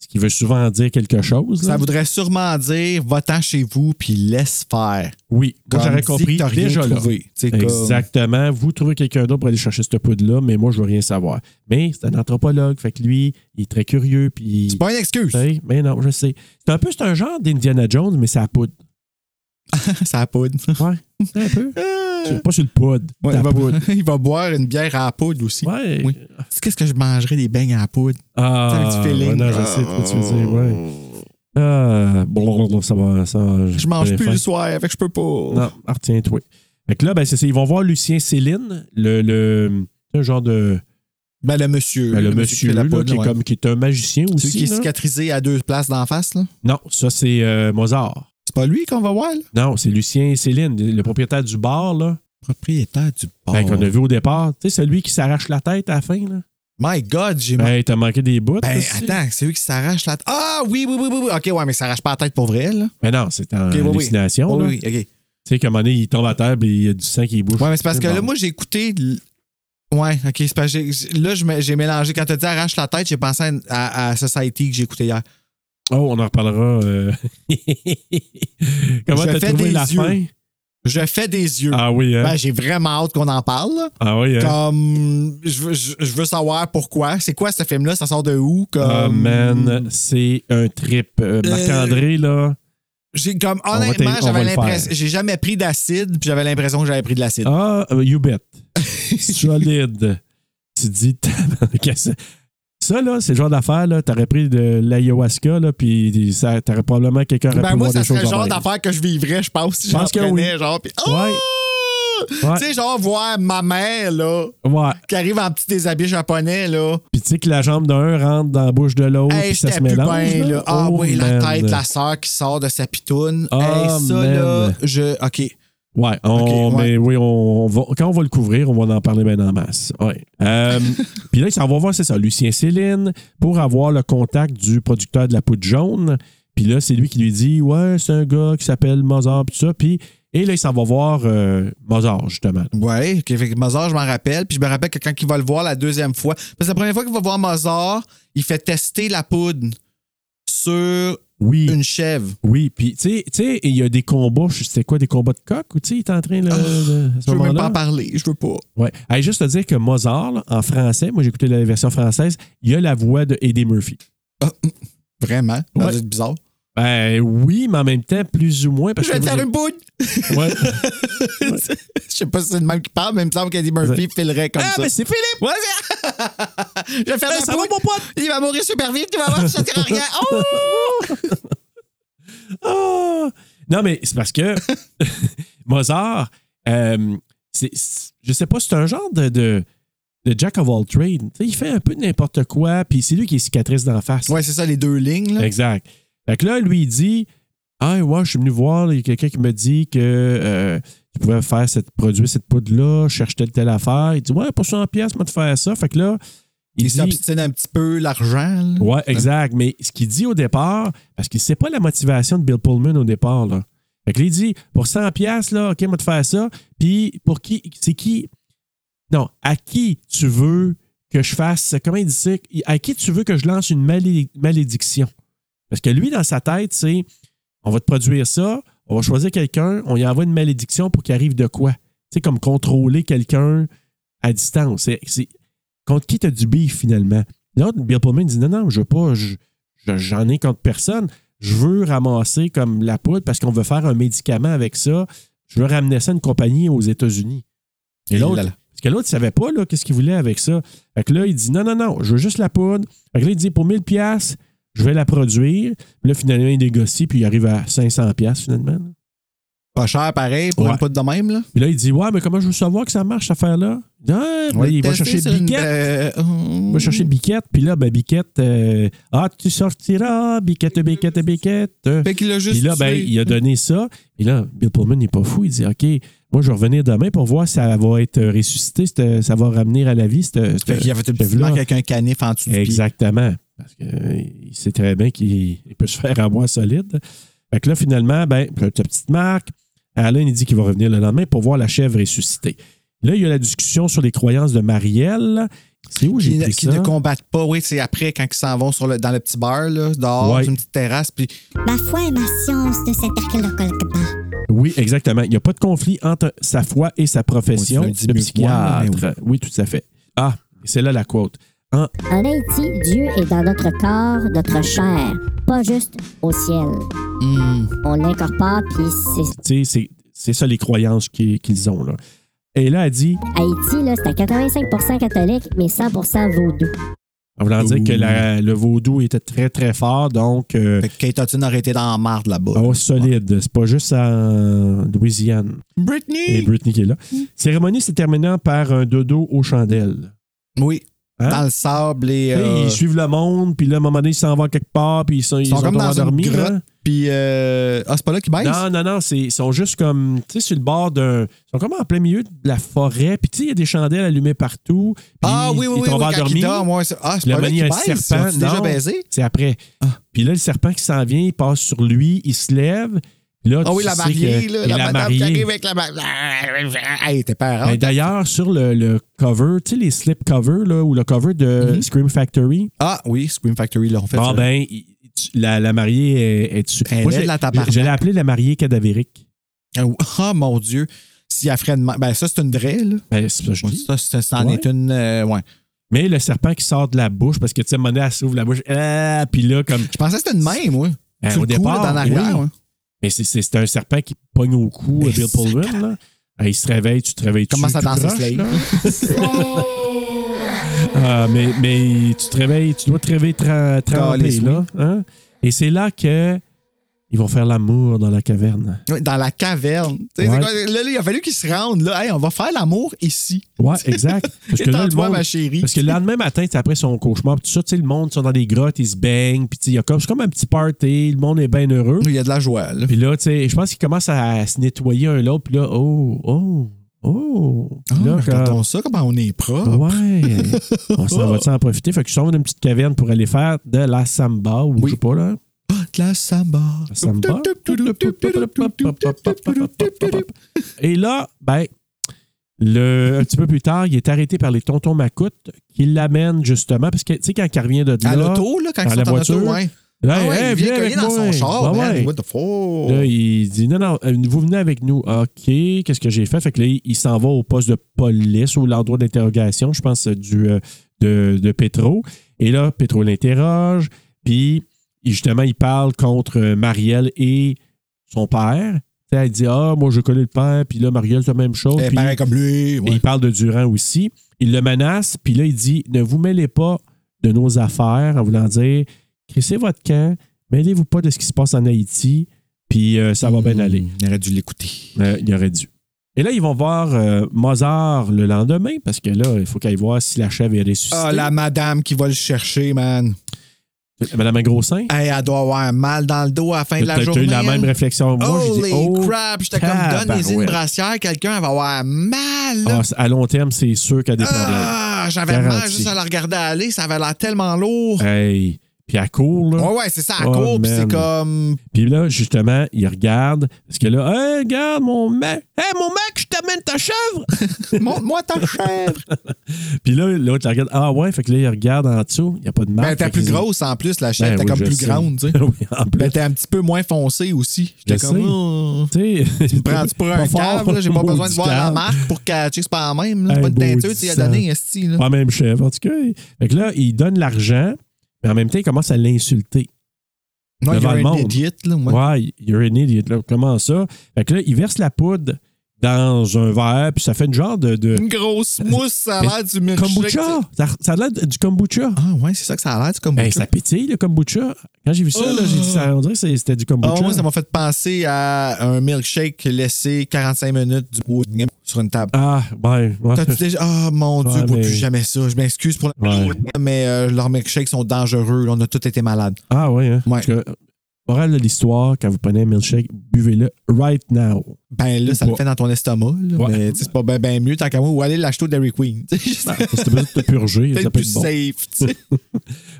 S1: ce qui veut souvent dire quelque chose. là.
S7: Ça voudrait sûrement dire va-t'en chez vous puis laisse faire.
S1: Oui, moi
S7: Comme
S1: j'aurais
S7: dis que
S1: compris
S7: t'as rien
S1: déjà
S7: trouvé, tu sais,
S1: là.
S7: comme-
S1: Exactement. Vous trouvez quelqu'un d'autre pour aller chercher ce poudre-là, mais moi je veux rien savoir. Mais c'est un anthropologue, fait que lui, il est très curieux puis.
S7: C'est pas une excuse.
S1: Hey, Mais Ben non, je sais. C'est un peu c'est un genre d'Indiana Jones, mais c'est à poudre.
S7: Ça poudre.
S1: Ouais. C'est un peu.
S7: Euh,
S1: C'est Pas sur le poudre.
S7: ouais,
S1: c'est
S7: il,
S1: à
S7: va,
S1: poudre.
S7: il va boire une bière à la poudre aussi.
S1: Ouais.
S7: Oui. C'est Qu'est-ce que je mangerais des beignes à la poudre?
S1: Ah,
S7: C'est un petit feeling.
S1: ouais, non, je sais ce que tu veux dire, ouais. Ah, blablabla, ça va, ça,
S7: Je mange
S1: j'ai
S7: plus
S1: faim.
S7: le soir, fait que je peux pas.
S1: Non, ah, retiens-toi. Fait que là, ben, c'est ça. Ils vont voir Lucien Céline, le, le un genre de.
S7: Ben, le monsieur.
S1: ben, le,
S7: fait
S1: monsieur,
S7: la
S1: là,
S7: poudre,
S1: qui, est
S7: ouais.
S1: comme, qui est un magicien
S7: Celui qui
S1: aussi.
S7: est
S1: là.
S7: cicatrisé à deux places d'en face, là.
S1: Non, ça, c'est euh, Mozart.
S7: C'est pas lui qu'on va voir, là?
S1: Non, c'est Lucien Céline, le propriétaire du bar, là.
S7: Propriétaire du bar.
S1: Ben, qu'on a vu au départ. Tu sais, celui qui s'arrache la tête à la fin, là.
S7: My God, j'ai
S1: Ben, t'as manqué des bouts.
S7: Ben,
S1: aussi.
S7: attends, c'est lui qui s'arrache la tête. Ah, oui, oui, oui, oui, oui. OK, ouais, mais ça s'arrache pas la tête pour vrai, là.
S1: Ben non, c'est en
S7: OK, oui, oui.
S1: hallucination.
S7: Oh,
S1: là.
S7: oui, OK.
S1: Tu sais, qu'à un moment donné, il tombe à terre et il y a du sang qui bouge.
S7: Ouais, mais c'est parce que
S1: Bon.
S7: là, moi, j'ai écouté. l- Ouais, OK, c'est parce que j'ai- j'ai- là, je me- j'ai mélangé. Quand t'as dit arrache la tête, j'ai pensé à, à- à Society que j'ai écouté hier.
S1: Oh, on en reparlera. euh. Comment
S7: Je
S1: t'as
S7: fais
S1: trouvé
S7: des
S1: la
S7: yeux.
S1: fin?
S7: Je fais des yeux.
S1: Ah oui, hein?
S7: Ben, j'ai vraiment hâte qu'on en parle. là.
S1: ah oui, hein?
S7: Comme, je veux, je- je veux savoir pourquoi. C'est quoi ce film-là? Ça sort de où? Comme,
S1: Ah, man, c'est un trip. Euh, Marc-André, là.
S7: J'ai comme,
S1: va
S7: honnêtement,
S1: t'a- on va
S7: j'avais
S1: le
S7: l'impression.
S1: faire.
S7: J'ai jamais pris d'acide, puis j'avais l'impression que j'avais pris de l'acide.
S1: Ah, euh, you bet. Solide. Tu te dis, tabarnak, ça- ça, là, c'est le genre d'affaire, là. T'aurais pris de l'ayahuasca, là, puis ça- t'aurais probablement quelqu'un aurait
S7: Ben,
S1: pu
S7: moi,
S1: voir
S7: ça
S1: des
S7: serait
S1: choses
S7: le genre
S1: horribles.
S7: d'affaire que je vivrais, je pense, si
S1: Je
S7: j'en
S1: pense que oui.
S7: prenais, genre, puis Ah!
S1: Ouais. Ouais.
S7: Tu sais, genre, voir ma mère, là,
S1: Ouais.
S7: qui arrive en petit déshabillé japonais, là.
S1: Puis tu sais que la jambe d'un rentre dans la bouche de l'autre,
S7: Hey,
S1: Oh, puis ça
S7: j'étais
S1: se
S7: plus
S1: mélange.
S7: bien, là. Ah
S1: Oh,
S7: oui,
S1: man.
S7: la tête, la sœur qui sort de sa pitoune.
S1: Ah,
S7: hey, ça,
S1: man.
S7: là, je. OK.
S1: Ouais, on-
S7: Ok, ouais.
S1: mais oui, on, on va, quand on va le couvrir, on va en parler bien en masse. Ouais. Euh, Puis là, ils s'en vont voir, c'est ça, Lucien Céline, pour avoir le contact du producteur de la poudre jaune. Puis là, c'est lui qui lui dit Ouais, c'est un gars qui s'appelle Mozart, puis tout ça. Puis, et là, il s'en va voir euh, Mozart, justement.
S7: Ouais, ok, fait que Mozart, je m'en rappelle. Puis je me rappelle que quand il va le voir la deuxième fois, parce que la première fois qu'il va voir Mozart, il fait tester la poudre sur
S1: Oui,
S7: une chèvre.
S1: oui. Puis, tu sais- tu sais, il y a des combats, je sais quoi, des combats de coq, ou tu sais, il est en train, là, de- à ce
S7: Ah, Je veux même
S1: moment-là.
S7: pas en parler, je veux pas.
S1: Ouais. Hey, juste te dire que Mozart, là, en français, moi j'ai écouté la version française, il y a la voix de Eddie Murphy.
S7: Vraiment.
S1: Ouais.
S7: C'est bizarre.
S1: Ben oui, mais en même temps, plus ou moins. Parce
S7: je vais
S1: que
S7: te
S1: moi,
S7: faire une poudre.
S1: j'ai- Ouais.
S7: je sais pas si c'est le même qui parle, mais il me semble qu'Eddie Murphy filerait comme
S1: Ah,
S7: ça.
S1: mais c'est Philippe!
S7: Ouais, je vais faire
S1: Hey,
S7: la
S1: ça va,
S7: poudre.
S1: mon pote?
S7: Il va mourir super vite, tu vas voir, ça sert à rien. Oh!
S1: Ah! Non, mais c'est parce que Mozart, euh, c'est, c'est- je sais pas, c'est un genre de, de, de Jack of all trades. Tu sais, il fait un peu de n'importe quoi, puis c'est lui qui est cicatrice d'en face.
S7: Ouais, c'est ça, les deux lignes. Là.
S1: Exact. Fait que là, lui, il dit Ah, ouais, je suis venu voir, il y a quelqu'un qui me dit que euh, tu pouvais faire cette, produire cette poudre-là, je cherche telle, telle affaire. Il dit Ouais, pour 100$, pièces, moi, de faire ça. Fait que là, il,
S7: Il
S1: dit
S7: s'obstine un petit peu l'argent. là.
S1: Ouais, exact. Mais ce qu'il dit au départ, parce qu'il sait pas la motivation de Bill Pullman au départ, là. Fait que là, il dit Pour 100$, là, OK, moi, de faire ça. Puis pour qui C'est qui Non, à qui tu veux que je fasse Comment il dit ça À qui tu veux que je lance une malé- malédiction parce que lui, dans sa tête, c'est on va te produire ça, on va choisir quelqu'un, on y envoie une malédiction pour qu'il arrive de quoi? C'est comme contrôler quelqu'un à distance. C'est- c'est- contre qui t'as du beef finalement? L'autre, Bill Pullman dit non, non, je veux pas, je- je- j'en ai contre personne. Je veux ramasser comme la poudre parce qu'on veut faire un médicament avec ça. Je veux ramener ça à une compagnie aux États-Unis. Et l'autre,
S7: là, là.
S1: parce que l'autre, il savait pas là, qu'est-ce qu'il voulait avec ça. Fait que là, il dit non, non, non, je veux juste la poudre. Fait que là, il dit pour 1000 pièces je vais la produire. Puis là, finalement, il négocie, puis il arrive à 500 pièces finalement.
S7: Pas cher, pareil, pour
S1: Ouais.
S7: une poudre de même. Là.
S1: Puis là, il dit Ouais, mais comment je veux savoir que ça marche, cette affaire-là Ah, puis là, Il va
S7: tester
S1: chercher
S7: sur une-
S1: Biquette.
S7: euh,
S1: Il va chercher Biquette, puis là, ben, Biquette, euh, ah, tu sortiras, Biquette, Biquette, Biquette.
S7: Fait qu'il l'a juste.
S1: Puis là, ben,
S7: tué.
S1: il a donné ça. Puis là, Bill Pullman n'est pas fou. Il dit OK, moi, je vais revenir demain pour voir si ça va être ressuscité, cette- ça va ramener à la vie. cette-
S7: Fait
S1: cette-
S7: qu'il avait
S1: cette
S7: une petite
S1: chèvre-là.
S7: marque avec un canif en dessous du pied.
S1: Exactement. Parce qu'il sait très bien qu'il il peut se faire avoir solide. Fait que là, finalement, ben, ta petite marque, Alain, il dit qu'il va revenir le lendemain pour voir la chèvre ressuscitée. Là, il y a la discussion sur les croyances de Marielle. C'est où j'ai
S7: qui,
S1: pris
S7: qui
S1: ça?
S7: ne combattent pas. Oui, c'est après quand ils s'en vont sur le, dans le petit bar, là, dehors,
S1: Ouais.
S7: sur une petite terrasse. Puis
S9: Ma foi et ma science de cet archéologue-là.
S1: Oui, exactement. Il n'y a pas de conflit entre sa foi et sa profession
S7: Ouais, tu
S1: de
S7: l'as dit mieux que moi, là, mais
S1: psychiatre. oui. tout à fait. Ah, c'est là la quote. En-
S11: En Haïti, Dieu est dans notre corps, notre chair, pas juste au ciel.
S7: hmm,
S11: On l'incorpore, puis c'est...
S1: tu sais, c'est- c'est ça les croyances qui- qu'ils ont. Là. Et là, elle dit,
S11: Haïti, là, c'est à 85 catholique, mais 100 vaudou.
S1: en voulant dire que la- le vaudou était très, très fort, donc euh,
S7: fait que Kate Hudson aurait été dans la marde là-bas.
S1: oh, solide. C'est pas juste en Louisiane. Et
S7: Britney!
S1: Britney qui est là. Cérémonie se terminant par un dodo aux chandelles.
S7: Oui,
S1: Hein?
S7: dans le sable et.
S1: Tu sais,
S7: euh,
S1: Ils suivent le monde, puis là, à un moment donné, ils s'en vont quelque part, puis ils sont, ils
S7: sont
S1: sont
S7: comme dans
S1: endormis,
S7: une
S1: là.
S7: grotte. Puis. euh, Ah, c'est pas là qu'ils baissent?
S1: Non, non, non, c'est- ils sont juste comme, tu sais, sur le bord d'un. Ils sont comme en plein milieu de la forêt, puis tu sais, il y a des chandelles allumées partout. puis
S7: ah oui, oui,
S1: ils
S7: oui.
S1: tombent
S7: oui, quand
S1: endormis.
S7: ils dorment, ouais, c'est- ah, c'est
S1: Le
S7: pas là
S1: manie
S7: qu'ils
S1: un
S7: baissent. Ils
S1: serpent.
S7: ont-tu déjà
S1: non,
S7: baisé?
S1: C'est après.
S7: Ah.
S1: Puis là, le serpent qui s'en vient, il passe sur lui, il se lève. Là,
S7: Ah
S1: tu
S7: oui, la
S1: sais
S7: mariée,
S1: que-
S7: là,
S1: et
S7: la,
S1: la
S7: madame qui
S1: mariée.
S7: arrive avec la mariée. Hey, t'es pas
S1: Ben, D'ailleurs, sur le, le cover, tu sais, les slip covers, là, ou le cover de Scream Factory,
S7: Ah oui, Scream Factory, là, on Mhm. fait
S1: bon,
S7: ça.
S1: ben, il- tu- la, la mariée est, est dessus.
S7: Elle
S1: Moi,
S7: est
S1: je-
S7: de la tabarnak.
S1: Je l'ai appelée la mariée cadavérique.
S7: Ah oui. Ah, mon Dieu. Si elle ferait une. Ben, ça, c'est une vraie, là.
S1: Ben, c'est ça que je dis.
S7: Ça, ça, ça en
S1: Ouais.
S7: est une. euh, ouais.
S1: Mais le serpent qui sort de la bouche, parce que tu sais, Monet, elle s'ouvre la bouche, ah, puis là, comme.
S7: Je pensais que c'était une même, moi.
S1: Ben,
S7: Sur
S1: au
S7: le cou,
S1: départ,
S7: là, dans l'arrière.
S1: oui.
S7: ouais.
S1: Mais c'est- c'est c'est un serpent qui pogne au cou à
S7: Mais
S1: Bill Pullman, là. Ah, il se réveille, tu te réveilles tu
S7: Commence à danser Slade.
S1: Ah, mais, mais tu te réveilles, tu dois te réveiller tra- trempé,
S7: Calisse,
S1: là. hein. Et c'est là que ils vont faire l'amour dans la caverne.
S7: Ouais, Dans la caverne. Tu sais,
S1: Ouais.
S7: c'est quoi, là, là, il a fallu qu'ils se rendent. Là, Hey, on va faire l'amour ici.
S1: Ouais, exact. Parce que là, le
S7: Étends-toi,
S1: monde,
S7: ma chérie.
S1: Parce que le lendemain matin, tu sais, après son cauchemar, pis tout ça, tu sais, le monde sont dans des grottes, ils se baignent, puis tu sais, il y a comme, c'est comme un petit party, le monde est bien heureux.
S7: Il y a de la joie, là.
S1: Puis là, tu sais, je pense qu'ils commencent à se nettoyer un l'autre, puis là, oh, oh, oh. Puis
S7: Ah,
S1: là,
S7: mais regardons
S1: comme,
S7: ça, comment on est propre.
S1: ouais, on s'en va en profiter? Fait que je sors d'une petite caverne pour aller faire de la samba, ou je
S7: Oui.
S1: sais pas, là.
S7: Ah, de la samba.
S1: Oh. La samba. Et là, ben, le, un petit peu plus tard, il est arrêté par les tontons Macoutes qui l'amènent justement, parce que, tu sais, quand il revient de là...
S7: À l'auto, là, quand
S1: Dans
S7: ils
S1: la
S7: sont en auto,
S1: voiture.
S7: ouais.
S1: Là,
S7: Ah
S1: hey,
S7: ouais,
S1: viens
S7: il vient cogner
S1: avec
S7: dans
S1: moi.
S7: son char,
S1: Ouais, ouais.
S7: man. What the
S1: Là,
S7: fuck?
S1: il dit non, non, euh, vous venez avec nous. OK, qu'est-ce que j'ai fait? Fait que là, il- il s'en va au poste de police ou l'endroit d'interrogation, je pense, euh, du, euh, de, de Petro. Et là, Petro l'interroge, puis il- justement, il parle contre euh, Marielle et son père. Tu sais, Elle dit Ah, moi, je connais le père, puis là, Marielle, c'est la même chose.
S7: Eh,
S1: Puis-
S7: Pareil comme lui.
S1: et
S7: ouais.
S1: il parle de Durand aussi. Il le menace, puis là, il dit Ne vous mêlez pas de nos affaires, en voulant dire Crissez votre camp, mêlez-vous pas de ce qui se passe en Haïti, puis euh, ça va bien aller.
S7: Hmm. Il aurait dû l'écouter.
S1: Euh, il aurait dû. Et là, ils vont voir euh, Mozart le lendemain, parce que là, il faut qu'elle voit si la chèvre est ressuscitée.
S7: Ah, la madame qui va le chercher, man.
S1: Madame Grossin.
S7: Hey, elle doit avoir mal dans le dos à la fin de Ah, la
S1: T'as
S7: journée.
S1: eu la même
S7: hein.
S1: réflexion. que Moi, j'ai
S7: Holy
S1: dit, oh,
S7: crap! J'étais comme, donnez-y une
S1: tabarouette.
S7: brassière, quelqu'un elle va avoir mal. là.
S1: ah, c'est- à long terme, c'est sûr qu'elle a des problèmes.
S7: Ah, j'avais mal
S1: Garanti.
S7: juste à la regarder aller, ça avait l'air tellement lourd.
S1: Hey. Puis elle court, là.
S7: Ouais, ouais, c'est ça, à
S1: Oh,
S7: court, puis
S1: man.
S7: c'est comme.
S1: Puis là, justement, il regarde. Parce que là, hey, regarde, mon mec. Hey, mon mec, je t'amène ta chèvre.
S7: Montre-moi ta chèvre!
S1: Ah, Puis là, l'autre, il regarde. Ah ouais, fait que là, il regarde en dessous. Il n'y a pas de marque.
S7: Ben, t'es
S1: Fait que
S7: plus
S1: il-
S7: grosse en plus, la
S1: Ben
S7: chèvre, t'es
S1: oui,
S7: comme
S1: je
S7: plus
S1: sais.
S7: grande, tu sais.
S1: oui, en plus.
S7: Ben, t'es un petit peu moins foncé aussi. J'étais
S1: Je
S7: comme.
S1: sais.
S7: oh.
S1: tu sais,
S7: Tu me prends-tu pour
S1: pas
S7: un
S1: fort,
S7: câble, là? J'ai pas
S1: maudit
S7: besoin de voir la
S1: câble.
S7: marque pour catcher, c'est pas la même, là.
S1: Hey,
S7: pas de teinture,
S1: maudit
S7: tu y as
S1: sang.
S7: donné, esti, là.
S1: Pas la même chèvre, en tout cas. Fait que là, il donne l'argent, mais en même temps, il commence à l'insulter.
S7: Non,
S1: Devant
S7: you're
S1: le
S7: an
S1: monde.
S7: idiot, là.
S1: Ouais,
S7: moi.
S1: you're an idiot. Là. Comment ça? Fait que là, il verse la poudre dans un verre, puis ça fait une genre de. de...
S7: Une grosse mousse, ça a l'air du milkshake.
S1: Kombucha! Ça, ça a l'air du kombucha.
S7: Ah ouais, c'est ça que ça a l'air, du kombucha.
S1: Ben, ça pétille, le kombucha. Quand j'ai vu ça, là, j'ai dit, ça, on dirait que c'est- c'était du
S7: Ah,
S1: kombucha.
S7: moi, ça m'a fait penser à un milkshake laissé 45 minutes du pot de sur une table.
S1: Ah, ben, ouais.
S7: T'as-tu déjà- Ah, mon Dieu,
S1: Ouais,
S7: je bois
S1: mais-
S7: plus jamais ça. Je m'excuse pour la...
S1: Ouais.
S7: Mais euh, leurs milkshakes sont dangereux. On a tous été malades.
S1: Ah, ouais, hein.
S7: Ouais.
S1: Parce que, morale de l'histoire, quand vous prenez un milkshake, buvez-le right now.
S7: Ben là, ça
S1: Ouais.
S7: le fait dans ton estomac. là,
S1: Ouais.
S7: Mais tu sais, c'est pas bien mieux tant qu'à moi. Ou aller l'acheter au Dairy Queen. Tu sais, c'est
S1: Parce que t'as besoin de te purger, ça
S7: peut-être
S1: peut être
S7: plus
S1: bon.
S7: safe. tu sais.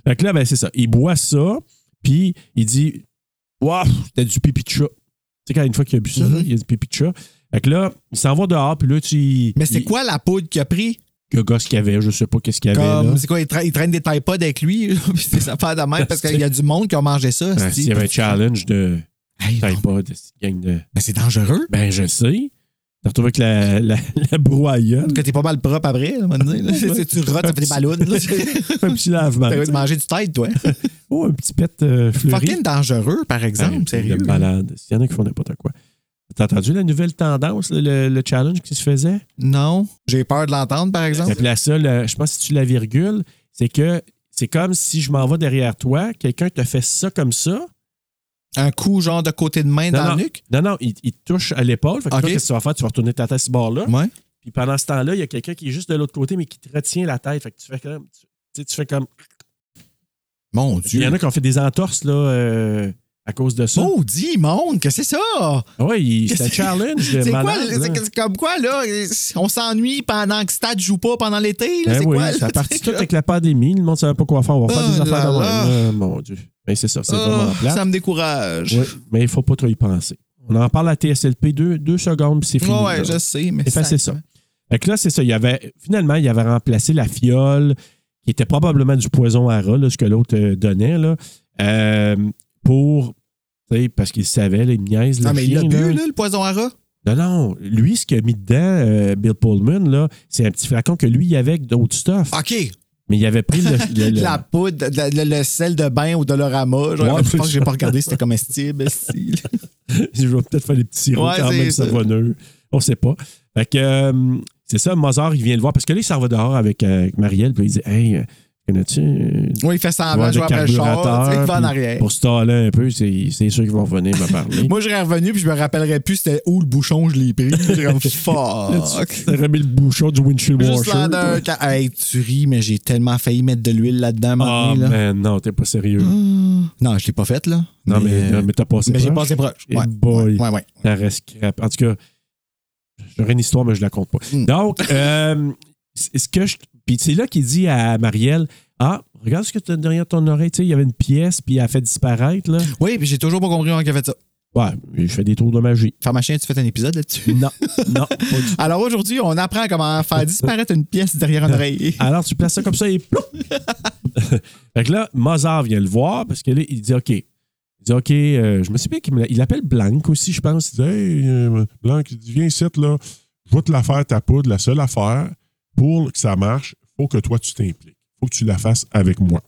S1: Fait que là, ben, c'est ça. Il boit ça, puis il dit, waouh, t'as du pipi de chat. Tu sais, quand une fois qu'il a bu ça, là,
S7: Mhm.
S1: il a du pipi de chat. Fait que là, il s'en va dehors, puis là, tu.
S7: Mais c'est
S1: il-
S7: quoi la poudre qu'il a pris?
S1: Le gosse qu'il avait, je sais pas qu'est-ce qu'il avait. Eh ben là.
S7: Comme, c'est quoi, il, tra- il traîne des tailles avec lui? puis c'est ça affaires de même parce qu'il y a du monde qui a mangé ça.
S1: Ah,
S7: c'est-tu.
S1: S'il y avait un challenge de.
S7: Hey,
S1: T'as
S7: non,
S1: pas de cette gang de.
S7: mais c'est dangereux.
S1: Ben, je sais. T'as retrouvé avec la, la, la broyeuse.
S7: Que t'es pas mal propre après, là, à un moment donné, là. C'est- tu rotes, ça fait des ballons.
S1: Ah
S7: là.
S1: un petit lavement.
S7: T'as envie de manger du tête, toi. hein?
S1: Oh, un petit pet euh, fleuri.
S7: Fucking dangereux, par exemple,
S1: Ouais,
S7: sérieux.
S1: de malade. Il y en a qui font n'importe quoi. T'as entendu la nouvelle tendance, le, le- le challenge qui se faisait?
S7: Non, j'ai peur de l'entendre, par exemple.
S1: T'appelais ça, le- euh, je pense que si tu la virgule, c'est que c'est comme si je m'en vais derrière toi, quelqu'un te fait ça comme ça.
S7: Un coup, genre, de côté de main
S1: Non,
S7: dans
S1: non.
S7: le nuque.
S1: Non, non, il, il te touche à l'épaule. Fait que
S7: Ok.
S1: toi, qu'est-ce que tu vas faire? Tu vas retourner ta tête à ce bord-là.
S7: Ouais.
S1: Puis pendant ce temps-là, il y a quelqu'un qui est juste de l'autre côté, mais qui te retient la tête. Fait que tu fais comme. Tu, tu sais, tu fais comme.
S7: Mon
S1: Il y en
S7: Dieu.
S1: a qui ont fait des entorses, là, euh, à cause de ça. Ah
S7: Maudit monde, que c'est ça?
S1: Oui, c'est un
S7: Qu'est-ce-
S1: challenge de
S7: Oh! C'est quoi,
S1: malade, hein.
S7: c'est-
S1: là.
S7: c'est comme quoi, là? On s'ennuie pendant que Stade joue pas pendant l'été, là?
S1: Ben
S7: c'est
S1: oui,
S7: quoi, là?
S1: ça a parti tout avec la pandémie. Le monde ne savait pas quoi faire. On va faire
S7: Oh
S1: des affaires de
S7: là
S1: même. Ah, Mon Dieu. Mais c'est ça, c'est
S7: Ah,
S1: vraiment plat.
S7: Ça me décourage.
S1: mais il ne faut pas trop y penser. On en parle à TSLP deux, deux secondes, puis c'est fini.
S7: Ouais, ouais,
S1: là.
S7: je sais, mais
S1: Effacez ça. Fait que là, c'est ça. Il y avait, finalement, il avait remplacé la fiole, qui était probablement du poison à rat, là, ce que l'autre euh, donnait, là, euh, pour. tu sais, Parce qu'il savait, les niaises.
S7: Non,
S1: le
S7: Ah, mais il l'a
S1: chien,
S7: bu, là, le poison à rat?
S1: non, non. Lui, ce qu'il a mis dedans, euh, Bill Pullman, là, c'est un petit flacon que lui, il avait avec d'autres stuff.
S7: OK.
S1: Mais il avait pris le. le- le-
S7: Ah. La poudre, de- de- le sel de bain au Dolorama. Genre,
S1: Ouais,
S7: je pense que j'ai
S1: c'est
S7: pas regardé si c'était comestible. esti.
S1: Je vais peut-être faire des petits sirops
S7: Ouais,
S1: quand
S7: c'est
S1: même
S7: ça.
S1: savonneux. On sait pas. Fait que euh, c'est ça, Mozart, il vient le voir parce que là, il s'en va dehors avec, euh, avec Marielle, puis il dit Hey, euh, connais-tu euh,
S7: Oui, il fait
S1: voir
S7: semblant, je
S1: le
S7: vois après le char, tu sais, il va en
S1: puis
S7: arrière.
S1: Pour se taler un peu, c'est c'est sûr qu'ils vont venir me parler.
S7: Moi, j'aurais revenu puis je me rappellerais plus c'était où le bouchon je l'ai pris. J'aurais comme
S1: Là,
S7: fuck.
S1: tu t'as remis le bouchon du windshield
S7: ah, Juste
S1: washer.
S7: l'en d'un- quand- Hey, tu ris, mais j'ai tellement failli mettre de l'huile là-dedans. à un moment
S1: Ah,
S7: donné, là.
S1: man, non, t'es pas sérieux.
S7: Non, je l'ai pas faite, là.
S1: Non, mais, non, mais t'as passé.
S7: mais j'ai
S1: proche.
S7: passé proche.
S1: Eh
S7: Ouais.
S1: boy.
S7: Ouais, ouais.
S1: Ça reste crap. En tout cas, j'aurais une histoire, mais je la compte pas.
S7: Mm.
S1: Donc, euh, ce que je. Puis c'est là qu'il dit à Marielle Ah, regarde ce que tu as derrière ton oreille. Tu sais, il y avait une pièce, puis elle a fait disparaître. Là.
S7: Oui, puis j'ai toujours pas compris comment il a fait ça.
S1: Ouais, je fais des tours de magie.
S7: Faire machin, tu fais un épisode là-dessus.
S1: Non, non, pas du tout.
S7: Alors aujourd'hui, on apprend comment faire disparaître une pièce derrière une oreille.
S1: Alors, tu places ça comme ça et ploum! fait que là, Mozart vient le voir parce que là, il dit OK. Il dit OK, euh, je me souviens qu'il me l'a- il appelle Blanc aussi, je pense. Il dit,
S12: Hey, euh, Blanc, il dit, viens ici, là. Je vais te la faire, ta poudre. La seule affaire, pour que ça marche, faut que toi, tu t'impliques. faut que tu la fasses avec moi.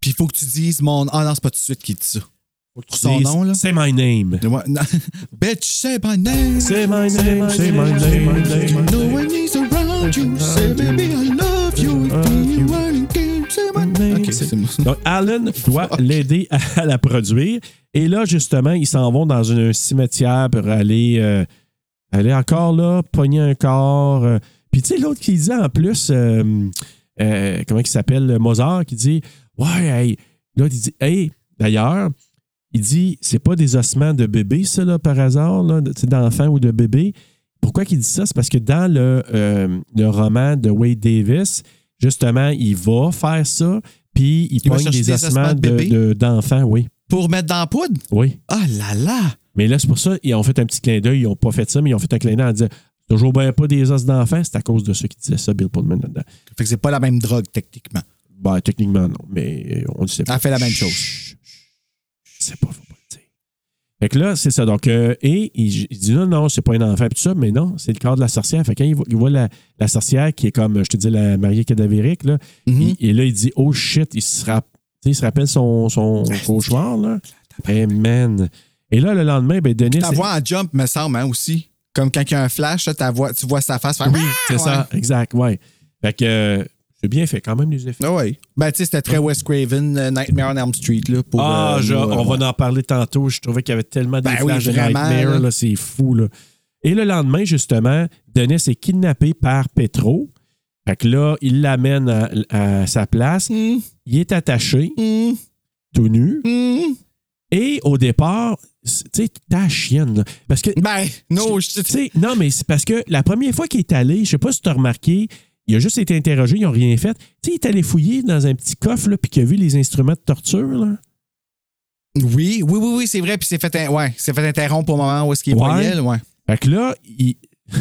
S7: Puis il faut que tu dises mon. Ah non, c'est pas tout de suite qui dit ça.
S1: Faut que tu
S7: Son
S1: dises,
S7: nom, là?
S1: C'est my name.
S7: Ouais, non. Bitch, say my name.
S1: C'est my name, c'est my name, my name.
S7: No one is around you. Say baby, I love you. If you are in game, say my name. Ok, c'est bon.
S1: Donc, Alan doit l'aider à la produire. Et là, justement, ils s'en vont dans un cimetière pour aller, euh, aller encore là, pogner un corps. euh. Puis, tu sais, l'autre qui dit en plus, euh, euh, comment il s'appelle, Mozart, qui dit Ouais, hey. L'autre, il dit Hey, d'ailleurs, il dit C'est pas des ossements de bébé, ça, là, par hasard, là, de- tu sais, d'enfant ou de bébé. Pourquoi qu'il dit ça? C'est parce que dans le, euh, le roman de Wade Davis, justement, il va faire ça, puis il,
S7: Il va
S1: pogne
S7: chercher
S1: des
S7: des
S1: ossements
S7: ossements de
S1: de-
S7: bébé?
S1: de- d'enfants, oui.
S7: Pour mettre dans la poudre?
S1: Oui.
S7: Ah là là!
S1: Mais là, c'est pour ça, ils ont fait un petit clin d'œil, ils n'ont pas fait ça, mais ils ont fait un clin d'œil en disant toujours bien pas des os d'enfants, c'est à cause de ceux qui disaient ça, Bill Pullman, là-dedans.
S7: Fait que c'est pas la même drogue, techniquement.
S1: Ben, techniquement, non, mais euh, on ne sait pas.
S7: Elle fait la même chose.
S1: Chut, chut. Je sais pas, faut pas le dire. Fait que là, c'est ça. Donc, euh, et il, il dit non, non, c'est pas un enfant, pis tout ça, mais non, c'est le corps de la sorcière. Fait que quand il voit, il voit la, la sorcière qui est comme, je te dis, la mariée cadavérique, là,
S7: Mhm.
S1: il- et là, il dit oh shit, il se, rapp- tu sais, il se rappelle son, son cauchemar, là. Hey, man. Et là, le lendemain, ben, Denis.
S7: Ta voix en jump, me semble, hein, aussi. Comme quand il y a un flash, là, ta voix- tu vois sa face faire. Ah,
S1: Oui, c'est ça, exact, ouais. Fait que euh, c'est bien fait quand même, les effets.
S7: Ah ouais. Ben, tu sais, c'était très Wes Craven, euh, Nightmare on Elm Street, là. Pour,
S1: Ah,
S7: euh,
S1: je-
S7: nous,
S1: on
S7: euh, ouais.
S1: va en parler tantôt. Je trouvais qu'il y avait tellement des
S7: Ben oui,
S1: flashs de
S7: vraiment,
S1: Nightmare,
S7: là.
S1: là, c'est fou. Là. Et le lendemain, justement, Denis est kidnappé par Petro. Fait que là, il l'amène à, à sa place.
S7: Mm,
S1: Il est attaché,
S7: mm,
S1: tout nu.
S7: mm.
S1: Et au départ, c'est- tu sais, ta chienne. là. Parce que,
S7: Ben, non, je
S1: tu sais, non, mais c'est parce que la première fois qu'il est allé, je sais pas si tu as remarqué, il a juste été interrogé, ils n'ont rien fait. Tu sais, il est allé fouiller dans un petit coffre, là, puis qu'il a vu les instruments de torture, là.
S7: Oui, oui, oui, oui, c'est vrai. Puis c'est fait, un- ouais, c'est fait interrompre au moment où est-ce qu'il
S1: Ouais.
S7: voyait, là, ouais.
S1: Fait que là, il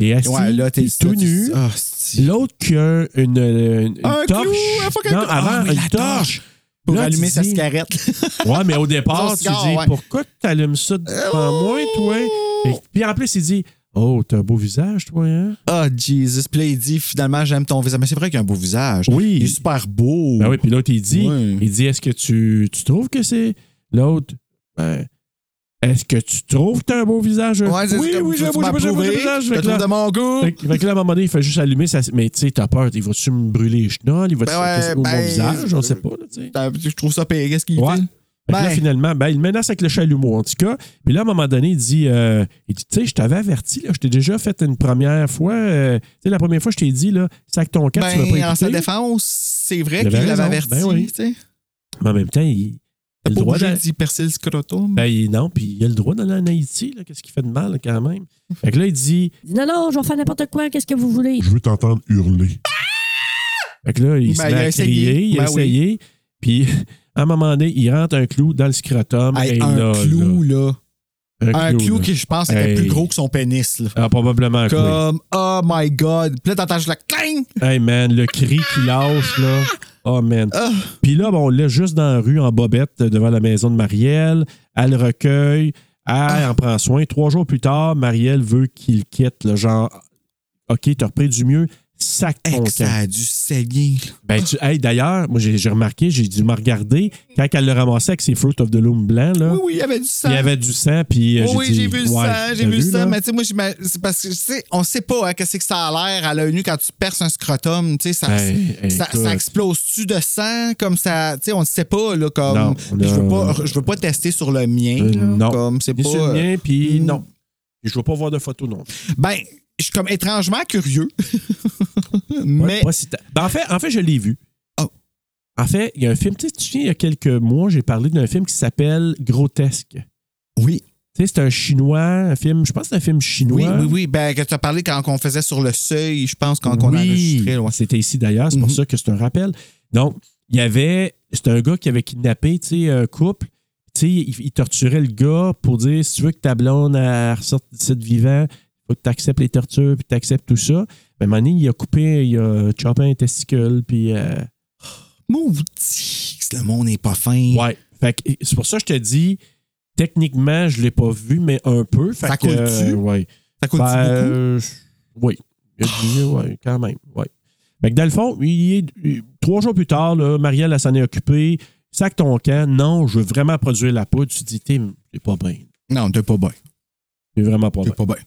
S1: est assis,
S7: Ouais, là, t'es-
S1: il est tout
S7: là, tu-
S1: nu.
S7: Ah,
S1: L'autre qui a une, une- une
S7: Un
S1: torche.
S7: clou, un fucking
S1: Non,
S7: clou.
S1: avant,
S7: Ah oui,
S1: une
S7: la
S1: torche.
S7: Pour
S1: Là, tu
S7: allumer sa
S1: dis-
S7: cigarette.
S1: Ouais, mais au départ,
S7: Son
S1: tu
S7: cigare,
S1: dis
S7: ouais. Oh!
S1: pourquoi tu allumes ça devant moi, toi? Et- Puis en plus, il dit Oh, t'as un beau visage, toi, hein?
S7: Ah, Jesus. Puis là, il dit finalement, j'aime ton visage. Mais c'est vrai qu'il a un beau visage.
S1: Oui.
S7: Il est super beau.
S1: Ben oui, puis l'autre, il dit
S7: Ouais.
S1: Il dit Est-ce que tu, tu trouves que c'est. L'autre, ben, est-ce que tu trouves que t'as un beau visage?
S7: Ouais, c'est
S1: oui,
S7: comme-
S1: oui,
S7: tu
S1: j'ai un
S7: veux
S1: beau j'ai un beau- j'ai un beau
S7: m'approuver?
S1: visage.
S7: Je
S1: Fait
S7: te
S1: que là-
S7: trouve de mon goût.
S1: Fait, que- fait que là, à un moment donné, il fait juste allumer sa. Mais tu sais, t'as peur. Il va-tu me brûler les chenolles? Il va-tu
S7: Ben
S1: faire
S7: ouais,
S1: au mon
S7: ben,
S1: visage? On sait pas, là, tu sais.
S7: T'as- Je trouve ça payé. Qu'est-ce qu'il
S1: Ouais.
S7: fait?
S1: Fait que là,
S7: Ben.
S1: finalement, ben, il menace avec le chalumeau, en tout cas. Puis là, à un moment donné, il dit, euh, il dit, tu sais, je t'avais averti, là, je t'ai déjà fait une première fois. euh, tu sais, la première fois, je t'ai dit, là, sac ton cap, tu vas
S7: Ben,
S1: pas
S7: en sa
S1: écouter.
S7: défense, c'est vrai
S1: Il
S7: qu'il
S1: avait
S7: l'avait
S1: raison.
S7: averti.
S1: Ben oui.
S7: tu sais.
S1: Mais en même temps, il, il a le
S7: Pas
S1: droit
S7: obligé
S1: d'aller.
S7: d'y percer le scrotum.
S1: Ben, il- non, puis il a le droit d'aller en Haïti, là, qu'est-ce qu'il fait de mal, là, quand même. Fait que là, il dit,
S10: Il dit, non, non, je vais faire n'importe quoi, qu'est-ce que vous voulez?
S12: Je veux t'entendre hurler.
S1: fait que là, il se
S7: Ben,
S1: met
S7: il a
S1: à
S7: essayé.
S1: crier, il a
S7: Ben oui.
S1: essayé, puis à un moment donné, il rentre un clou dans le scrotum.
S7: Hey,
S1: et
S7: un
S1: là,
S7: clou, là.
S1: là,
S7: Un clou
S1: là.
S7: qui, je pense, était
S1: Hey.
S7: plus gros que son pénis, là.
S1: Ah, probablement un clou.
S7: Comme, oh my god. Puis là, t'entends juste le cling.
S1: Hey man, le cri qu'il lâche là. Oh man.
S7: Ah.
S1: Puis là, bon, on l'a juste dans la rue en bobette devant la maison de Marielle. Elle le recueille, elle
S7: Ah.
S1: en prend soin. Trois jours plus tard, Marielle veut qu'il quitte. Là, genre, OK, t'as repris du mieux, sac
S7: Hey,
S1: ton
S7: que ça
S1: camp.
S7: a dû saigner, là.
S1: Ben, tu, hey, d'ailleurs, moi j'ai j'ai remarqué, j'ai dû me regarder quand elle le ramassait avec ses Fruit of the Loom blancs. Là,
S7: Oui, oui, il y avait du sang.
S1: Il y avait du sang, puis euh,
S7: Hein? Oh oui,
S1: dit,
S7: j'ai vu le
S1: ouais,
S7: sang, j'ai
S1: t'as
S7: vu le sang,
S1: là?
S7: mais tu sais, moi, j'imagine- c'est parce que, tu sais, on sait pas hein, qu'est-ce que ça a l'air à l'œil nu quand tu perces un scrotum, tu sais, ça,
S1: Ben, Hey, hey,
S7: ça,
S1: écoute.
S7: ça explose-tu de sang comme ça, tu sais, on ne sait pas, là, comme,
S1: Non,
S7: puis je veux
S1: non.
S7: pas, je veux pas tester sur le mien,
S1: Euh,
S7: là,
S1: non.
S7: comme, c'est
S1: Ni
S7: pas,
S1: sur le
S7: euh,
S1: mien, puis
S7: hmm.
S1: non. Je veux pas voir de photos non
S7: ben, je suis comme étrangement curieux,
S1: Ouais,
S7: mais,
S1: pas si ta- Ben, en, fait, en fait, je l'ai vu.
S7: Oh.
S1: En fait, il y a un film, tu sais, tu te souviens, il y a quelques mois, j'ai parlé d'un film qui s'appelle Grotesque.
S7: oui,
S1: Tu sais, c'est un chinois, un film, je pense que c'est un film chinois.
S7: oui, oui, oui, ben, que tu as parlé quand on faisait sur le seuil, je pense, quand on
S1: Oui.
S7: enregistrait, ouais.
S1: C'était ici d'ailleurs, c'est pour
S7: Mhm.
S1: ça que c'est un rappel. Donc, il y avait, c'était un gars qui avait kidnappé, tu sais, un couple. Tu sais, il, il torturait le gars pour dire si tu veux que ta blonde elle ressorte d'ici de vivant, faut que tu acceptes les tortures, puis tu acceptes tout ça. Mais à un moment donné, il a coupé, il a chopé un testicule, puis. euh,
S7: Maudit, le monde n'est pas fin.
S1: Ouais. Fait que c'est pour ça que je te dis, techniquement, je l'ai pas vu, mais un peu. Fait
S7: Ça
S1: que,
S7: coule-tu?
S1: euh, ouais.
S7: Ça coûte
S1: Ben,
S7: beaucoup.
S1: euh, oui. Je dis, ouais, quand même. Ouais. Fait que dans le fond, il est, il- trois jours plus tard, là, Marielle, elle s'en est occupée. Sac ton camp. Non, je veux vraiment produire la poudre. Tu te dis, t'es t'es pas bien.
S7: Non, t'es pas bon.
S1: T'es vraiment pas
S7: T'es
S1: bien.
S7: pas bien.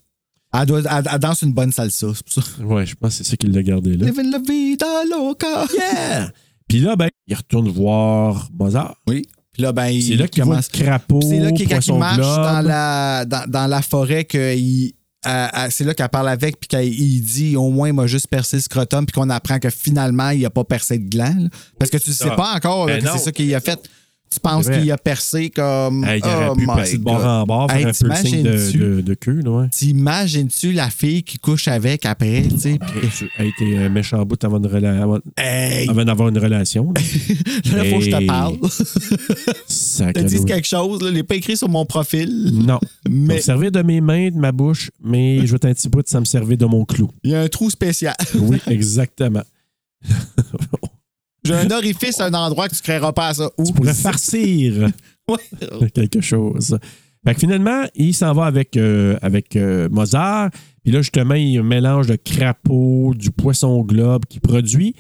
S7: Elle, doit- elle- elle danse une bonne salsa, c'est pour ça.
S1: Ouais, je pense que c'est ça qu'il l'a gardé là.
S7: Living la vida loca.
S1: Yeah! Puis là, ben, il retourne voir Mozart.
S7: Oui. Puis là, ben,
S1: C'est
S7: il
S1: là qu'il voit
S7: commence.
S1: le crapaud,
S7: Puis C'est là qu'il quand il
S1: poisson
S7: marche
S1: globe.
S7: dans la, dans, dans la forêt que il- à- à- c'est là qu'elle parle avec puis qu'il il dit au moins il m'a juste percé le scrotum puis qu'on apprend que finalement il a pas percé de gland. là. Parce que tu sais
S1: Ah.
S7: pas encore là,
S1: Ben
S7: que
S1: non.
S7: c'est ça qu'il a fait. Tu penses
S1: C'est vrai.
S7: qu'il a percé comme
S1: Hey, il aurait
S7: oh
S1: pu
S7: my
S1: passer de bord
S7: God.
S1: en bord, faire
S7: Hey,
S1: un peu le signe de,
S7: t'imagines-tu?
S1: de, de queue. Là, ouais.
S7: T'imagines-tu la fille qui couche avec après, tu sais, puis
S1: Hey, tu- hey, t'es un méchant bout avant, de rela- avant-
S7: hey,
S1: avant d'avoir une relation. là.
S7: là, faut que je te
S1: Hey.
S7: parle. te
S1: Sacré
S7: disent
S1: doigt.
S7: quelque chose, là, il n'est pas écrit sur mon profil,
S1: Non. Je vais me
S7: mais
S1: servir de mes mains, de ma bouche, mais je vais être un petit bout, ça me servait de mon clou.
S7: il y a un trou spécial.
S1: Oui, exactement.
S7: J'ai un orifice, un endroit que tu ne créeras pas à ça. Ouh.
S1: tu pourrais farcir
S7: Ouais.
S1: quelque chose. Fait que finalement, il s'en va avec, euh, avec euh, Mozart. Puis là, justement, il mélange le crapaud, du poisson globe qu'il produit.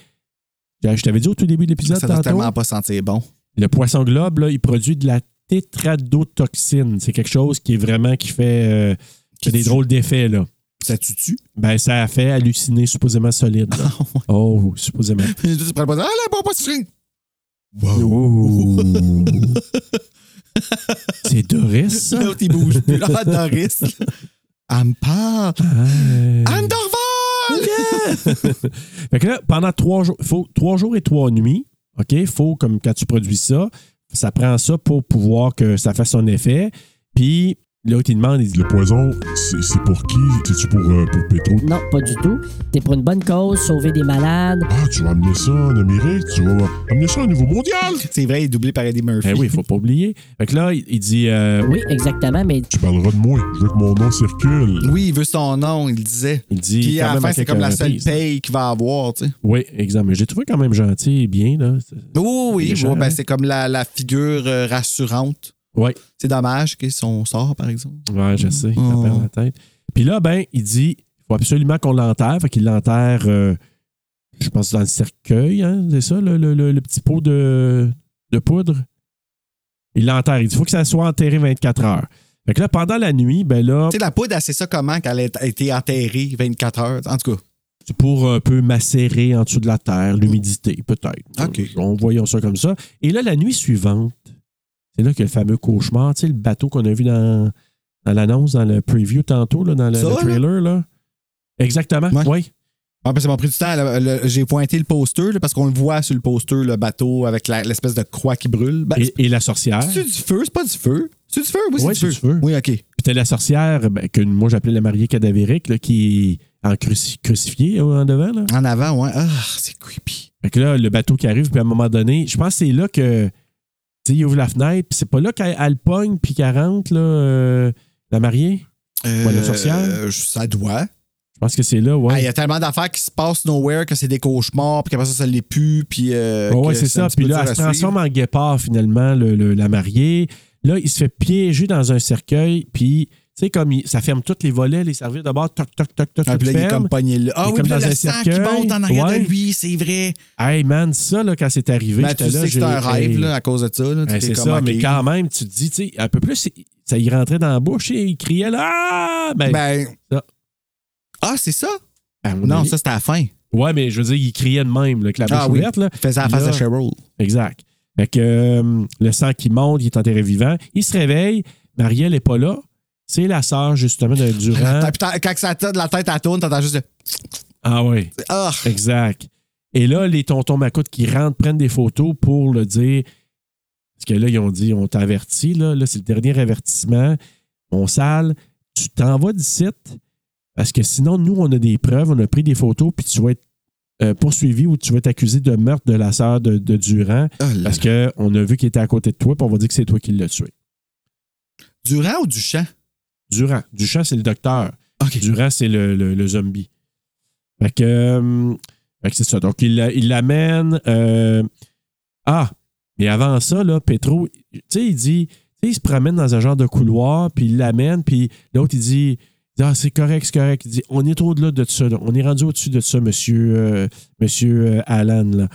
S1: Je t'avais dit au tout début de l'épisode,
S7: Ça doit
S1: tantôt,
S7: tellement pas sentir bon.
S1: Le poisson globe, là, il produit de la tétradotoxine. C'est quelque chose qui est vraiment qui fait, euh, qui a des drôles d'effets. là.
S7: Ça tue tu
S1: Ben, ça a fait halluciner supposément solide. là. Oh, supposément.
S7: Tu prends pas ça. Ah là, bon, pas de string. Wow.
S1: Oh. C'est Doris, ça?
S7: L'autre, il bouge plus. Ah, Doris. Elle me parle.
S1: Hey.
S7: Anne Dorval!
S1: Fait que là, pendant trois jours, faut trois jours et trois nuits, OK? Faut, comme quand tu produis ça, ça prend ça pour pouvoir que ça fasse son effet. Puis Là, il demande. Il dit,
S12: Le poison, c'est c'est pour qui C'est-tu pour, euh, pour Petro
S10: Non, pas du tout. C'est pour une bonne cause, sauver des malades.
S12: Ah, tu vas amener ça en Amérique, tu vas amener ça au niveau mondial.
S7: C'est vrai, il est doublé par Eddie Murphy.
S1: Ben oui, faut pas oublier. Fait que là, il, il dit. euh,
S10: Oui, exactement, mais
S12: Tu parleras de moi, je veux que mon nom circule.
S7: Oui, il veut son nom, il disait.
S1: Il dit.
S7: Puis
S1: quand
S7: à la
S1: même
S7: fin, c'est
S1: quelques
S7: comme la seule
S1: reprises.
S7: paye qu'il va avoir, tu sais.
S1: Oui, exact. Mais j'ai trouvé quand même gentil et bien, là. C'est-
S7: Oui, oui, oui,
S1: Déjà,
S7: je vois, ben,
S1: hein?
S7: c'est comme la, la figure euh, rassurante.
S1: Ouais.
S7: C'est dommage que son sort, par exemple.
S1: Ouais, je sais, il
S7: Oh.
S1: en perd la tête. Puis là, ben, il dit il faut absolument qu'on l'enterre. Fait qu'il l'enterre, euh, je pense, dans le cercueil, hein, c'est ça, le, le- le- le petit pot de, de poudre. Il l'enterre. Il dit faut que ça soit enterré 24 heures. Fait que là, pendant la nuit, ben là,
S7: Tu sais, la poudre, elle sait ça comment qu'elle a été enterrée 24 heures. En tout cas,
S1: c'est pour un peu macérer en dessous de la terre, l'humidité, peut-être.
S7: OK.
S1: On voyons ça comme ça. Et là, la nuit suivante, c'est là que le fameux cauchemar, tu sais, le bateau qu'on a vu dans, dans l'annonce, dans le preview tantôt, là, dans le,
S7: Ça,
S1: le
S7: là?
S1: trailer, là. Exactement,
S7: Ouais.
S1: oui.
S7: Ah, ben, ça m'a pris du temps. là, le- J'ai pointé le poster là, parce qu'on le voit sur le poster, le bateau avec la- l'espèce de croix qui brûle. Ben,
S1: Et, et la sorcière.
S7: C'est du feu, c'est pas du feu. C'est du feu, oui, c'est
S1: Ouais,
S7: du
S1: c'est
S7: feu.
S1: du feu.
S7: Oui, OK.
S1: Puis t'as la sorcière ben, que moi j'appelais la mariée cadavérique là, qui est en cruci- crucifiée euh, en devant. Là.
S7: En avant, ouais. Ah, c'est creepy.
S1: Fait que là, le bateau qui arrive, puis à un moment donné, je pense que c'est là que. Tu sais, il ouvre la fenêtre, puis c'est pas là qu'elle elle pogne, puis qu'elle rentre, là, euh, la mariée.
S7: Euh,
S1: Ouais, la sorcière.
S7: euh, ça doit.
S1: Je pense que c'est là,
S7: Ah, Il
S1: ouais.
S7: y a tellement d'affaires qui se passent nowhere que c'est des cauchemars, puis qu'après ça, ça l'est plus, puis... euh,
S1: Ouais, ouais,
S7: que
S1: c'est
S7: un
S1: ça.
S7: petit
S1: Puis
S7: peu
S1: là,
S7: dur
S1: elle se
S7: à suivre.
S1: transforme en guépard, finalement, le- le- la mariée. Là, il se fait piéger dans un cercueil, puis, tu sais, comme il- ça ferme tous les volets, les serviettes de bord, toc, toc, toc, toc,
S7: Ah,
S1: tout
S7: puis là, il est
S1: ferme.
S7: comme pogné là.
S1: Il
S7: Ah
S1: est
S7: oui,
S1: comme
S7: puis là,
S1: dans
S7: le
S1: un
S7: sang qui
S1: cercueil.
S7: monte en arrière
S1: Ouais.
S7: de lui, c'est vrai.
S1: Hey man, ça, là, quand c'est arrivé,
S7: Ben,
S1: j'étais
S7: tu
S1: là,
S7: sais que
S1: j'ai-
S7: c'est un rêve
S1: hey.
S7: là, à cause de ça. là. Tu
S1: Ben,
S7: t'es
S1: c'est
S7: comme,
S1: ça,
S7: ok.
S1: mais quand même, tu te dis, tu sais, un peu plus, ça y rentrait dans la bouche et il criait là. Ah! Ben,
S7: Ben...
S1: Ça.
S7: Ah, c'est ça?
S1: à mon
S7: Non,
S1: avis-
S7: ça, c'était à la fin.
S1: Ouais, mais je veux dire, il criait de même, là, avec la bouche
S7: Ah oui.
S1: ouverte. Là.
S7: Il faisait la face
S1: Là.
S7: de Cheryl.
S1: Exact. Fait que euh, le sang qui monte, il est enterré vivant. Il se réveille, Marielle n'est pas là. C'est la sœur, justement, de Durand.
S7: Attends, puis t'as- Quand ça t'a de la tête à tourne, t'entends juste le...
S1: Ah oui,
S7: Ah!
S1: exact. Et là, les tontons macoutes qui rentrent prennent des photos pour le dire. Parce que là, ils ont dit, on t'a averti, là, là c'est le dernier avertissement. Mon sale, tu t'en vas d'ici. Parce que sinon, nous, on a des preuves, on a pris des photos, puis tu vas être euh, poursuivi ou tu vas être accusé de meurtre de la sœur de, de Durand.
S7: Ah là
S1: Parce qu'on a vu qu'il était à côté de toi, puis on va dire que c'est toi qui l'as tué.
S7: Durant ou Duchamp?
S1: Durand. Duchamp, c'est le docteur.
S7: OK.
S1: Durand, c'est le, le- le zombie. Fait que, euh, fait que c'est ça. Donc, il la- il l'amène. euh, ah, mais avant ça, là, Petro, tu sais, il dit, tu sais, il se promène dans un genre de couloir, puis il l'amène, puis l'autre, il dit, il dit, ah, c'est correct, c'est correct. Il dit, on est au-delà de ça. là. On est rendu au-dessus de ça, monsieur, euh, monsieur euh, Alan. là.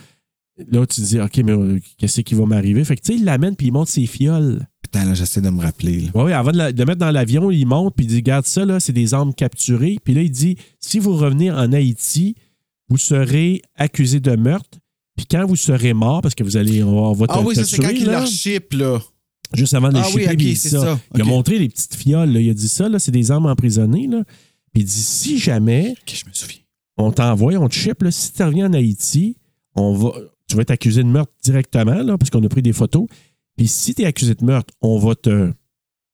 S1: L'autre, il dit, OK, mais euh, qu'est-ce qui va m'arriver? Fait que, tu sais, il l'amène, puis il monte ses fioles.
S7: Putain, là, j'essaie de me rappeler. là.
S1: Oui, oui, avant de, la- de le mettre dans l'avion, il monte, puis il dit Regarde ça, là, c'est des armes capturées. Puis là, il dit Si vous revenez en Haïti, vous serez accusé de meurtre. Puis quand vous serez mort, parce que vous allez. On va te-
S7: Ah oui,
S1: te
S7: ça, c'est quand
S1: tuer,
S7: il
S1: là,
S7: leur chip, là.
S1: Juste avant de les
S7: Ah oui,
S1: shipper,
S7: ok,
S1: puis il dit
S7: c'est
S1: ça.
S7: ça.
S1: Il a
S7: Ok.
S1: montré les petites fioles, là. Il a dit Ça, là, c'est des armes emprisonnées, là. Puis il dit Si jamais
S7: Ok, je me souviens.
S1: on t'envoie, on te ship, là, si tu reviens en Haïti, on va, tu vas être accusé de meurtre directement, là, parce qu'on a pris des photos. Puis si tu es accusé de meurtre, on va te.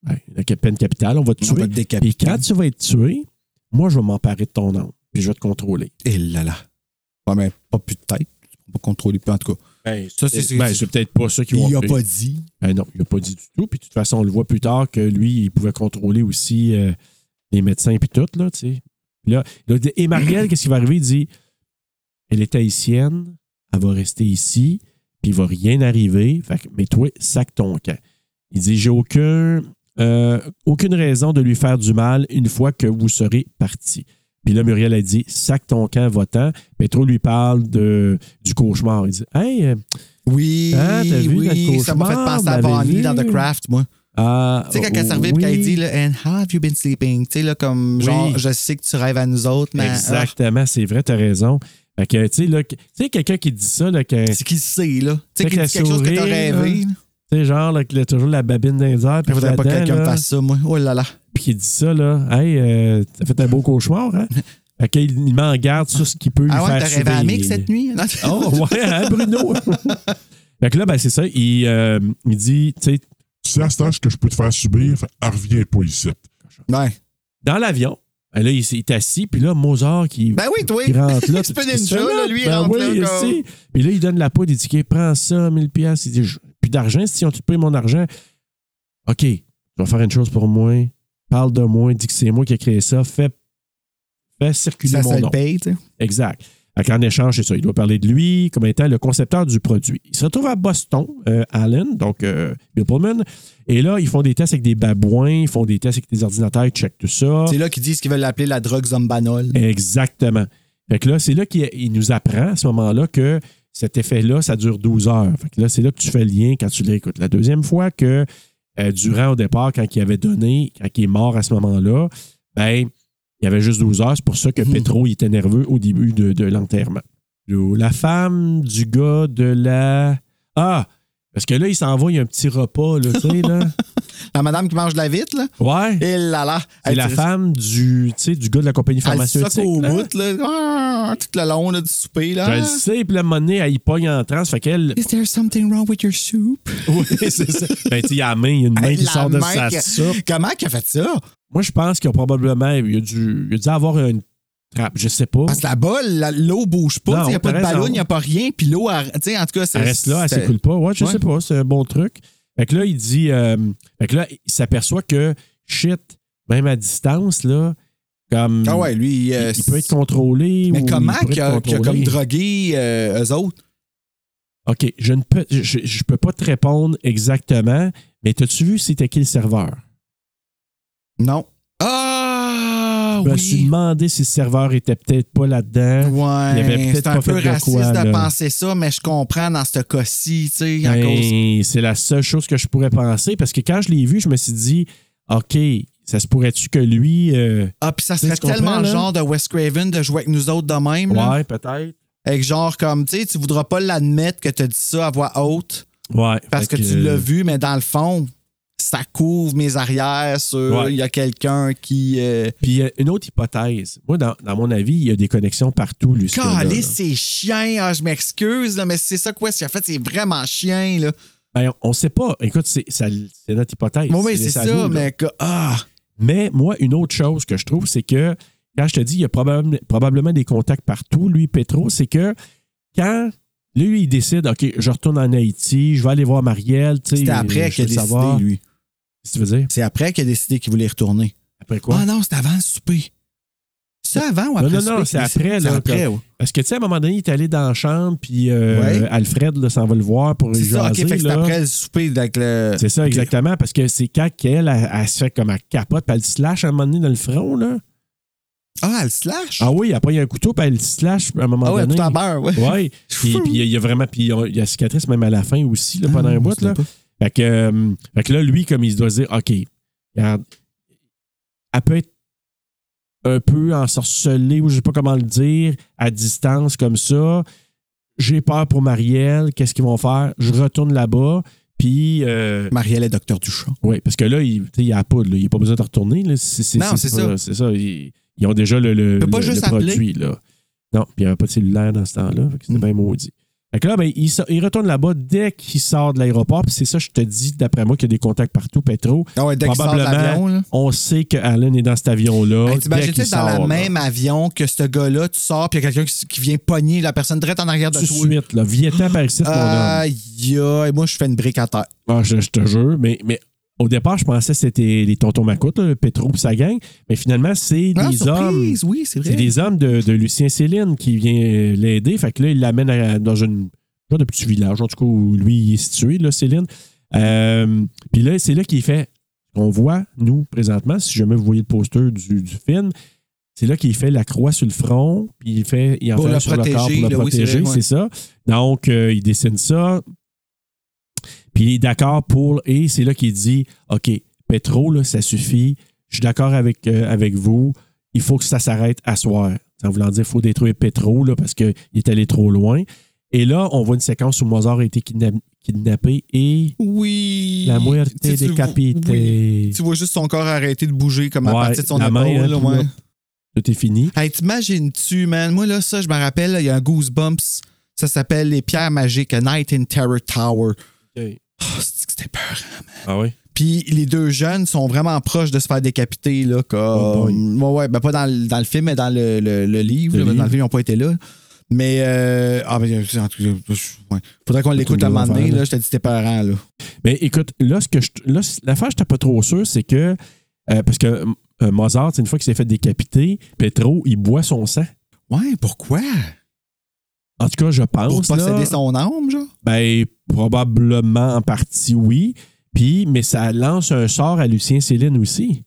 S1: ben, la peine capitale, on va te
S7: On
S1: tuer.
S7: va te décapiter.
S1: Puis quand tu vas être tué, moi, je vais m'emparer de ton âme. Puis je vais te contrôler.
S7: Et Eh là là. Ouais, mais pas plus de tête. Tu peux pas contrôler plus, en tout cas. Ça, c'est- c'est-
S1: Ben, c'est peut-être pas ça qu'ils vont
S7: Il a
S1: faire.
S7: pas dit.
S1: Ben non, il n'a pas dit du tout. Puis de toute façon, on le voit plus tard que lui, il pouvait contrôler aussi euh, les médecins et tout, là, tu sais. Puis Là, là, et Marielle, qu'est-ce qui va arriver? Il dit Elle est haïtienne, elle va rester ici, puis il va rien arriver. Fait que, mais toi, sac ton camp. Il dit J'ai aucun, euh, aucune raison de lui faire du mal une fois que vous serez parti. Puis là, Muriel a dit Sac ton camp, votant. Petro lui parle de, du cauchemar. Il dit Hey, euh,
S7: Oui,
S1: Ah, t'as vu
S7: oui,
S1: notre
S7: ça m'a fait
S1: cauchemar,
S7: penser à
S1: m'avais
S7: Bonnie
S1: vu.
S7: dans The Craft, moi.
S1: ah,
S7: Tu sais, quand
S1: oh,
S7: elle servait et
S1: oui.
S7: qu'elle dit, là, And how have you been sleeping? Tu sais, là, comme,
S1: Oui.
S7: genre, je sais que tu rêves à nous autres, mais.
S1: Exactement, c'est vrai, t'as raison. Fait que, tu sais, là, que- tu sais, quelqu'un qui dit ça, là, que,
S7: ah,
S1: tu
S7: c'est qui sait, là. Tu
S1: Fait
S7: sais, qu'il
S1: qu'elle
S7: dit quelque chose que t'as
S1: sourit,
S7: rêvé.
S1: hein. sais, genre, là, qu'il a toujours la babine dans les airs,
S7: Il
S1: puis
S7: faudrait pas que
S1: là-dedans,
S7: quelqu'un
S1: là,
S7: me fasse ça, moi. Oh là là.
S1: Puis qui dit ça, là, hey, euh, t'as fait un beau cauchemar, hein? Fait qu'il il met en garde sur ce qu'il peut
S7: Ah
S1: lui faire
S7: ouais, t'as rêvé à
S1: subir.
S7: Mick cette nuit? Non,
S1: Oh, ouais, hein, Bruno? fait que là, ben, c'est ça, il, euh, il dit, tu sais,
S12: Tu sais à ce temps que je peux te faire subir, fait, ah, reviens pas ici.
S7: Ouais.
S1: Dans l'avion, ben là, il s- il est assis, puis là, Mozart qui.
S7: Ben oui, toi.
S1: qui rentre là.
S7: C'est
S1: tu-
S7: pas
S1: tu-
S7: ninja,
S1: tu fais,
S7: là, lui, il
S1: ben
S7: rentre là,
S1: oui,
S7: comme-
S1: ici. Puis là, il donne la poudre, il dit prends ça, 1000 pièces Il dit Je- plus d'argent, si on te paye mon argent. OK, tu vas faire une chose pour moi. Parle de moi, dis que c'est moi qui ai créé ça. Fais, fais circuler
S7: Ça,
S1: mon
S7: ça le
S1: nom.
S7: paye, tu sais.
S1: Exact. Fait en échange, c'est ça. Il doit parler de lui comme étant le concepteur du produit. Il se retrouve à Boston, euh, Allen, donc euh, Bill Pullman. Et là, ils font des tests avec des babouins, ils font des tests avec des ordinateurs, ils checkent tout ça.
S7: C'est là qu'ils disent qu'ils veulent l'appeler la drogue zombanol.
S1: Exactement. Fait que là, c'est là qu'il il nous apprend à ce moment-là que cet effet-là, ça dure 12 heures. Fait que là, c'est là que tu fais le lien quand tu l'écoutes. La deuxième fois que euh, Durand, au départ, quand il avait donné, quand il est mort à ce moment-là, ben, il y avait juste 12 heures. C'est pour ça que Petro il était nerveux au début de, de l'enterrement. La femme du gars de la. Ah! Parce que là, il s'envoie un petit repas, là, tu sais, là.
S7: La madame qui mange de la vitre, là.
S1: Ouais.
S7: Et là là.
S1: C'est
S7: Elle
S1: la
S7: dit-
S1: femme du, tu sais, du gars de la compagnie
S7: Elle
S1: pharmaceutique.
S7: soque au
S1: là.
S7: bout, là. Ah, Tout le long, là, du souper, là.
S1: Je le sais, puis la monnaie, elle y pogne en transe. Fait qu'elle.
S7: Is there something wrong with your soup?
S1: oui, c'est ça. Ben, tu sais, il y a la main, il y a une main
S7: Hey,
S1: qui
S7: la
S1: sort de
S7: main
S1: sa
S7: qui-
S1: soupe.
S7: Comment qu'elle a fait ça?
S1: Moi, je pense qu'il y a probablement. Il a dû, il a dû avoir une trappe, je sais pas.
S7: Parce que la balle, la- l'eau bouge pas.
S1: Non,
S7: Il n'y a pas de
S1: t'as
S7: ballon,
S1: raison.
S7: il n'y a pas rien. Puis l'eau, elle- tu sais, en tout cas, c'est.
S1: Elle reste là, elle
S7: c'est-
S1: s'écoule pas. Ouais, je
S7: Ouais.
S1: sais pas, c'est un bon truc. Fait que là, il dit. euh, fait que là, il s'aperçoit que shit, même à distance, là, comme.
S7: Ah ouais, lui, euh,
S1: il, il peut être contrôlé. ou
S7: Mais
S1: il
S7: comment
S1: pourrait être
S7: qu'il a, qu'il a comme
S1: contrôlé.
S7: drogué euh, eux autres?
S1: OK, je ne peux, je, je peux pas te répondre exactement, mais t'as-tu vu c'était qui le serveur?
S7: Non. Ah!
S1: Je me suis
S7: oui!
S1: demandé si le serveur était peut-être pas là-dedans.
S7: Ouais,
S1: il avait peut-être
S7: c'est un
S1: pas
S7: peu
S1: fait de
S7: raciste
S1: quoi,
S7: de
S1: là.
S7: penser ça, mais je comprends dans ce cas-ci, tu sais, à cause.
S1: Ben, C'est la seule chose que je pourrais penser parce que quand je l'ai vu, je me suis dit, OK, ça se pourrait-tu que lui. euh,
S7: Ah, puis ça
S1: Tu sais,
S7: serait
S1: tu comprends,
S7: tellement le
S1: là?
S7: genre de Wes Craven de jouer avec nous autres de même. là.
S1: ouais, peut-être.
S7: Avec genre comme, tu sais, tu voudras pas l'admettre que tu as dit ça à voix haute
S1: Ouais.
S7: parce
S1: fait
S7: que, tu l'as vu, mais dans le fond, ça couvre mes arrières sur il
S1: Ouais.
S7: y a quelqu'un qui. Euh...
S1: Puis euh, une autre hypothèse. Moi, dans, dans mon avis, il y a des connexions partout, Lucien.
S7: Calé, c'est chien, ah, je m'excuse, là, mais c'est ça quoi, ce qu'il a fait, c'est vraiment chien, là.
S1: Ben, on ne sait pas. Écoute, c'est ça- c'est notre hypothèse.
S7: Bon, oui, c'est
S1: laissé à
S7: ça,
S1: nous, là.
S7: mais que- ah,
S1: Mais moi, une autre chose que je trouve, c'est que quand je te dis, il y a probable- probablement des contacts partout, lui, Petro, c'est que quand lui, il décide, OK, je retourne en Haïti, je vais aller voir Marielle, tu sais.
S7: c'était après
S1: je
S7: qu'il a
S1: veux
S7: décidé,
S1: savoir.
S7: lui.
S1: Qu'est-ce que tu veux dire?
S7: C'est après qu'il a décidé qu'il voulait y retourner.
S1: Après quoi?
S7: Ah non, c'était avant le souper. C'est avant ou
S1: non,
S7: après
S1: non,
S7: le souper
S1: non,
S7: qu'il
S1: c'est
S7: a décidé?
S1: après,
S7: C'est
S1: là.
S7: après,
S1: comme-
S7: ouais.
S1: Parce que, tu sais, à un moment donné, il est allé dans la chambre, puis euh,
S7: Ouais.
S1: Alfred, là, s'en va le voir pour
S7: C'est
S1: lui
S7: ça, ok,
S1: jaser,
S7: fait que c'est
S1: là.
S7: après le souper avec le.
S1: C'est ça, exactement, parce que c'est quand qu'elle, elle, elle se fait comme un capote, puis elle se lâche à un moment donné dans le front, là.
S7: Ah, le slash?
S1: Ah oui, après, il y a un couteau, puis elle se lâche à un moment
S7: Ah ouais,
S1: donné.
S7: tout à beurre, ouais.
S1: Oui. Puis puis il y, a- il y a vraiment. Puis on- il y a cicatrice même à la fin aussi, là,
S7: Ah,
S1: pendant un bout. Là. Fait, que, euh, fait que là, lui, comme il se doit se dire, OK, regarde, elle peut être un peu ensorcelée, ou je sais pas comment le dire, à distance comme ça. J'ai peur pour Marielle. Qu'est-ce qu'ils vont faire? Je retourne là-bas. Puis. euh,
S7: Marielle est docteur Duchamp.
S1: oui, parce que là, il tu sais, il y a la poudre. là. Il n'y a pas besoin de retourner. Là. C'est, c'est-
S7: Non, c'est
S1: pas-
S7: ça.
S1: C'est ça. Ils, ils ont déjà le, le,
S7: peut pas
S1: le-
S7: juste
S1: le
S7: appeler. Hmm.
S1: produit. Là. Non, puis il n'y avait pas de cellulaire dans ce temps-là. Fait que c'était bien maudit. Fait que là, ben, il, sort- il retourne là-bas dès qu'il sort de l'aéroport. Puis c'est ça, je te dis, d'après moi, qu'il y a des contacts partout, Petro.
S7: Ah ouais, dès qu'il sort de l'avion, là.
S1: on sait que Allen est dans cet avion-là.
S7: Hey,
S1: dès qu'il
S7: T'imagines-tu dans
S1: sort,
S7: le
S1: là.
S7: même avion que ce gars-là, tu sors, puis il y a quelqu'un qui, qui vient pogner la personne direct en arrière de
S1: Tout de
S7: toi. Euh,
S1: suite, là. Vietnam par ici, mon homme.
S7: Aïe, aïe, moi, je fais une brique à terre.
S1: Ah, je, je te jure, mais, mais au départ, je pensais que c'était les tontons Macoute, là, le Petro et sa gang, mais finalement, c'est
S7: Ah,
S1: des hommes.
S7: surprise, oui, c'est vrai.
S1: C'est des hommes de, de Lucien Céline qui vient euh, l'aider. Fait que là, il l'amène à- dans une genre de petit village, en tout cas, où lui il est situé, là, Céline. Euh, Puis là, c'est là qu'il fait. On voit, nous, présentement, si jamais vous voyez le poster du, du film, c'est là qu'il fait la croix sur le front, puis il fait, il en
S7: Pour
S1: fait
S7: le
S1: un sur le corps
S7: protéger,
S1: pour le
S7: là, oui, c'est
S1: protéger,
S7: vrai, ouais.
S1: c'est ça. Donc, euh, il dessine ça. Puis il est d'accord pour. Et c'est là qu'il dit OK, Petro, là, ça suffit. Je suis d'accord avec, euh, avec vous. Il faut que ça s'arrête à soir. En voulant dire, il faut détruire Petro là, parce qu'il est allé trop loin. Et là, on voit une séquence où Mozart a été kidna- kidnappé et
S7: Oui.
S1: la muerte
S7: Tu sais, tu
S1: décapitée.
S7: vois- oui. Tu vois juste son corps arrêter de bouger comme à
S1: Ouais,
S7: partir de son
S1: la main,
S7: épaule.
S1: hein,
S7: là,
S1: tout
S7: ouais.
S1: là. Tout est fini.
S7: Hey, t'imagines-tu, man? Moi, là, ça, je me rappelle, là, il y a un Goosebumps. Ça s'appelle les pierres magiques, A Night in Terror Tower. Ah, Oh, c'est- c'était peurant, man.
S1: Ah oui?
S7: Puis les deux jeunes sont vraiment proches de se faire décapiter, là, comme. ouais, ouais, ben pas dans, le- dans le film, mais dans le, le- le livre.
S1: Oh Le
S7: là, ben, Dans
S1: livre.
S7: le film, ils n'ont pas été là. Mais, euh, ah, ben, en tout cas, je- ouais. faudrait qu'on l'écoute
S1: une
S7: un moment
S1: bonne
S7: donné,
S1: affaire,
S7: là.
S1: là.
S7: Je t'ai dit, c'était peurant, là.
S1: Mais écoute, là, ce que je, là, c- l'affaire, je n'étais pas trop sûr, c'est que. euh, parce que euh, Mozart, une fois qu'il s'est fait décapiter, Petro, il boit son sang.
S7: Ouais, pourquoi?
S1: En tout cas, je pense.
S7: Pour posséder
S1: là,
S7: son âme, genre?
S1: Ben, probablement en partie, oui. Puis, mais ça lance un sort à Lucien Céline aussi.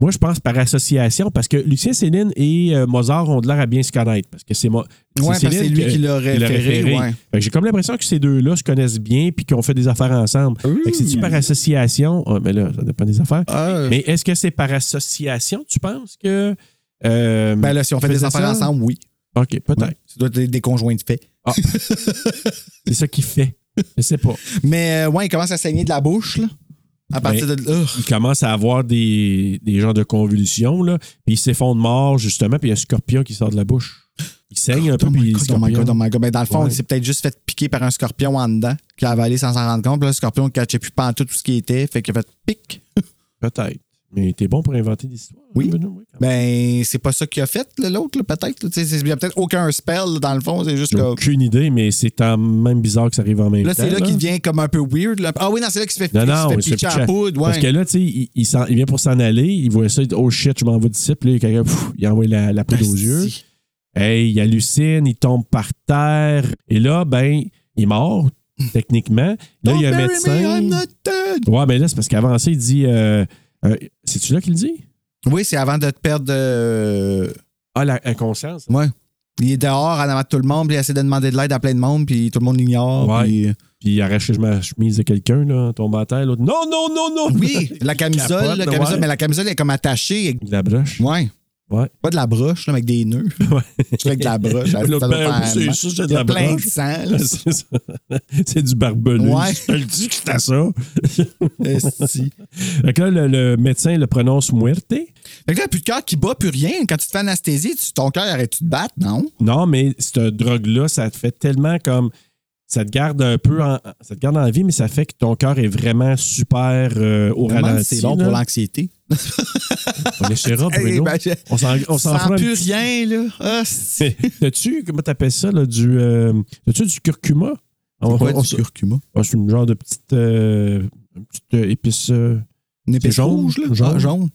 S1: Moi, je pense par association, parce que Lucien Céline et euh, Mozart ont de l'air à bien se connaître. Parce que c'est moi.
S7: Ouais, parce que c'est lui qui l'a référé, ouais.
S1: Fait que J'ai comme l'impression que ces deux-là se connaissent bien puis qu'on fait des affaires ensemble. Fait que
S7: Mmh.
S1: c'est-tu par association? Ah, mais là, ça dépend des affaires.
S7: Ah.
S1: Ah. Mais est-ce que c'est par association, tu penses que. euh,
S7: Ben là, si on fait des
S1: faisait
S7: affaires
S1: ça?
S7: ensemble, oui.
S1: OK, peut-être.
S7: Ça doit être des conjoints de fait.
S1: Ah. c'est ça qu'il fait. Je sais pas.
S7: Mais, euh, ouais, il commence à saigner de la bouche, là. À partir
S1: Ben,
S7: de là.
S1: Il commence à avoir des, des genres de convulsions, là. Puis il s'effondre mort, justement, puis il y a un scorpion qui sort de la bouche. Il saigne un peu, puis il
S7: God, oh my
S1: scorpion.
S7: God, oh my God. Ben, dans le fond,
S1: Ouais.
S7: il s'est peut-être juste fait piquer par un scorpion en dedans, qui a avalé sans s'en rendre compte. Puis là, le scorpion ne cachait plus pas tout ce qui était, fait qu'il a fait pic.
S1: Peut-être. Mais t'es bon pour inventer des histoires. hein,
S7: Oui.
S1: Benoît, oui.
S7: Ben, c'est pas ça qu'il a fait, là, l'autre, là, peut-être. là. Tu sais, c'est- Il n'y a peut-être aucun spell, là, dans le fond. C'est juste
S1: J'ai
S7: que.
S1: aucune idée, mais c'est quand même bizarre que ça arrive en même
S7: Là,
S1: temps.
S7: c'est là, qu'il devient comme un peu weird. là. Ah oui, non, c'est là qu'il se fait,
S1: hein. Non,
S7: il se
S1: non,
S7: fait
S1: il se fait
S7: pitcher à
S1: pitcher.
S7: la poudre.
S1: Parce
S7: ouais.
S1: que là, tu sais, il, il s'en- il vient pour s'en aller, il voit ça, il dit Oh shit, je m'en vais d'ici. Puis là, il y a quelqu'un, pff, il envoie la, la poudre aux yeux. Hey, il hallucine, il tombe par terre. Et là, ben, il est mort, techniquement. Là, il y a un
S7: Bury me,
S1: médecin.
S7: I'm not dead.
S1: Ouais, mais là, c'est parce qu'avant ça, il dit. euh, euh, C'est-tu là qu'il dit?
S7: Oui, c'est avant de te perdre. euh,
S1: Ah, la inconscience.
S7: Ouais. Il est dehors en avant de tout le monde, puis il essaie de demander de l'aide à plein de monde, puis tout le monde l'ignore.
S1: Ouais.
S7: puis-
S1: Puis il arrache ma chemise de quelqu'un, là, tombe à terre. L'autre, non, non, non, non.
S7: Oui, la camisole,
S1: capote,
S7: la camisole,
S1: ouais.
S7: mais la camisole elle est comme attachée.
S1: Il la broche.
S7: Ouais.
S1: Ouais.
S7: Pas de la broche, là, mais avec des nœuds. Juste avec de la broche. ça- ça
S1: L'autre,
S7: doit
S1: ben,
S7: faire
S1: c'est ça,
S7: mal.
S1: c'est
S7: Il
S1: de
S7: y a
S1: la
S7: plein
S1: broche.
S7: de sang. là.
S1: C'est ça. C'est du barbelé.
S7: Ouais.
S1: Je te le dis que c'était ça.
S7: Esti.
S1: Fait que là, le, le médecin le prononce muerte.
S7: Fait que là, plus de cœur qui bat, plus rien. Quand tu te fais anesthésier, tu- ton cœur arrête-tu de battre, non?
S1: Non, mais cette drogue-là, ça te fait tellement comme. Ça te garde un peu en. Ça te garde en vie, mais ça fait que ton cœur est vraiment super euh, au
S7: Vraiment,
S1: ralenti.
S7: C'est bon
S1: là.
S7: pour l'anxiété.
S1: On essaiera,
S7: Eh
S1: Bruno.
S7: ben, je-
S1: on s'en on s'en
S7: Sans
S1: fera un
S7: plus
S1: petit-
S7: rien, là. Ah, c'est
S1: T'as-tu, comment t'appelles ça, là, du. euh, T'as-tu du curcuma? On-
S7: quoi
S1: on-
S7: du curcuma?
S1: Ah, c'est une genre de petite, euh, une petite euh, épice. euh,
S7: Une épice
S1: jaune,
S7: rouge, là?
S1: jaune.
S7: Ah, jaune.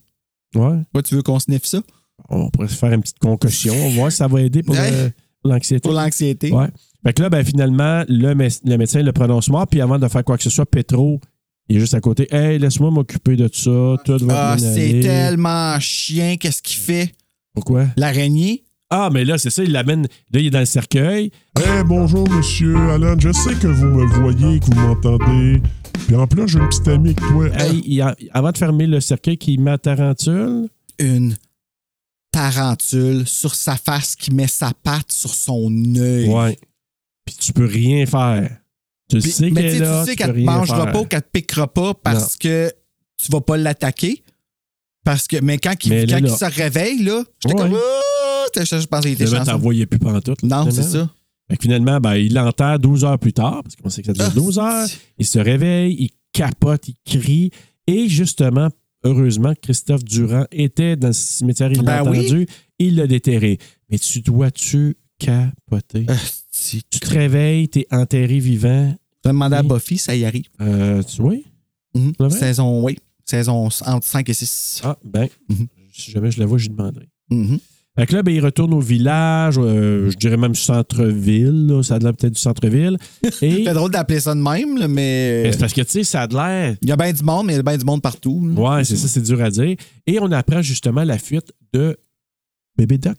S1: ouais.
S7: Quoi, tu veux qu'on sniffe ça?
S1: On pourrait se faire une petite concussion. On va voir si ça va aider pour
S7: Ouais.
S1: le- pour l'anxiété.
S7: Pour l'anxiété.
S1: Ouais. Fait que là, ben, finalement, le, mé- le médecin le prononce mort. Puis avant de faire quoi que ce soit, Petro, il est juste à côté. Hey, laisse-moi m'occuper de ça. Tout va
S7: Ah,
S1: bien
S7: c'est
S1: aller.
S7: tellement chien. Qu'est-ce qu'il fait?
S1: Pourquoi?
S7: L'araignée?
S1: Ah, mais là, c'est ça. Il l'amène. Là, il est dans le cercueil.
S12: Eh, bonjour, monsieur Alan. Je sais que vous me voyez, que vous m'entendez. Puis en plus, j'ai une petite amie que toi.
S1: Hey, il a- avant de fermer le cercueil qu'il met à Tarentule.
S7: une tarentule sur sa face qui met sa patte sur son œil.
S1: Ouais. Puis tu peux rien faire. Tu
S7: Puis-
S1: sais
S7: mais
S1: qu'elle est
S7: tu sais-
S1: là.
S7: tu sais
S1: peux
S7: qu'elle te
S1: rien
S7: mangera
S1: faire.
S7: pas ou qu'elle te piquera pas parce que tu vas pas l'attaquer. Parce que, mais quand, il,
S1: Mais elle
S7: quand
S1: est
S7: il
S1: là.
S7: se réveille, là, j'étais
S1: Ouais.
S7: comme, Ah! je, je pense qu'il était
S1: Là, ben, t'en
S7: chanceux.
S1: voyais plus pantoute. là,
S7: Non, c'est
S1: finalement.
S7: ça.
S1: Fait que finalement, ben, il l'enterre 12 heures plus tard, parce qu'on sait que ça
S7: Ah,
S1: dure 12 heures.
S7: c'est-
S1: Il se réveille, il capote, il crie. Et justement, heureusement, Christophe Durand était dans le cimetière, il l'a
S7: Ben oui.
S1: entendu, il l'a déterré. Mais tu dois-tu capoter?
S7: Ah, si.
S1: Tu te réveilles, t'es enterré vivant.
S7: Tu vas demander à Buffy, ça y arrive.
S1: Euh, tu vois?
S7: Mhm.
S1: Mm. C'est vrai?
S7: Saison, oui. Saison entre 5 et 6.
S1: Ah, ben,
S7: Mhm.
S1: si jamais je la vois, je lui demanderai.
S7: Mm-hmm.
S1: Fait que là, ben, il retourne au village, euh, je dirais même centre-ville, là, ça a de l'air peut-être du centre-ville. Et
S7: C'est drôle d'appeler ça de même, là, mais
S1: Mais c'est parce que, tu sais, ça a de l'air.
S7: il y a bien du monde, mais il y a bien du monde partout. là.
S1: Ouais, c'est ça, c'est dur à dire. Et on apprend justement la fuite de Bébé Doc.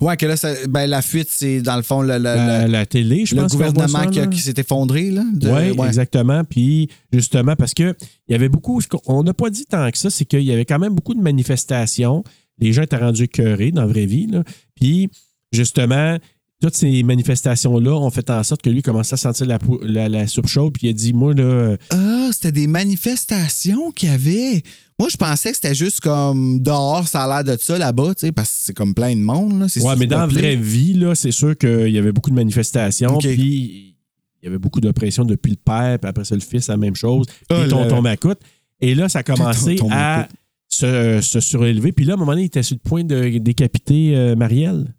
S7: Ouais, que là, ça- ben, la fuite, c'est dans le fond le, le-
S1: La,
S7: Euh, le-
S1: la télé, Ben, je
S7: le
S1: pense. qu'on voit
S7: gouvernement
S1: ça,
S7: qui, a-
S1: là.
S7: qui s'est effondré. Là, de-
S1: Ouais,
S7: ouais.
S1: exactement. Puis justement, parce que il y avait beaucoup, ce qu'on- on n'a pas dit tant que ça, c'est qu'il y avait quand même beaucoup de manifestations. Les gens étaient rendus écœurés dans la vraie vie. là. Puis justement, toutes ces manifestations-là ont fait en sorte que lui commençait à sentir la, pou- la- la soupe chaude. Puis il a dit, moi, là,
S7: Ah, c'était des manifestations qu'il y avait. Moi, je pensais que c'était juste comme dehors, ça a l'air de ça là-bas, tu sais, parce que c'est comme plein de monde. Là, c'est
S1: Ouais, mais dans la
S7: surpeuplé.
S1: vraie vie, là, c'est sûr qu'il y avait beaucoup de manifestations.
S7: Ok.
S1: Puis, il y avait beaucoup de pression depuis le père, puis après ça, le fils, la même chose. Puis
S7: Oh là
S1: tonton
S7: là.
S1: Macoute. Et là, ça a commencé
S7: Tonton
S1: à
S7: Macoute.
S1: se, se surélever. Puis là, à un moment donné, il était sur le point de décapiter euh, Marielle.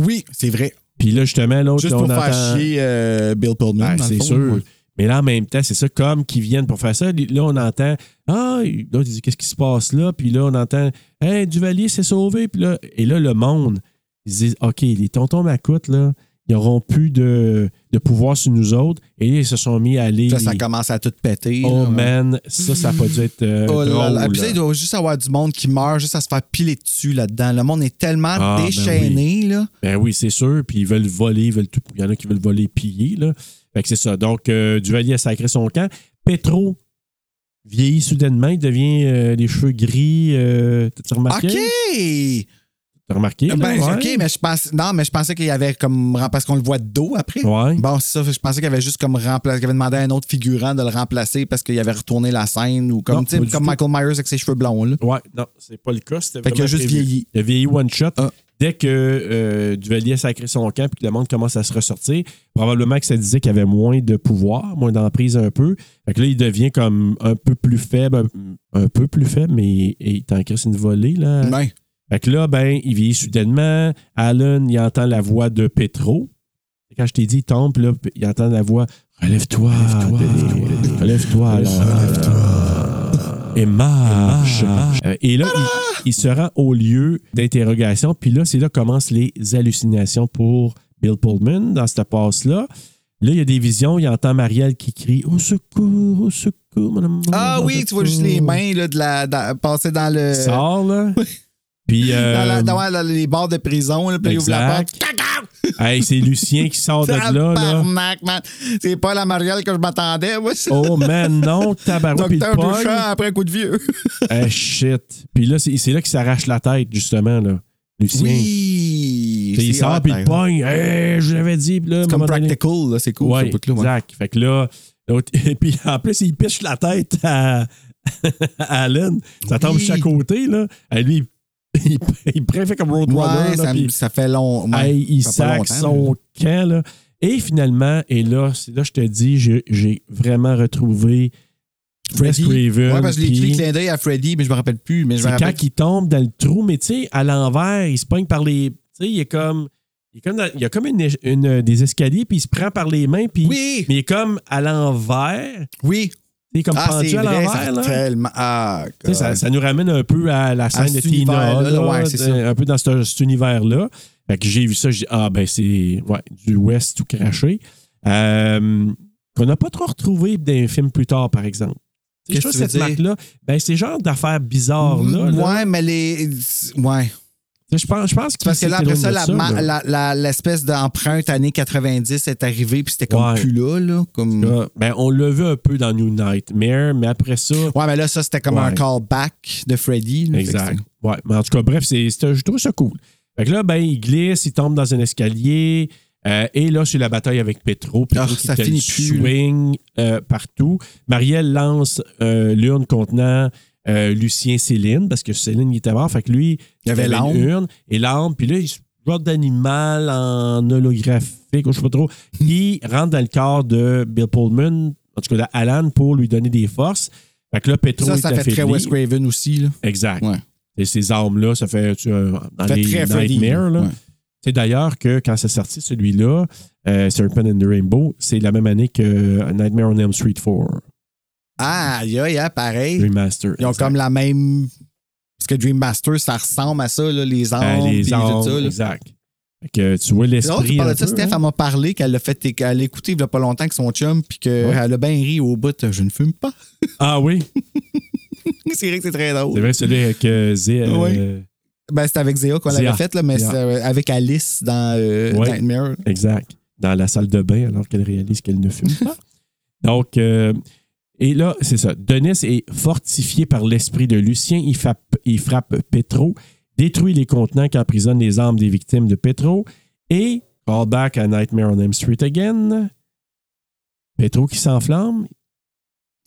S7: Oui, c'est vrai.
S1: Puis là, justement, l'autre,
S7: Juste
S1: on
S7: pour
S1: entend-
S7: faire chier euh, Bill Pullman.
S1: Ah,
S7: dans le
S1: c'est
S7: fond,
S1: sûr.
S7: ouais.
S1: Mais là, en même temps, c'est ça, comme qu'ils viennent pour faire ça. Là, on entend Ah, l'autre, il dit Qu'est-ce qui se passe là Puis là, on entend Hey, Duvalier s'est sauvé. Puis là, et là, le monde, ils disent OK, les tontons macoutes, là, ils n'auront plus de, de pouvoir sur nous autres. Et ils se sont mis à aller.
S7: Ça, ça commence à tout péter.
S1: Oh
S7: là.
S1: man, ça, ça n'a pas dû être. euh,
S7: Oh là là.
S1: drôle,
S7: Puis ça,
S1: là.
S7: il doit juste avoir du monde qui meurt juste à se faire piler dessus là-dedans. Le monde est tellement
S1: Ah, ben
S7: déchaîné. là.
S1: Ben oui, c'est sûr. Puis ils veulent voler, ils veulent tout. Il y en a qui veulent voler, piller. Là. Fait que c'est ça. Donc, euh, Duvalier a sacré son camp. Petro vieillit soudainement. Il devient euh, les cheveux gris. euh, T'as remarqué?
S7: OK!
S1: T'as remarqué? là,
S7: Ben,
S1: ouais?
S7: OK, mais je pense. Non, mais je pensais qu'il y avait comme. Parce qu'on le voit de dos après.
S1: Ouais.
S7: Bon, c'est ça. Je pensais qu'il avait juste comme remplacé. Qu'il avait demandé à un autre figurant de le remplacer parce qu'il avait retourné la scène ou
S1: Non,
S7: comme, tu sais,
S1: pas du
S7: comme
S1: tout.
S7: Michael Myers avec ses cheveux blonds. Là.
S1: Ouais, non, c'est pas le cas. C'était
S7: Fait qu'il a
S1: vraiment
S7: juste
S1: prévu.
S7: vieilli. Ah.
S1: Il a vieilli one shot. Dès que euh, Duvalier a sacré son camp puis que le monde commence à se ressortir, probablement que ça disait qu'il avait moins de pouvoir, moins d'emprise un peu. Fait que là, il devient comme un peu plus faible, un, un peu plus faible, mais il- il est en crise une volée, là.
S7: Ben.
S1: Fait que là, ben, il vieillit soudainement. Alan, il entend la voix de Petro. Quand je t'ai dit, il tombe, puis là, il entend la voix Relève-toi, Denis. relève-toi, relève-toi. Et marche. Euh, Et là, il, il se rend au lieu d'interrogation. Puis là, c'est là que commencent les hallucinations pour Bill Pullman dans cette passe-là. Là, il y a des visions. Il entend Marielle qui crie Au secours, au secours, mon amour.
S7: Ah oui, tu vois juste les mains là, de la, dans- passer dans le.
S1: Il sort, là. Puis. euh,
S7: Dans, la- dans la- les barres de prison, là, puis il ouvre la porte.
S1: Exact. Hey, c'est Lucien qui sort de là. là.
S7: Tabarnak, man. C'est pas la Marielle que je m'attendais, moi. ça.
S1: Oh man, non, tabarouette. Puis
S7: Docteur
S1: le pogne.
S7: Duchamp après un coup de vieux.
S1: Eh, shit. Puis là, c'est c'est là qu'il s'arrache la tête, justement, là. Lucien.
S7: Oui.
S1: Puis il
S7: c'est
S1: sort,
S7: hot,
S1: puis il
S7: hein.
S1: pogne. Hey, je l'avais dit. Puis là, à un
S7: C'est comme
S1: moment donné-
S7: practical, là, c'est cool.
S1: Ouais,
S7: ce bout-là, ouais.
S1: exact. Fait que là, l'autre- et puis en plus, il piche la tête à, à Allen. Ça tombe de
S7: Oui.
S1: chaque côté, là. Et lui, il, il préfait comme Roadrunner. là,
S7: Ouais, ça,
S1: puis-
S7: ça fait long. ouais,
S1: Hey, il
S7: ça fait pas
S1: sac
S7: longtemps,
S1: son camp, là. Et finalement, et là, c'est là que je te dis, j'ai- j'ai vraiment retrouvé Wes
S7: Freddy.
S1: Craven.
S7: Ouais, parce que j'ai
S1: puis
S7: écrit clin d'œil à Freddy, mais je me rappelle plus. Mais je me
S1: C'est
S7: rappelle
S1: quand il tombe dans le trou, mais tu sais, à l'envers, il se pogne par les. Tu sais, il est comme. Il, est comme dans- il y a comme une, une- euh, des escaliers, puis il se prend par les mains, puis.
S7: Oui!
S1: Mais il est comme à l'envers.
S7: Oui!
S1: Il est comme
S7: Ah,
S1: pendu
S7: c'est
S1: à
S7: vrai, ça
S1: l'envers,
S7: fait
S1: là.
S7: tellement. Ah,
S1: Tu sais, Ça,
S7: God.
S1: ça nous ramène un peu à la scène
S7: cet
S1: de Tina,
S7: univers-là,
S1: là,
S7: ouais, c'est
S1: de-
S7: ça.
S1: un peu dans ce- cet univers-là. Fait que j'ai vu ça, j'ai dit, ah ben c'est ouais, du West tout craché. Euh, qu'on n'a pas trop retrouvé d'un film plus tard, par exemple. Tu sais, je trouve
S7: Qu'est-ce que tu veux Mm,
S1: cette marque-là, ben c'est genre d'affaires bizarres là. là.
S7: Ouais, mais les. Ouais.
S1: Tu sais, Je pense, je pense
S7: C'est parce que là, après ça, la ma-
S1: là.
S7: la- la- l'espèce d'empreinte année 90 est arrivée, puis c'était comme
S1: Ouais.
S7: plus là, là. Comme...
S1: Là, ben, on l'a vu un peu dans New Nightmare, mais après ça.
S7: Ouais, mais là, ça, c'était comme
S1: Ouais.
S7: un callback de Freddy. là. Fait que
S1: Exact. Ouais. Mais en tout cas, bref, c'est, c'est- je trouve ça cool. Fait que là, ben, il glisse, il tombe dans un escalier. euh, et là, c'est la bataille avec Petro. Petro
S7: Ah,
S1: qui
S7: ça
S1: fait
S7: finit
S1: le
S7: plus, là.
S1: swing euh, partout. Marielle lance euh, l'urne contenant euh, Lucien Céline, parce que Céline, il était mort. Fait que lui,
S7: Il y avait
S1: une
S7: l'âme.
S1: urne et l'âme. Puis là, il se sorte d'animal en holographique, ou je sais pas trop, qui rentre dans le corps de Bill Pullman, en tout cas d'Alan, pour lui donner des forces. Fait que là, Petro
S7: Ça,
S1: est
S7: ça fait très
S1: affaibli.
S7: Wes Craven aussi, là.
S1: Exact.
S7: Ouais.
S1: Et ces armes-là, ça fait tu, euh, dans
S7: Fait
S1: les
S7: très Freddy,
S1: Nightmare. là.
S7: ouais.
S1: C'est d'ailleurs que quand c'est sorti celui-là, euh, Serpent and the Rainbow, c'est la même année que euh, Nightmare on Elm Street 4,
S7: Ah, aïe, aïe, aïe, pareil.
S1: Remaster.
S7: Ils ont
S1: Exact.
S7: comme la même. Parce que Dream Master, ça ressemble à ça, là, les armes.
S1: Ah,
S7: puis
S1: les
S7: tout
S1: armes,
S7: ça, là.
S1: exact. Fait que tu vois
S7: C'est drôle,
S1: l'esprit.
S7: tu
S1: un
S7: parlais de ça,
S1: peu,
S7: Steph,
S1: hein?
S7: elle m'a parlé qu'elle l'a fait elle l'a écouté il y a pas longtemps avec son chum, puis qu'elle
S1: Ouais.
S7: a bien ri au bout. Je ne fume pas.
S1: Ah oui,
S7: c'est vrai que c'est très
S1: c'est
S7: drôle.
S1: vrai, celui avec euh, Zé.
S7: Ah
S1: euh,
S7: Ouais. Ben, c'était avec Zéa qu'on
S1: Zéa.
S7: l'avait fait, là, mais
S1: Zéa.
S7: c'était euh, avec Alice dans euh,
S1: Ouais.
S7: Nightmare.
S1: Exact. Dans la salle de bain, alors qu'elle réalise qu'elle ne fume pas. Donc, euh, et là, c'est ça. Denis est fortifié par l'esprit de Lucien. Il frappe, il frappe Petro, détruit les contenants qui emprisonnent les armes des victimes de Petro et call back à Nightmare on Elm Street again. Petro qui s'enflamme.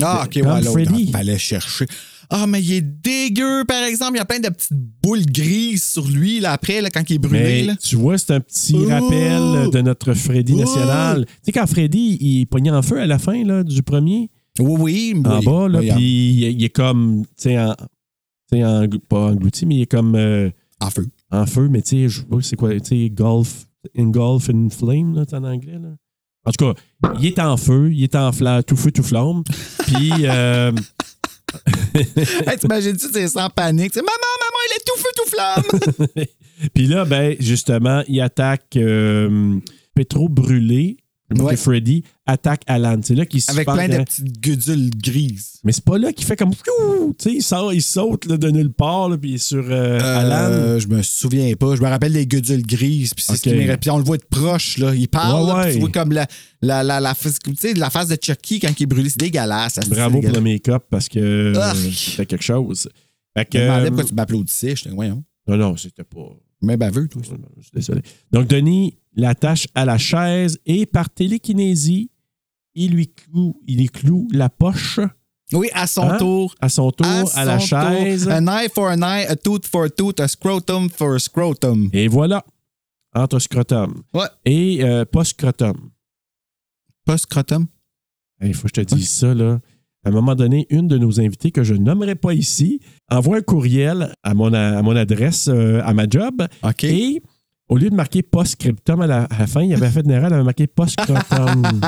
S7: Ah, ok, ouais,
S1: Comme
S7: l'autre,
S1: Freddy.
S7: il fallait chercher. Ah, mais il est dégueu, par exemple. Il y a plein de petites boules grises sur lui, là, après, là, quand il est brûlé.
S1: Mais
S7: là.
S1: tu vois, c'est un petit
S7: Ouh!
S1: rappel de notre Freddy
S7: Ouh!
S1: national. Tu sais, quand Freddy, il est pogné en feu à la fin là, du premier,
S7: Oui, oui.
S1: en
S7: oui,
S1: bas, là,
S7: oui, en-
S1: puis il, est- il est comme, tu sais, en, tu sais, en- pas englouti, mais il est comme euh,
S7: En feu.
S1: en feu, mais tu sais, je sais pas c'est quoi, tu sais, golf, engulf in flame, là, c'est en anglais, là. En tout cas, il est en feu, il est en flamme, tout feu, tout flamme, puis... euh,
S7: Hey, T'imagines-tu, c'est sans panique. tu sais, maman, maman, il est tout feu, tout flamme.
S1: Puis là, ben, justement, il attaque euh, Petro brûlé,
S7: Ouais.
S1: que Freddy, attaque Alan. C'est là qu'il se
S7: Avec
S1: fait-
S7: plein de petites gudules grises.
S1: Mais c'est pas là qu'il fait comme. Piou Tu sais, il, sort- il saute là, de nulle part, là, puis il est sur euh, Alan.
S7: Euh, je me souviens pas. Je me rappelle des gudules grises. Puis c'est ce qui
S1: Ok.
S7: m'est- puis on le voit de proche, là. Il parle,
S1: Ouais,
S7: là, puis
S1: ouais.
S7: tu vois comme la, la, la, la, face- tu sais, la face de Chucky quand il est brûlé. C'est dégueulasse. ça, c'est
S1: Bravo pour
S7: dégueulasse.
S1: le make-up parce que euh,
S7: Ah.
S1: c'était quelque chose. Fait que,
S7: Je me demandais
S1: euh,
S7: pourquoi tu m'applaudissais. J'étais, voyons.
S1: non, non, c'était pas.
S7: Mais baveux, toi.
S1: Je suis désolé. Donc, Denis l'attache à la chaise et par télékinésie, il lui cloue, il lui cloue la poche
S7: Oui, à son
S1: Hein?
S7: tour.
S1: à son tour, à, la
S7: son tour.
S1: chaise.
S7: An eye for an eye, a tooth for a tooth, a scrotum for a scrotum.
S1: Et voilà. Entre scrotum
S7: Ouais.
S1: et euh, post-scrotum.
S7: Pas scrotum.
S1: Il faut que je te dise ça, là. À un moment donné, une de nos invitées, que je nommerai pas ici, envoie un courriel à mon, à mon adresse, euh, à ma job.
S7: OK.
S1: Et au lieu de marquer post-scriptum à la, à la fin, il avait fait une erreur, il avait marqué post-scrotum.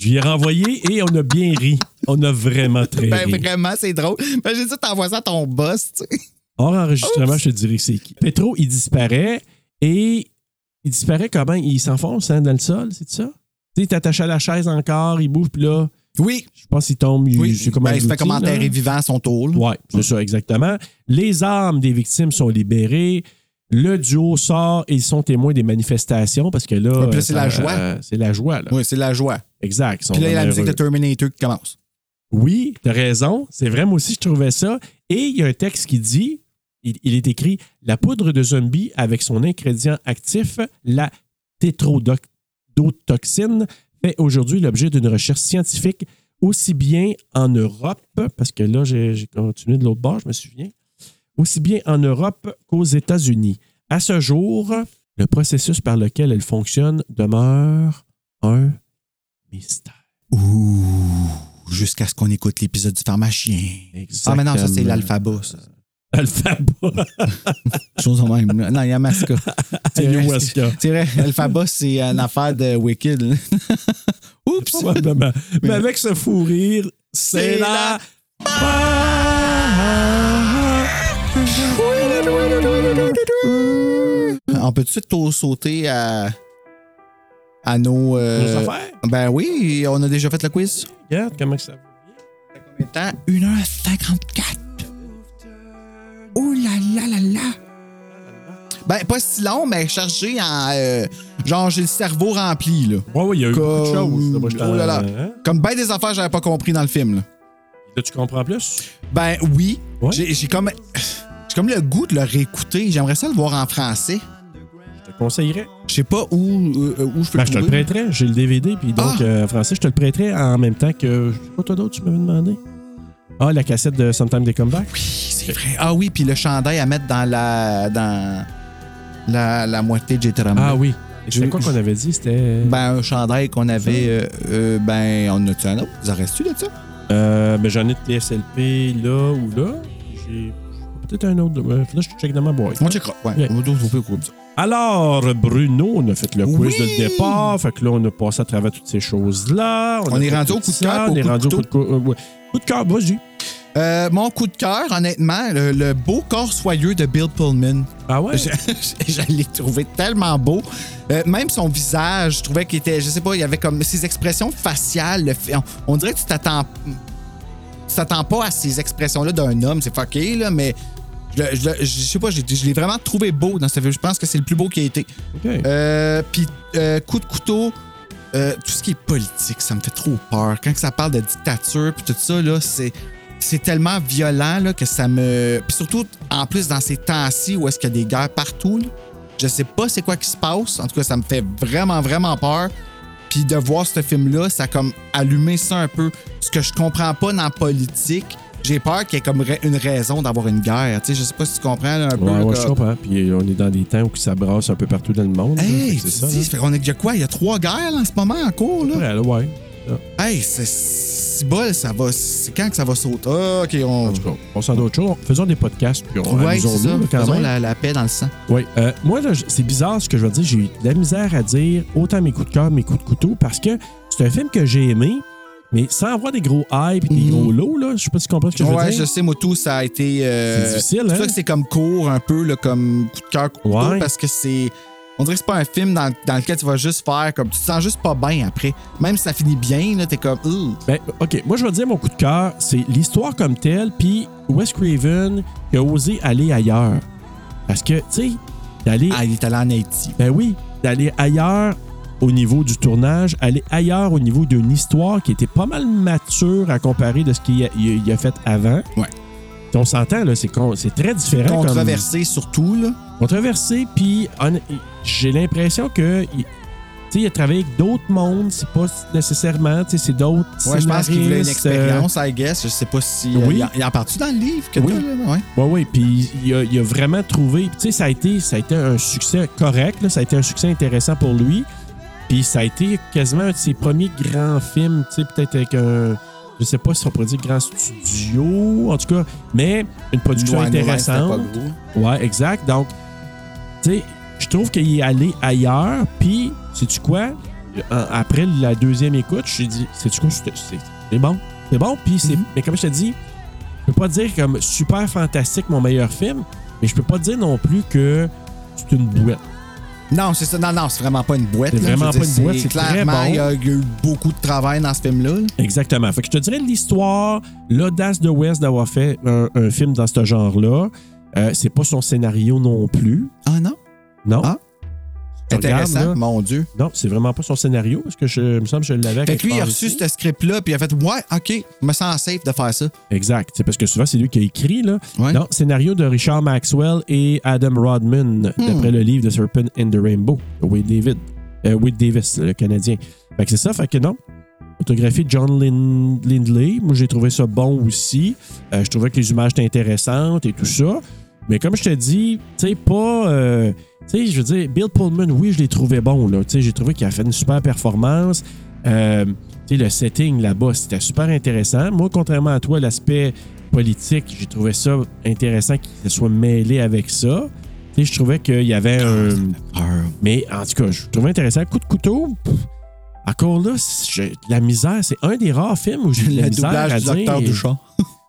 S1: je lui ai renvoyé et on a bien ri. On a vraiment très
S7: Ben
S1: ri.
S7: vraiment, c'est drôle. Ben, j'ai dit, t'envoies ça à ton boss, tu sais.
S1: Hors enregistrement, je te dirais c'est qui. Petro, il disparaît et il disparaît comment? Il s'enfonce hein, dans le sol, c'est ça? Tu sais, il est attaché à la chaise encore, il bouge, puis là,
S7: Oui.
S1: je pense qu'il tombe. il-
S7: Oui.
S1: c'est comme
S7: Ben, il se fait
S1: englouti, là.
S7: commentaire et vivant à son tour. là.
S1: hein. Ouais, c'est ça, exactement. Les armes des victimes sont libérées. Le duo sort et ils sont témoins des manifestations parce que là.
S7: Ouais, puis là, c'est
S1: euh,
S7: la
S1: ça-
S7: joie.
S1: euh, c'est la joie, là.
S7: Oui, c'est de la joie.
S1: Exact. ils sont
S7: Puis là, il y a la
S1: vraiment
S7: musique de
S1: heureux.
S7: Terminator qui commence.
S1: Oui, t'as raison. C'est vrai, moi aussi, je trouvais ça. Et il y a un texte qui dit il, il est écrit La poudre de zombie avec son ingrédient actif, la tétrodotoxine, fait aujourd'hui l'objet d'une recherche scientifique aussi bien en Europe, parce que là, j'ai j'ai continué de l'autre bord, je me souviens, aussi bien en Europe qu'aux États-Unis. À ce jour, le processus par lequel elle fonctionne demeure un mystère.
S7: Ouh. Jusqu'à ce qu'on écoute l'épisode du pharmacien. Ah, mais non, ça, c'est
S1: Exactement.
S7: l'alphabet, ça.
S1: Alphabet.
S7: Chose en même. là. Non, il y a Masca.
S1: Ayahuasca.
S7: C'est vrai, Alphaba, c'est une affaire de Wicked. là. Oups!
S1: Probablement. ben, Mais avec ce fou rire, c'est
S7: C'est
S1: la.
S7: On peut tout de suite tôt sauter à, à nos. euh,
S1: Nos affaires?
S7: Ben oui, on a déjà fait le quiz.
S1: Regarde comment que ça va.
S7: Combien de temps? 1h54. Oh là là là là! Ben, pas si long, mais chargé en. euh, genre, j'ai le cerveau rempli, là.
S1: Ouais, ouais, il y a eu beaucoup de
S7: Comme-
S1: choses. Moi, je t'en-
S7: oh là là.
S1: hein?
S7: Comme ben des affaires, que j'avais pas compris dans le film, là.
S1: Là, tu comprends plus?
S7: Ben oui.
S1: Ouais.
S7: J'ai j'ai comme. J'ai comme le goût de le réécouter. J'aimerais ça le voir en français.
S1: Je te conseillerais.
S7: Je sais pas où, euh, où je peux
S1: Ben,
S7: le
S1: je te le
S7: trouver.
S1: prêterais. J'ai le DVD, puis donc,
S7: Ah!
S1: euh, en français, je te le prêterais en même temps que. Je sais pas, toi d'autre, tu m'avais demandé. Ah, la cassette de Sometime They Come Back.
S7: C'est vrai. Ah oui, puis le chandail à mettre dans la. dans la, la moitié de Jeteram.
S1: Ah oui. C'était
S7: Je-
S1: quoi qu'on avait dit? C'était.
S7: Ben, un chandail qu'on avait. euh, euh, ben, on a-tu un autre? Vous en reste-tu de ça?
S1: Euh, ben, j'en ai de TSLP là ou là. J'ai peut-être un autre. Euh, faudrait que je check dans ma boîte.
S7: On checkera. Ouais.
S1: Ouais.
S7: On va trouver quoi comme ça.
S1: Alors, Bruno, on a fait le quiz de le départ. Fait que là, on a passé à travers toutes ces choses-là.
S7: On
S1: a
S7: est
S1: fait
S7: rendu
S1: tout
S7: au coup de
S1: ça,
S7: cœur
S1: On
S7: pour
S1: est
S7: coup de
S1: rendu au coup de cœur. euh, ouais. Coup de cœur, vas-y.
S7: Euh, mon coup de cœur, honnêtement, le, le beau corps soyeux de Bill Pullman.
S1: Ah ouais?
S7: Je, je- je l'ai trouvé tellement beau. Euh, même son visage, je trouvais qu'il était, je sais pas, il y avait comme ses expressions faciales. le fait- on, on dirait que tu t'attends. Tu t'attends pas à ces expressions-là d'un homme, c'est fucké, là, mais. Je, le- je le- je sais pas, je, je l'ai vraiment trouvé beau dans ce film. Je pense que c'est le plus beau qu'il a été.
S1: OK.
S7: Euh, Puis, euh, coup de couteau, euh, tout ce qui est politique, ça me fait trop peur. Quand ça parle de dictature, puis tout ça, là, c'est. C'est tellement violent là, que ça me. Puis surtout, en plus, dans ces temps-ci où est-ce qu'il y a des guerres partout, là, je sais pas c'est quoi qui se passe. En tout cas, ça me fait vraiment, vraiment peur. Puis de voir ce film-là, ça a comme allumé ça un peu. Ce que je comprends pas dans la politique, j'ai peur qu'il y ait comme ra- une raison d'avoir une guerre. Tu sais, je sais pas si tu comprends là, un peu.
S1: Ouais,
S7: là,
S1: ouais, je
S7: que-
S1: comprends. Puis euh, on est dans des temps où ça brasse un peu partout dans le monde. là. Fait
S7: Hey,
S1: que
S7: tu
S1: c'est ça.
S7: dis,
S1: là.
S7: ça fait qu'on a déjà quoi? Il y a trois guerres là, en ce moment en cours, là?
S1: Ouais, là, ouais.
S7: Hey, c'est si bol, ça va. C'est quand que ça va sauter? Ah, ok, on.
S1: On s'en d'autres choses. Faisons des podcasts, puis on
S7: Ouais, c'est
S1: amusons-nous,
S7: ça.
S1: là, quand
S7: Faisons
S1: même.
S7: la, la paix dans le sang.
S1: Oui. Euh, moi, là, j- c'est bizarre ce que je vais dire. J'ai eu de la misère à dire autant mes coups de cœur, mes coups de couteau, parce que c'est un film que j'ai aimé, mais sans avoir des gros hype et des gros lots. Là. Je sais pas si tu comprends ce que je veux
S7: Mhm. ouais,
S1: dire.
S7: je sais, moi, tout, ça a été. euh,
S1: C'est difficile,
S7: C'est pour
S1: hein?
S7: ça que c'est comme court, un peu, là, comme coup de cœur, coup de couteau,
S1: Ouais.
S7: parce que c'est. On dirait que c'est pas un film dans, dans lequel tu vas juste faire comme. Tu te sens juste pas bien après. Même si ça finit bien, là, t'es comme. Ugh.
S1: Ben, OK, moi, je vais te dire mon coup de cœur, c'est l'histoire comme telle, puis Wes Craven qui a osé aller ailleurs. Parce que, tu sais, d'aller.
S7: Ah, il est allé en Haïti.
S1: Ben oui, d'aller ailleurs au niveau du tournage, aller ailleurs au niveau d'une histoire qui était pas mal mature à comparer de ce qu'il a, il a fait avant.
S7: Ouais.
S1: Puis on s'entend, là, c'est con- c'est très différent. comme-
S7: Controversé surtout, là.
S1: Controversé, puis hon- j'ai l'impression que. il- tu sais, il a travaillé avec d'autres mondes, c'est pas nécessairement, tu sais, c'est d'autres.
S7: Ouais, je pense qu'il voulait une
S1: scénaristes, euh,
S7: expérience, I guess. Je sais pas si. euh,
S1: Oui.
S7: Il y en- il y en parle-tu dans le livre que
S1: Oui.
S7: t'as, là? Ouais.
S1: Oui, oui. Puis il a, il a vraiment trouvé. Puis, Tu sais, ça a été, ça a été un succès correct. là. Ça a été un succès intéressant pour lui. Puis ça a été quasiment un de ses premiers grands films. Tu sais, peut-être avec un. Je sais pas si on pourrait dire grand studio, en tout cas, mais une production
S7: Ouais, Nolan, c'était
S1: intéressante.
S7: pas gros.
S1: Ouais, exact. Donc, tu sais, je trouve qu'il est allé ailleurs. Puis, sais-tu quoi? En- Après la deuxième écoute, je me suis dit, sais-tu quoi? C'est- C'est c'est bon. C'est bon. Puis, c'est.
S7: Mm-hmm.
S1: Mais comme je te dis, je peux pas dire comme super fantastique mon meilleur film, mais je peux pas dire non plus que c'est une bouette.
S7: Non, c'est ça. Non, non, c'est vraiment pas une boîte.
S1: C'est
S7: là. Je veux
S1: vraiment
S7: dire,
S1: pas une boîte, c'est très
S7: Clairement,
S1: bon.
S7: il y a il y a eu beaucoup de travail dans ce film-là. là.
S1: Exactement. Fait que je te dirais l'histoire, l'audace de West d'avoir fait un, un film dans ce genre-là. Euh, c'est pas son scénario non plus.
S7: Ah non?
S1: Non.
S7: Ah.
S1: Tu regardes,
S7: Intéressant,
S1: là.
S7: mon Dieu.
S1: Non, c'est vraiment pas son scénario. Parce que je il me semble que je l'avais
S7: Fait
S1: quelque
S7: que lui, il a
S1: part
S7: reçu
S1: ici.
S7: ce script-là, puis il a fait Ouais, OK, je me sens safe de faire ça.
S1: Exact. C'est parce que souvent, c'est lui qui a écrit. Là.
S7: Ouais.
S1: Non, scénario de Richard Maxwell et Adam Rodman, d'après le livre The Serpent and the Rainbow, de Wade, David, euh, Wade Davis, le Canadien. Fait que c'est ça. Fait que non. Photographie de John Lin- Lindley. Moi, j'ai trouvé ça bon aussi. Euh, je trouvais que les images étaient intéressantes et tout ça. Mais comme je te dis, tu sais, pas. euh, tu sais, je veux dire, Bill Pullman, oui, je l'ai trouvé bon. là. Tu sais, j'ai trouvé qu'il a fait une super performance. Euh, tu sais, le setting là-bas, c'était super intéressant. Moi, contrairement à toi, l'aspect politique, j'ai trouvé ça intéressant qu'il se soit mêlé avec ça. Tu sais, je trouvais qu'il y avait
S7: Ah,
S1: un. Mais en tout cas, je trouvais intéressant. Coup de couteau. pff, Encore là, j'ai de la misère, c'est un des rares films où j'ai de la
S7: Le
S1: misère
S7: doublage
S1: à
S7: du
S1: dire-
S7: docteur Duchamp.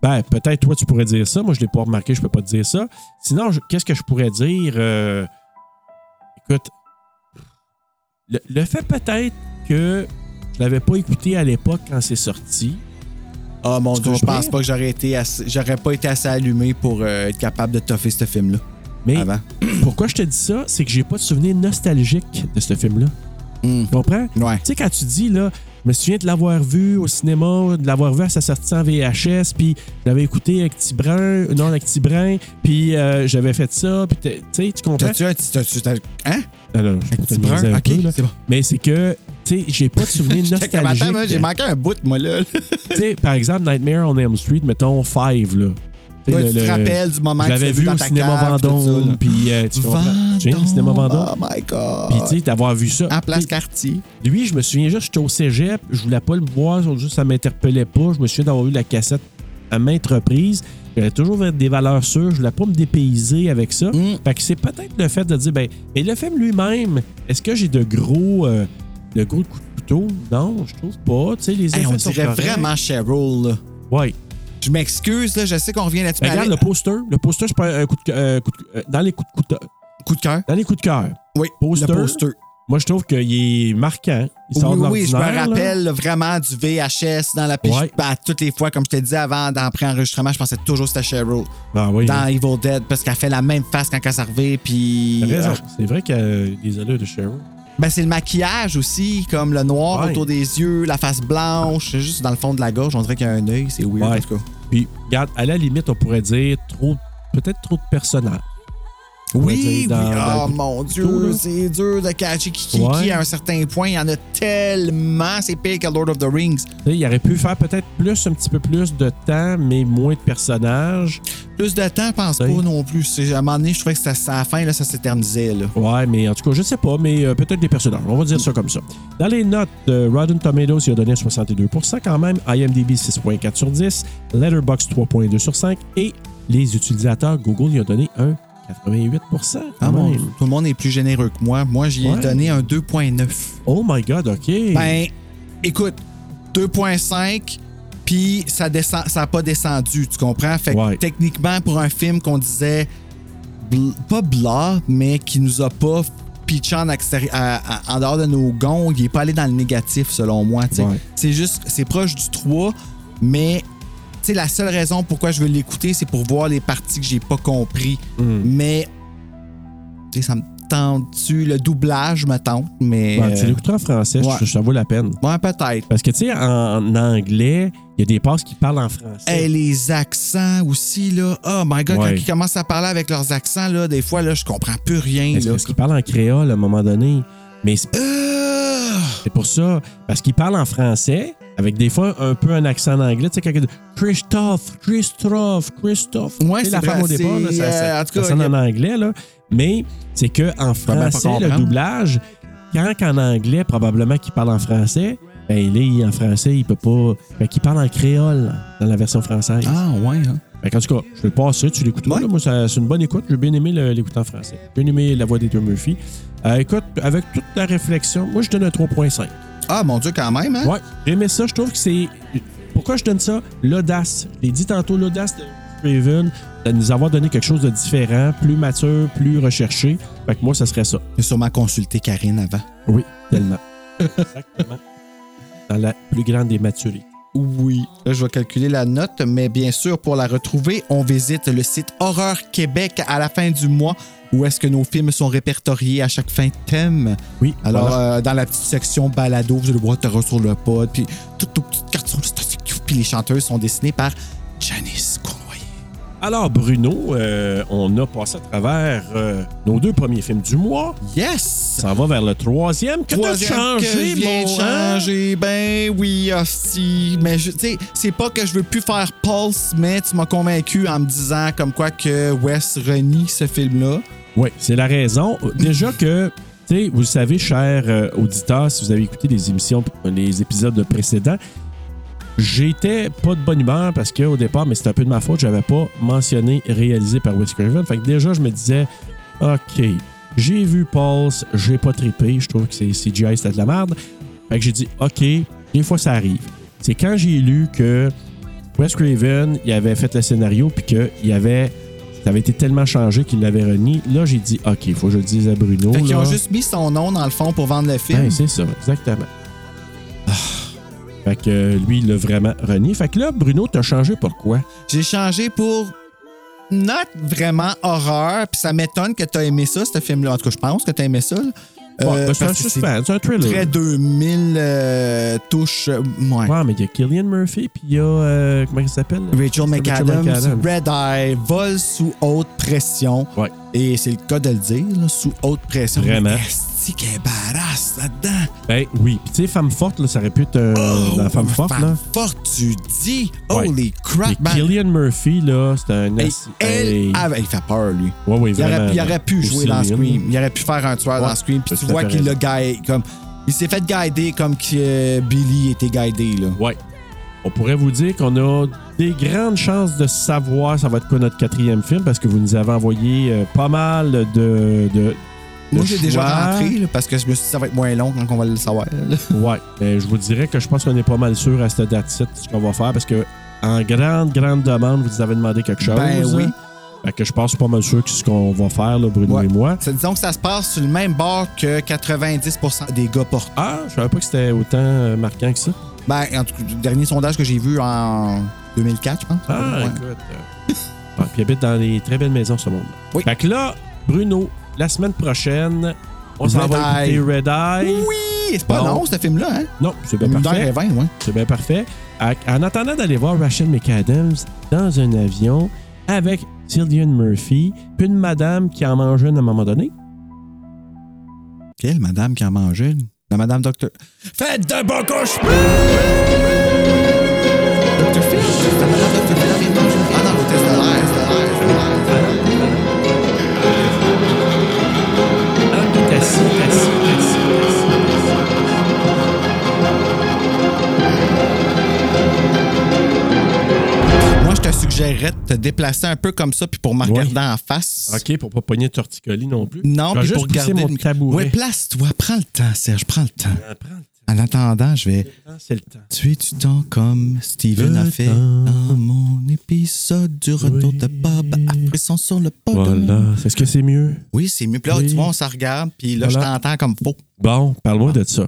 S1: ben, peut-être toi, tu pourrais dire ça. Moi, je ne l'ai pas remarqué, je peux pas te dire ça. Sinon, je- qu'est-ce que je pourrais dire? Euh, écoute, le, le fait peut-être que je l'avais pas écouté à l'époque quand c'est sorti.
S7: Ah mon
S1: Tu
S7: Dieu, je
S1: comprends?
S7: pense pas que j'aurais été assez- j'aurais pas été assez allumé pour euh, être capable de toffer ce film-là.
S1: Mais
S7: Avant.
S1: pourquoi je te dis ça? C'est que j'ai pas de souvenir nostalgique de ce film-là.
S7: Mm.
S1: Tu comprends?
S7: Ouais.
S1: Tu sais, quand tu dis, là, je me souviens de l'avoir vu au cinéma, de l'avoir vu à sa sortie en VHS, puis je l'avais écouté avec Tibrin, non, avec Tibrin, puis euh, j'avais fait ça, puis t'es- tu sais, tu comprends?
S7: T'as-tu un petit. t'as-tu- t'as- Hein?
S1: Alors, je peux te
S7: petit brun?
S1: niaiser un
S7: Ok,
S1: peu, là.
S7: c'est bon.
S1: Mais c'est que, tu sais, j'ai pas de souvenir
S7: J'étais comme, attends, moi, j'ai
S1: nostalgique. hein?
S7: manqué un bout, moi, là.
S1: Tu sais, par exemple, Nightmare on Elm Street, mettons 5, là. Tu sais,
S7: Toi,
S1: le-
S7: tu te
S1: le-
S7: rappelles du moment
S1: je
S7: que
S1: l'avais
S7: tu l'as vu
S1: vu
S7: dans
S1: au
S7: ta
S1: cinéma
S7: cave, tout ça,
S1: Vendôme,
S7: là.
S1: puis euh, tu comprends? Tu viens du cinéma Vendôme?
S7: Oh my God.
S1: Puis, tu sais, d'avoir vu ça.
S7: En place
S1: Puis,
S7: quartier.
S1: Lui, je me souviens juste, j'étais au cégep, je voulais pas le voir, juste ça m'interpellait pas. Je me souviens d'avoir eu la cassette à maintes reprises. J'avais toujours des valeurs sûres, je voulais pas me dépayser avec ça.
S7: Mm.
S1: Fait que c'est peut-être le fait de dire, ben, mais le film lui-même, est-ce que j'ai de gros, euh, de gros coups de couteau? Non, je trouve pas. Tu sais, les
S7: Hey,
S1: effets
S7: on
S1: sont
S7: dirait
S1: corrects.
S7: vraiment Cheryl, là.
S1: Ouais.
S7: Je m'excuse, là, je sais qu'on revient là-dessus.
S1: Ben,
S7: mais
S1: regarde
S7: allez,
S1: le poster. Le poster, c'est pas un coup de, cœur- euh, coup de- euh, dans les coups de couteau-
S7: coup de cœur.
S1: dans les coups de cœur.
S7: Oui,
S1: Poster.
S7: le poster.
S1: Moi, je trouve qu'il est marquant. Il sort
S7: oui,
S1: de
S7: oui, je me
S1: l'ordinaire, là.
S7: rappelle là, vraiment du VHS dans la piste.
S1: Ouais.
S7: toutes les fois, comme je te disais avant, dans pré-enregistrement, je pensais toujours que c'était Cheryl
S1: Ah oui.
S7: dans Evil Dead parce qu'elle fait la même face quand elle servait. Puis.
S1: T'as raison.
S7: Euh,
S1: C'est vrai qu'il y a des allures de Cheryl.
S7: ben, c'est le maquillage aussi, comme le noir
S1: Ouais.
S7: autour des yeux, la face blanche, c'est juste dans le fond de la gorge, on dirait qu'il y a un œil, c'est weird
S1: Ouais.
S7: en tout cas.
S1: Puis, regarde, à la limite, on pourrait dire trop, peut-être trop de personnages.
S7: Oui, oui.
S1: dans- dans
S7: Ah,
S1: le
S7: mon Dieu,
S1: couteau, là.
S7: c'est dur de catcher qui, qui,
S1: Ouais.
S7: qui à un certain point. Il y en a tellement, c'est pire que Lord of the Rings.
S1: Tu sais, Il aurait pu faire peut-être plus, un petit peu plus de temps, mais moins de personnages.
S7: Plus de temps, pense pas non plus. C'est- À un moment donné, je trouvais que ça, ça, à la fin, là, ça s'éternisait. là.
S1: Ouais, mais en tout cas, je sais pas, mais euh, peut-être des personnages. On va dire ça comme ça. Dans les notes, euh, Rotten Tomatoes, il a donné 62 quand même. IMDb, 6,4 sur 10. Letterboxd, 3,2 sur 5. Et les utilisateurs Google, il a donné un 88
S7: Ah,
S1: quand
S7: mon
S1: même.
S7: Dieu, tout le monde est plus généreux que moi. Moi, j'y ai
S1: Ouais.
S7: donné un 2.9.
S1: Oh my God, OK.
S7: Ben, écoute, 2.5, puis ça descend, ça a pas descendu, tu comprends? Fait que
S1: Ouais.
S7: techniquement, pour un film qu'on disait bl- pas blanc, mais qui nous a pas pitché en, extérie- à- à- en dehors de nos gonds, il est pas allé dans le négatif, selon moi. tu sais.
S1: Ouais.
S7: C'est juste, c'est proche du 3, mais tu sais, la seule raison pourquoi je veux l'écouter, c'est pour voir les parties que j'ai pas compris.
S1: Mm.
S7: Mais, tu sais, ça me tente-tu, le doublage me tente, mais...
S1: Ben, tu
S7: euh,
S1: l'écouteras en français, je-
S7: ouais.
S1: je- ça vaut la peine.
S7: Ouais, peut-être.
S1: Parce que, tu sais, en, en anglais, il y a des passes qui parlent en français.
S7: Hey, les accents aussi, là. Oh my God,
S1: Ouais.
S7: quand ils commencent à parler avec leurs accents, là, des fois, là, je comprends plus rien.
S1: Est-ce
S7: Là. Ah!
S1: parce qu'ils parlent en créole à un moment donné? Mais c'est
S7: Euh,
S1: c'est pour ça. Parce qu'ils parlent en français, avec des fois un peu un accent en anglais. Tu sais, quand il dit Christophe, Christophe, Christophe.
S7: Ouais,
S1: Tu sais,
S7: c'est
S1: la femme au
S7: vrai,
S1: départ, là,
S7: c'est,
S1: ça, ça-
S7: euh, en tout
S1: ça
S7: cas,
S1: sonne
S7: il y a-
S1: en anglais. Là. Mais c'est qu'en
S7: pas
S1: français, le
S7: comprendre.
S1: doublage, quand qu'en anglais, probablement qu'il parle en français, ben, il est en français, il peut pas. Fait qu'il parle en créole dans la version française.
S7: Ah, ouais, hein.
S1: Fait en tout cas, je vais le passer, tu l'écoutes. là. Moi, ça- c'est une bonne écoute. J'ai bien aimé le- l'écoute en français. J'ai bien aimé la voix des deux Murphy. Euh, écoute, avec toute la réflexion, moi, je donne un 3.5.
S7: Ah, mon Dieu, quand même, hein?
S1: Ouais, j'ai aimé ça. Je trouve que c'est. Pourquoi je donne ça? L'audace. J'ai dit tantôt l'audace de Raven de nous avoir donné quelque chose de différent, plus mature, plus recherché. Fait que moi, ça serait ça.
S7: J'ai sûrement consulté Karine avant.
S1: Oui, tellement. Exactement. Dans la plus grande des maturités.
S7: Oui. Là, je vais calculer la note, mais bien sûr, pour la retrouver, on visite le site Horreur Québec à la fin du mois, où est-ce que nos films sont répertoriés à chaque fin de thème.
S1: Oui.
S7: Alors,
S1: voilà.
S7: euh, dans la petite section balado, vous allez voir Terreur sur le pod, puis toutes nos petites cartes sont puis les chanteuses sont dessinées par Janice Cournoyer.
S1: Alors, Bruno, euh, on a passé à travers euh, nos deux premiers films du mois.
S7: Yes!
S1: Ça va vers le troisième. Que t'as
S7: Troisième que
S1: changé,
S7: je viens
S1: mon hein?
S7: de
S1: ange?
S7: changer, ben oui, hostie. Mais je- tu sais, c'est pas que je veux plus faire Pulse, mais tu m'as convaincu en me disant comme quoi que Wes renie ce film-là.
S1: Oui, c'est la raison. Déjà que, tu sais, vous le savez, chers euh, auditeurs, si vous avez écouté les émissions, les épisodes précédents, j'étais pas de bonne humeur parce qu'au départ, mais c'était un peu de ma faute, j'avais pas mentionné réalisé par Wes Craven. Fait que déjà, je me disais, OK, j'ai vu Pulse, j'ai pas trippé, je trouve que c'est CGI, c'était de la merde. Fait que j'ai dit, OK, des fois ça arrive. C'est quand j'ai lu que Wes Craven, il avait fait le scénario, puis qu'il avait. Ça avait été tellement changé qu'il l'avait renié. Là, j'ai dit, OK, il faut que je le dise à Bruno.
S7: Fait qu'ils
S1: Oh là.
S7: ont juste mis son nom dans le fond pour vendre le film.
S1: Ben, c'est ça, exactement. Ah. Fait que euh, lui, il l'a vraiment renié. Fait que là, Bruno, t'as changé pourquoi?
S7: J'ai changé pour not vraiment horreur, puis ça m'étonne que t'as aimé ça, ce film-là. En tout cas, je pense que t'as aimé ça. là.
S1: Ouais,
S7: Euh,
S1: ben, c'est un
S7: parce que c'est
S1: suspense, c'est un thriller.
S7: Très 2000 euh, touches. euh, ouais.
S1: Ouais, mais il y a Killian Murphy, puis il y a. euh, comment il s'appelle?
S7: Rachel McAdams,
S1: McAdams.
S7: Red Eye, vole sous haute pression.
S1: Ouais.
S7: Et c'est le cas de le dire, là, sous haute pression.
S1: Vraiment.
S7: Mais Esti qu'elle est badass là-dedans.
S1: Ben oui. Puis tu sais, Femme Forte, là, ça aurait pu être euh, dans Femme Forte, là.
S7: Oh, Femme forte, tu dis.
S1: Ouais.
S7: Holy crap,
S1: Mais
S7: man.
S1: Killian Murphy, là, c'est un.
S7: Hey,
S1: asti-
S7: elle,
S1: hey.
S7: ah, ben, il fait peur, lui.
S1: Ouais, ouais,
S7: Il aurait,
S1: vraiment,
S7: il aurait pu
S1: là.
S7: jouer
S1: Aussi
S7: dans
S1: bien,
S7: Scream. Il aurait pu faire un tueur
S1: Ouais,
S7: dans Scream.
S1: t'as
S7: Puis tu
S1: tout à
S7: vois
S1: fait
S7: qu'il l'a guidé. Comme, il s'est fait guider comme que euh, Billy était guidé. Là.
S1: Ouais. On pourrait vous dire qu'on a des grandes chances de savoir ça va être quoi notre quatrième film parce que vous nous avez envoyé euh, pas mal de. de-
S7: Moi,
S1: de
S7: j'ai déjà
S1: choix.
S7: rentré là, parce que je me suis dit ça va être moins long quand on va le savoir. là.
S1: Ouais. Ben, je vous dirais que je pense qu'on est pas mal sûr à cette date-ci de ce qu'on va faire parce que en grande, grande demande, vous nous avez demandé quelque chose. hein.
S7: Ben oui.
S1: Fait que je pense pas mal sûr que c'est ce qu'on va faire, là, Bruno
S7: Ouais.
S1: et moi.
S7: C'est- Disons que ça se passe sur le même bord que 90% des gars portent.
S1: Ah, je savais pas que c'était autant euh, marquant que ça.
S7: Ben, en tout cas, le dernier sondage que j'ai vu en 2004, je pense.
S1: Ah,
S7: Ouais.
S1: écoute. euh, ouais, puis il habite dans des très belles maisons, ce monde.
S7: Oui.
S1: Fait que là, Bruno, la semaine prochaine, on s'en
S7: Red
S1: va
S7: Eye.
S1: écouter Red Eye.
S7: Oui! C'est pas
S1: Bon.
S7: long, ce film-là, hein?
S1: Non, c'est bien
S7: Une heure
S1: parfait.
S7: et vingt, ouais.
S1: C'est bien parfait. À- En attendant d'aller voir Rachel McAdams dans un avion avec Cillian Murphy, puis une madame qui en mange une à un moment donné.
S7: Quelle madame qui en mange une? La madame docteur. Faites de bon couche! Dr. Phil, c'est la madame Dr. Phil, elle mange une- Ah non, c'était Stellaire, Stellaire,
S1: Madame qui est assise, assise, assise,
S7: Stellaire. Moi, je te suggérerais de te déplacer un peu comme ça, puis pour me regarder en face.
S1: assise. OK, pour pas pogner de torticolis non plus.
S7: Non,
S1: Je vais
S7: puis
S1: juste
S7: pour
S1: pousser
S7: garder
S1: mon
S7: le micro.
S1: tabouret.
S7: Ouais, place-toi, prends le temps, Serge, prends le temps.
S1: Ah, prends le
S7: En attendant, je vais
S1: temps, c'est le temps.
S7: tuer du temps comme Steven
S1: Le
S7: a fait
S1: temps.
S7: dans mon épisode du retour de Bob après son sur le podium.
S1: Voilà. Est-ce que c'est mieux?
S7: Oui, c'est mieux. Puis là,
S1: Oui.
S7: tu vois, on s'en regarde, puis là,
S1: Voilà.
S7: je t'entends comme faux.
S1: Bon, parle-moi de ça.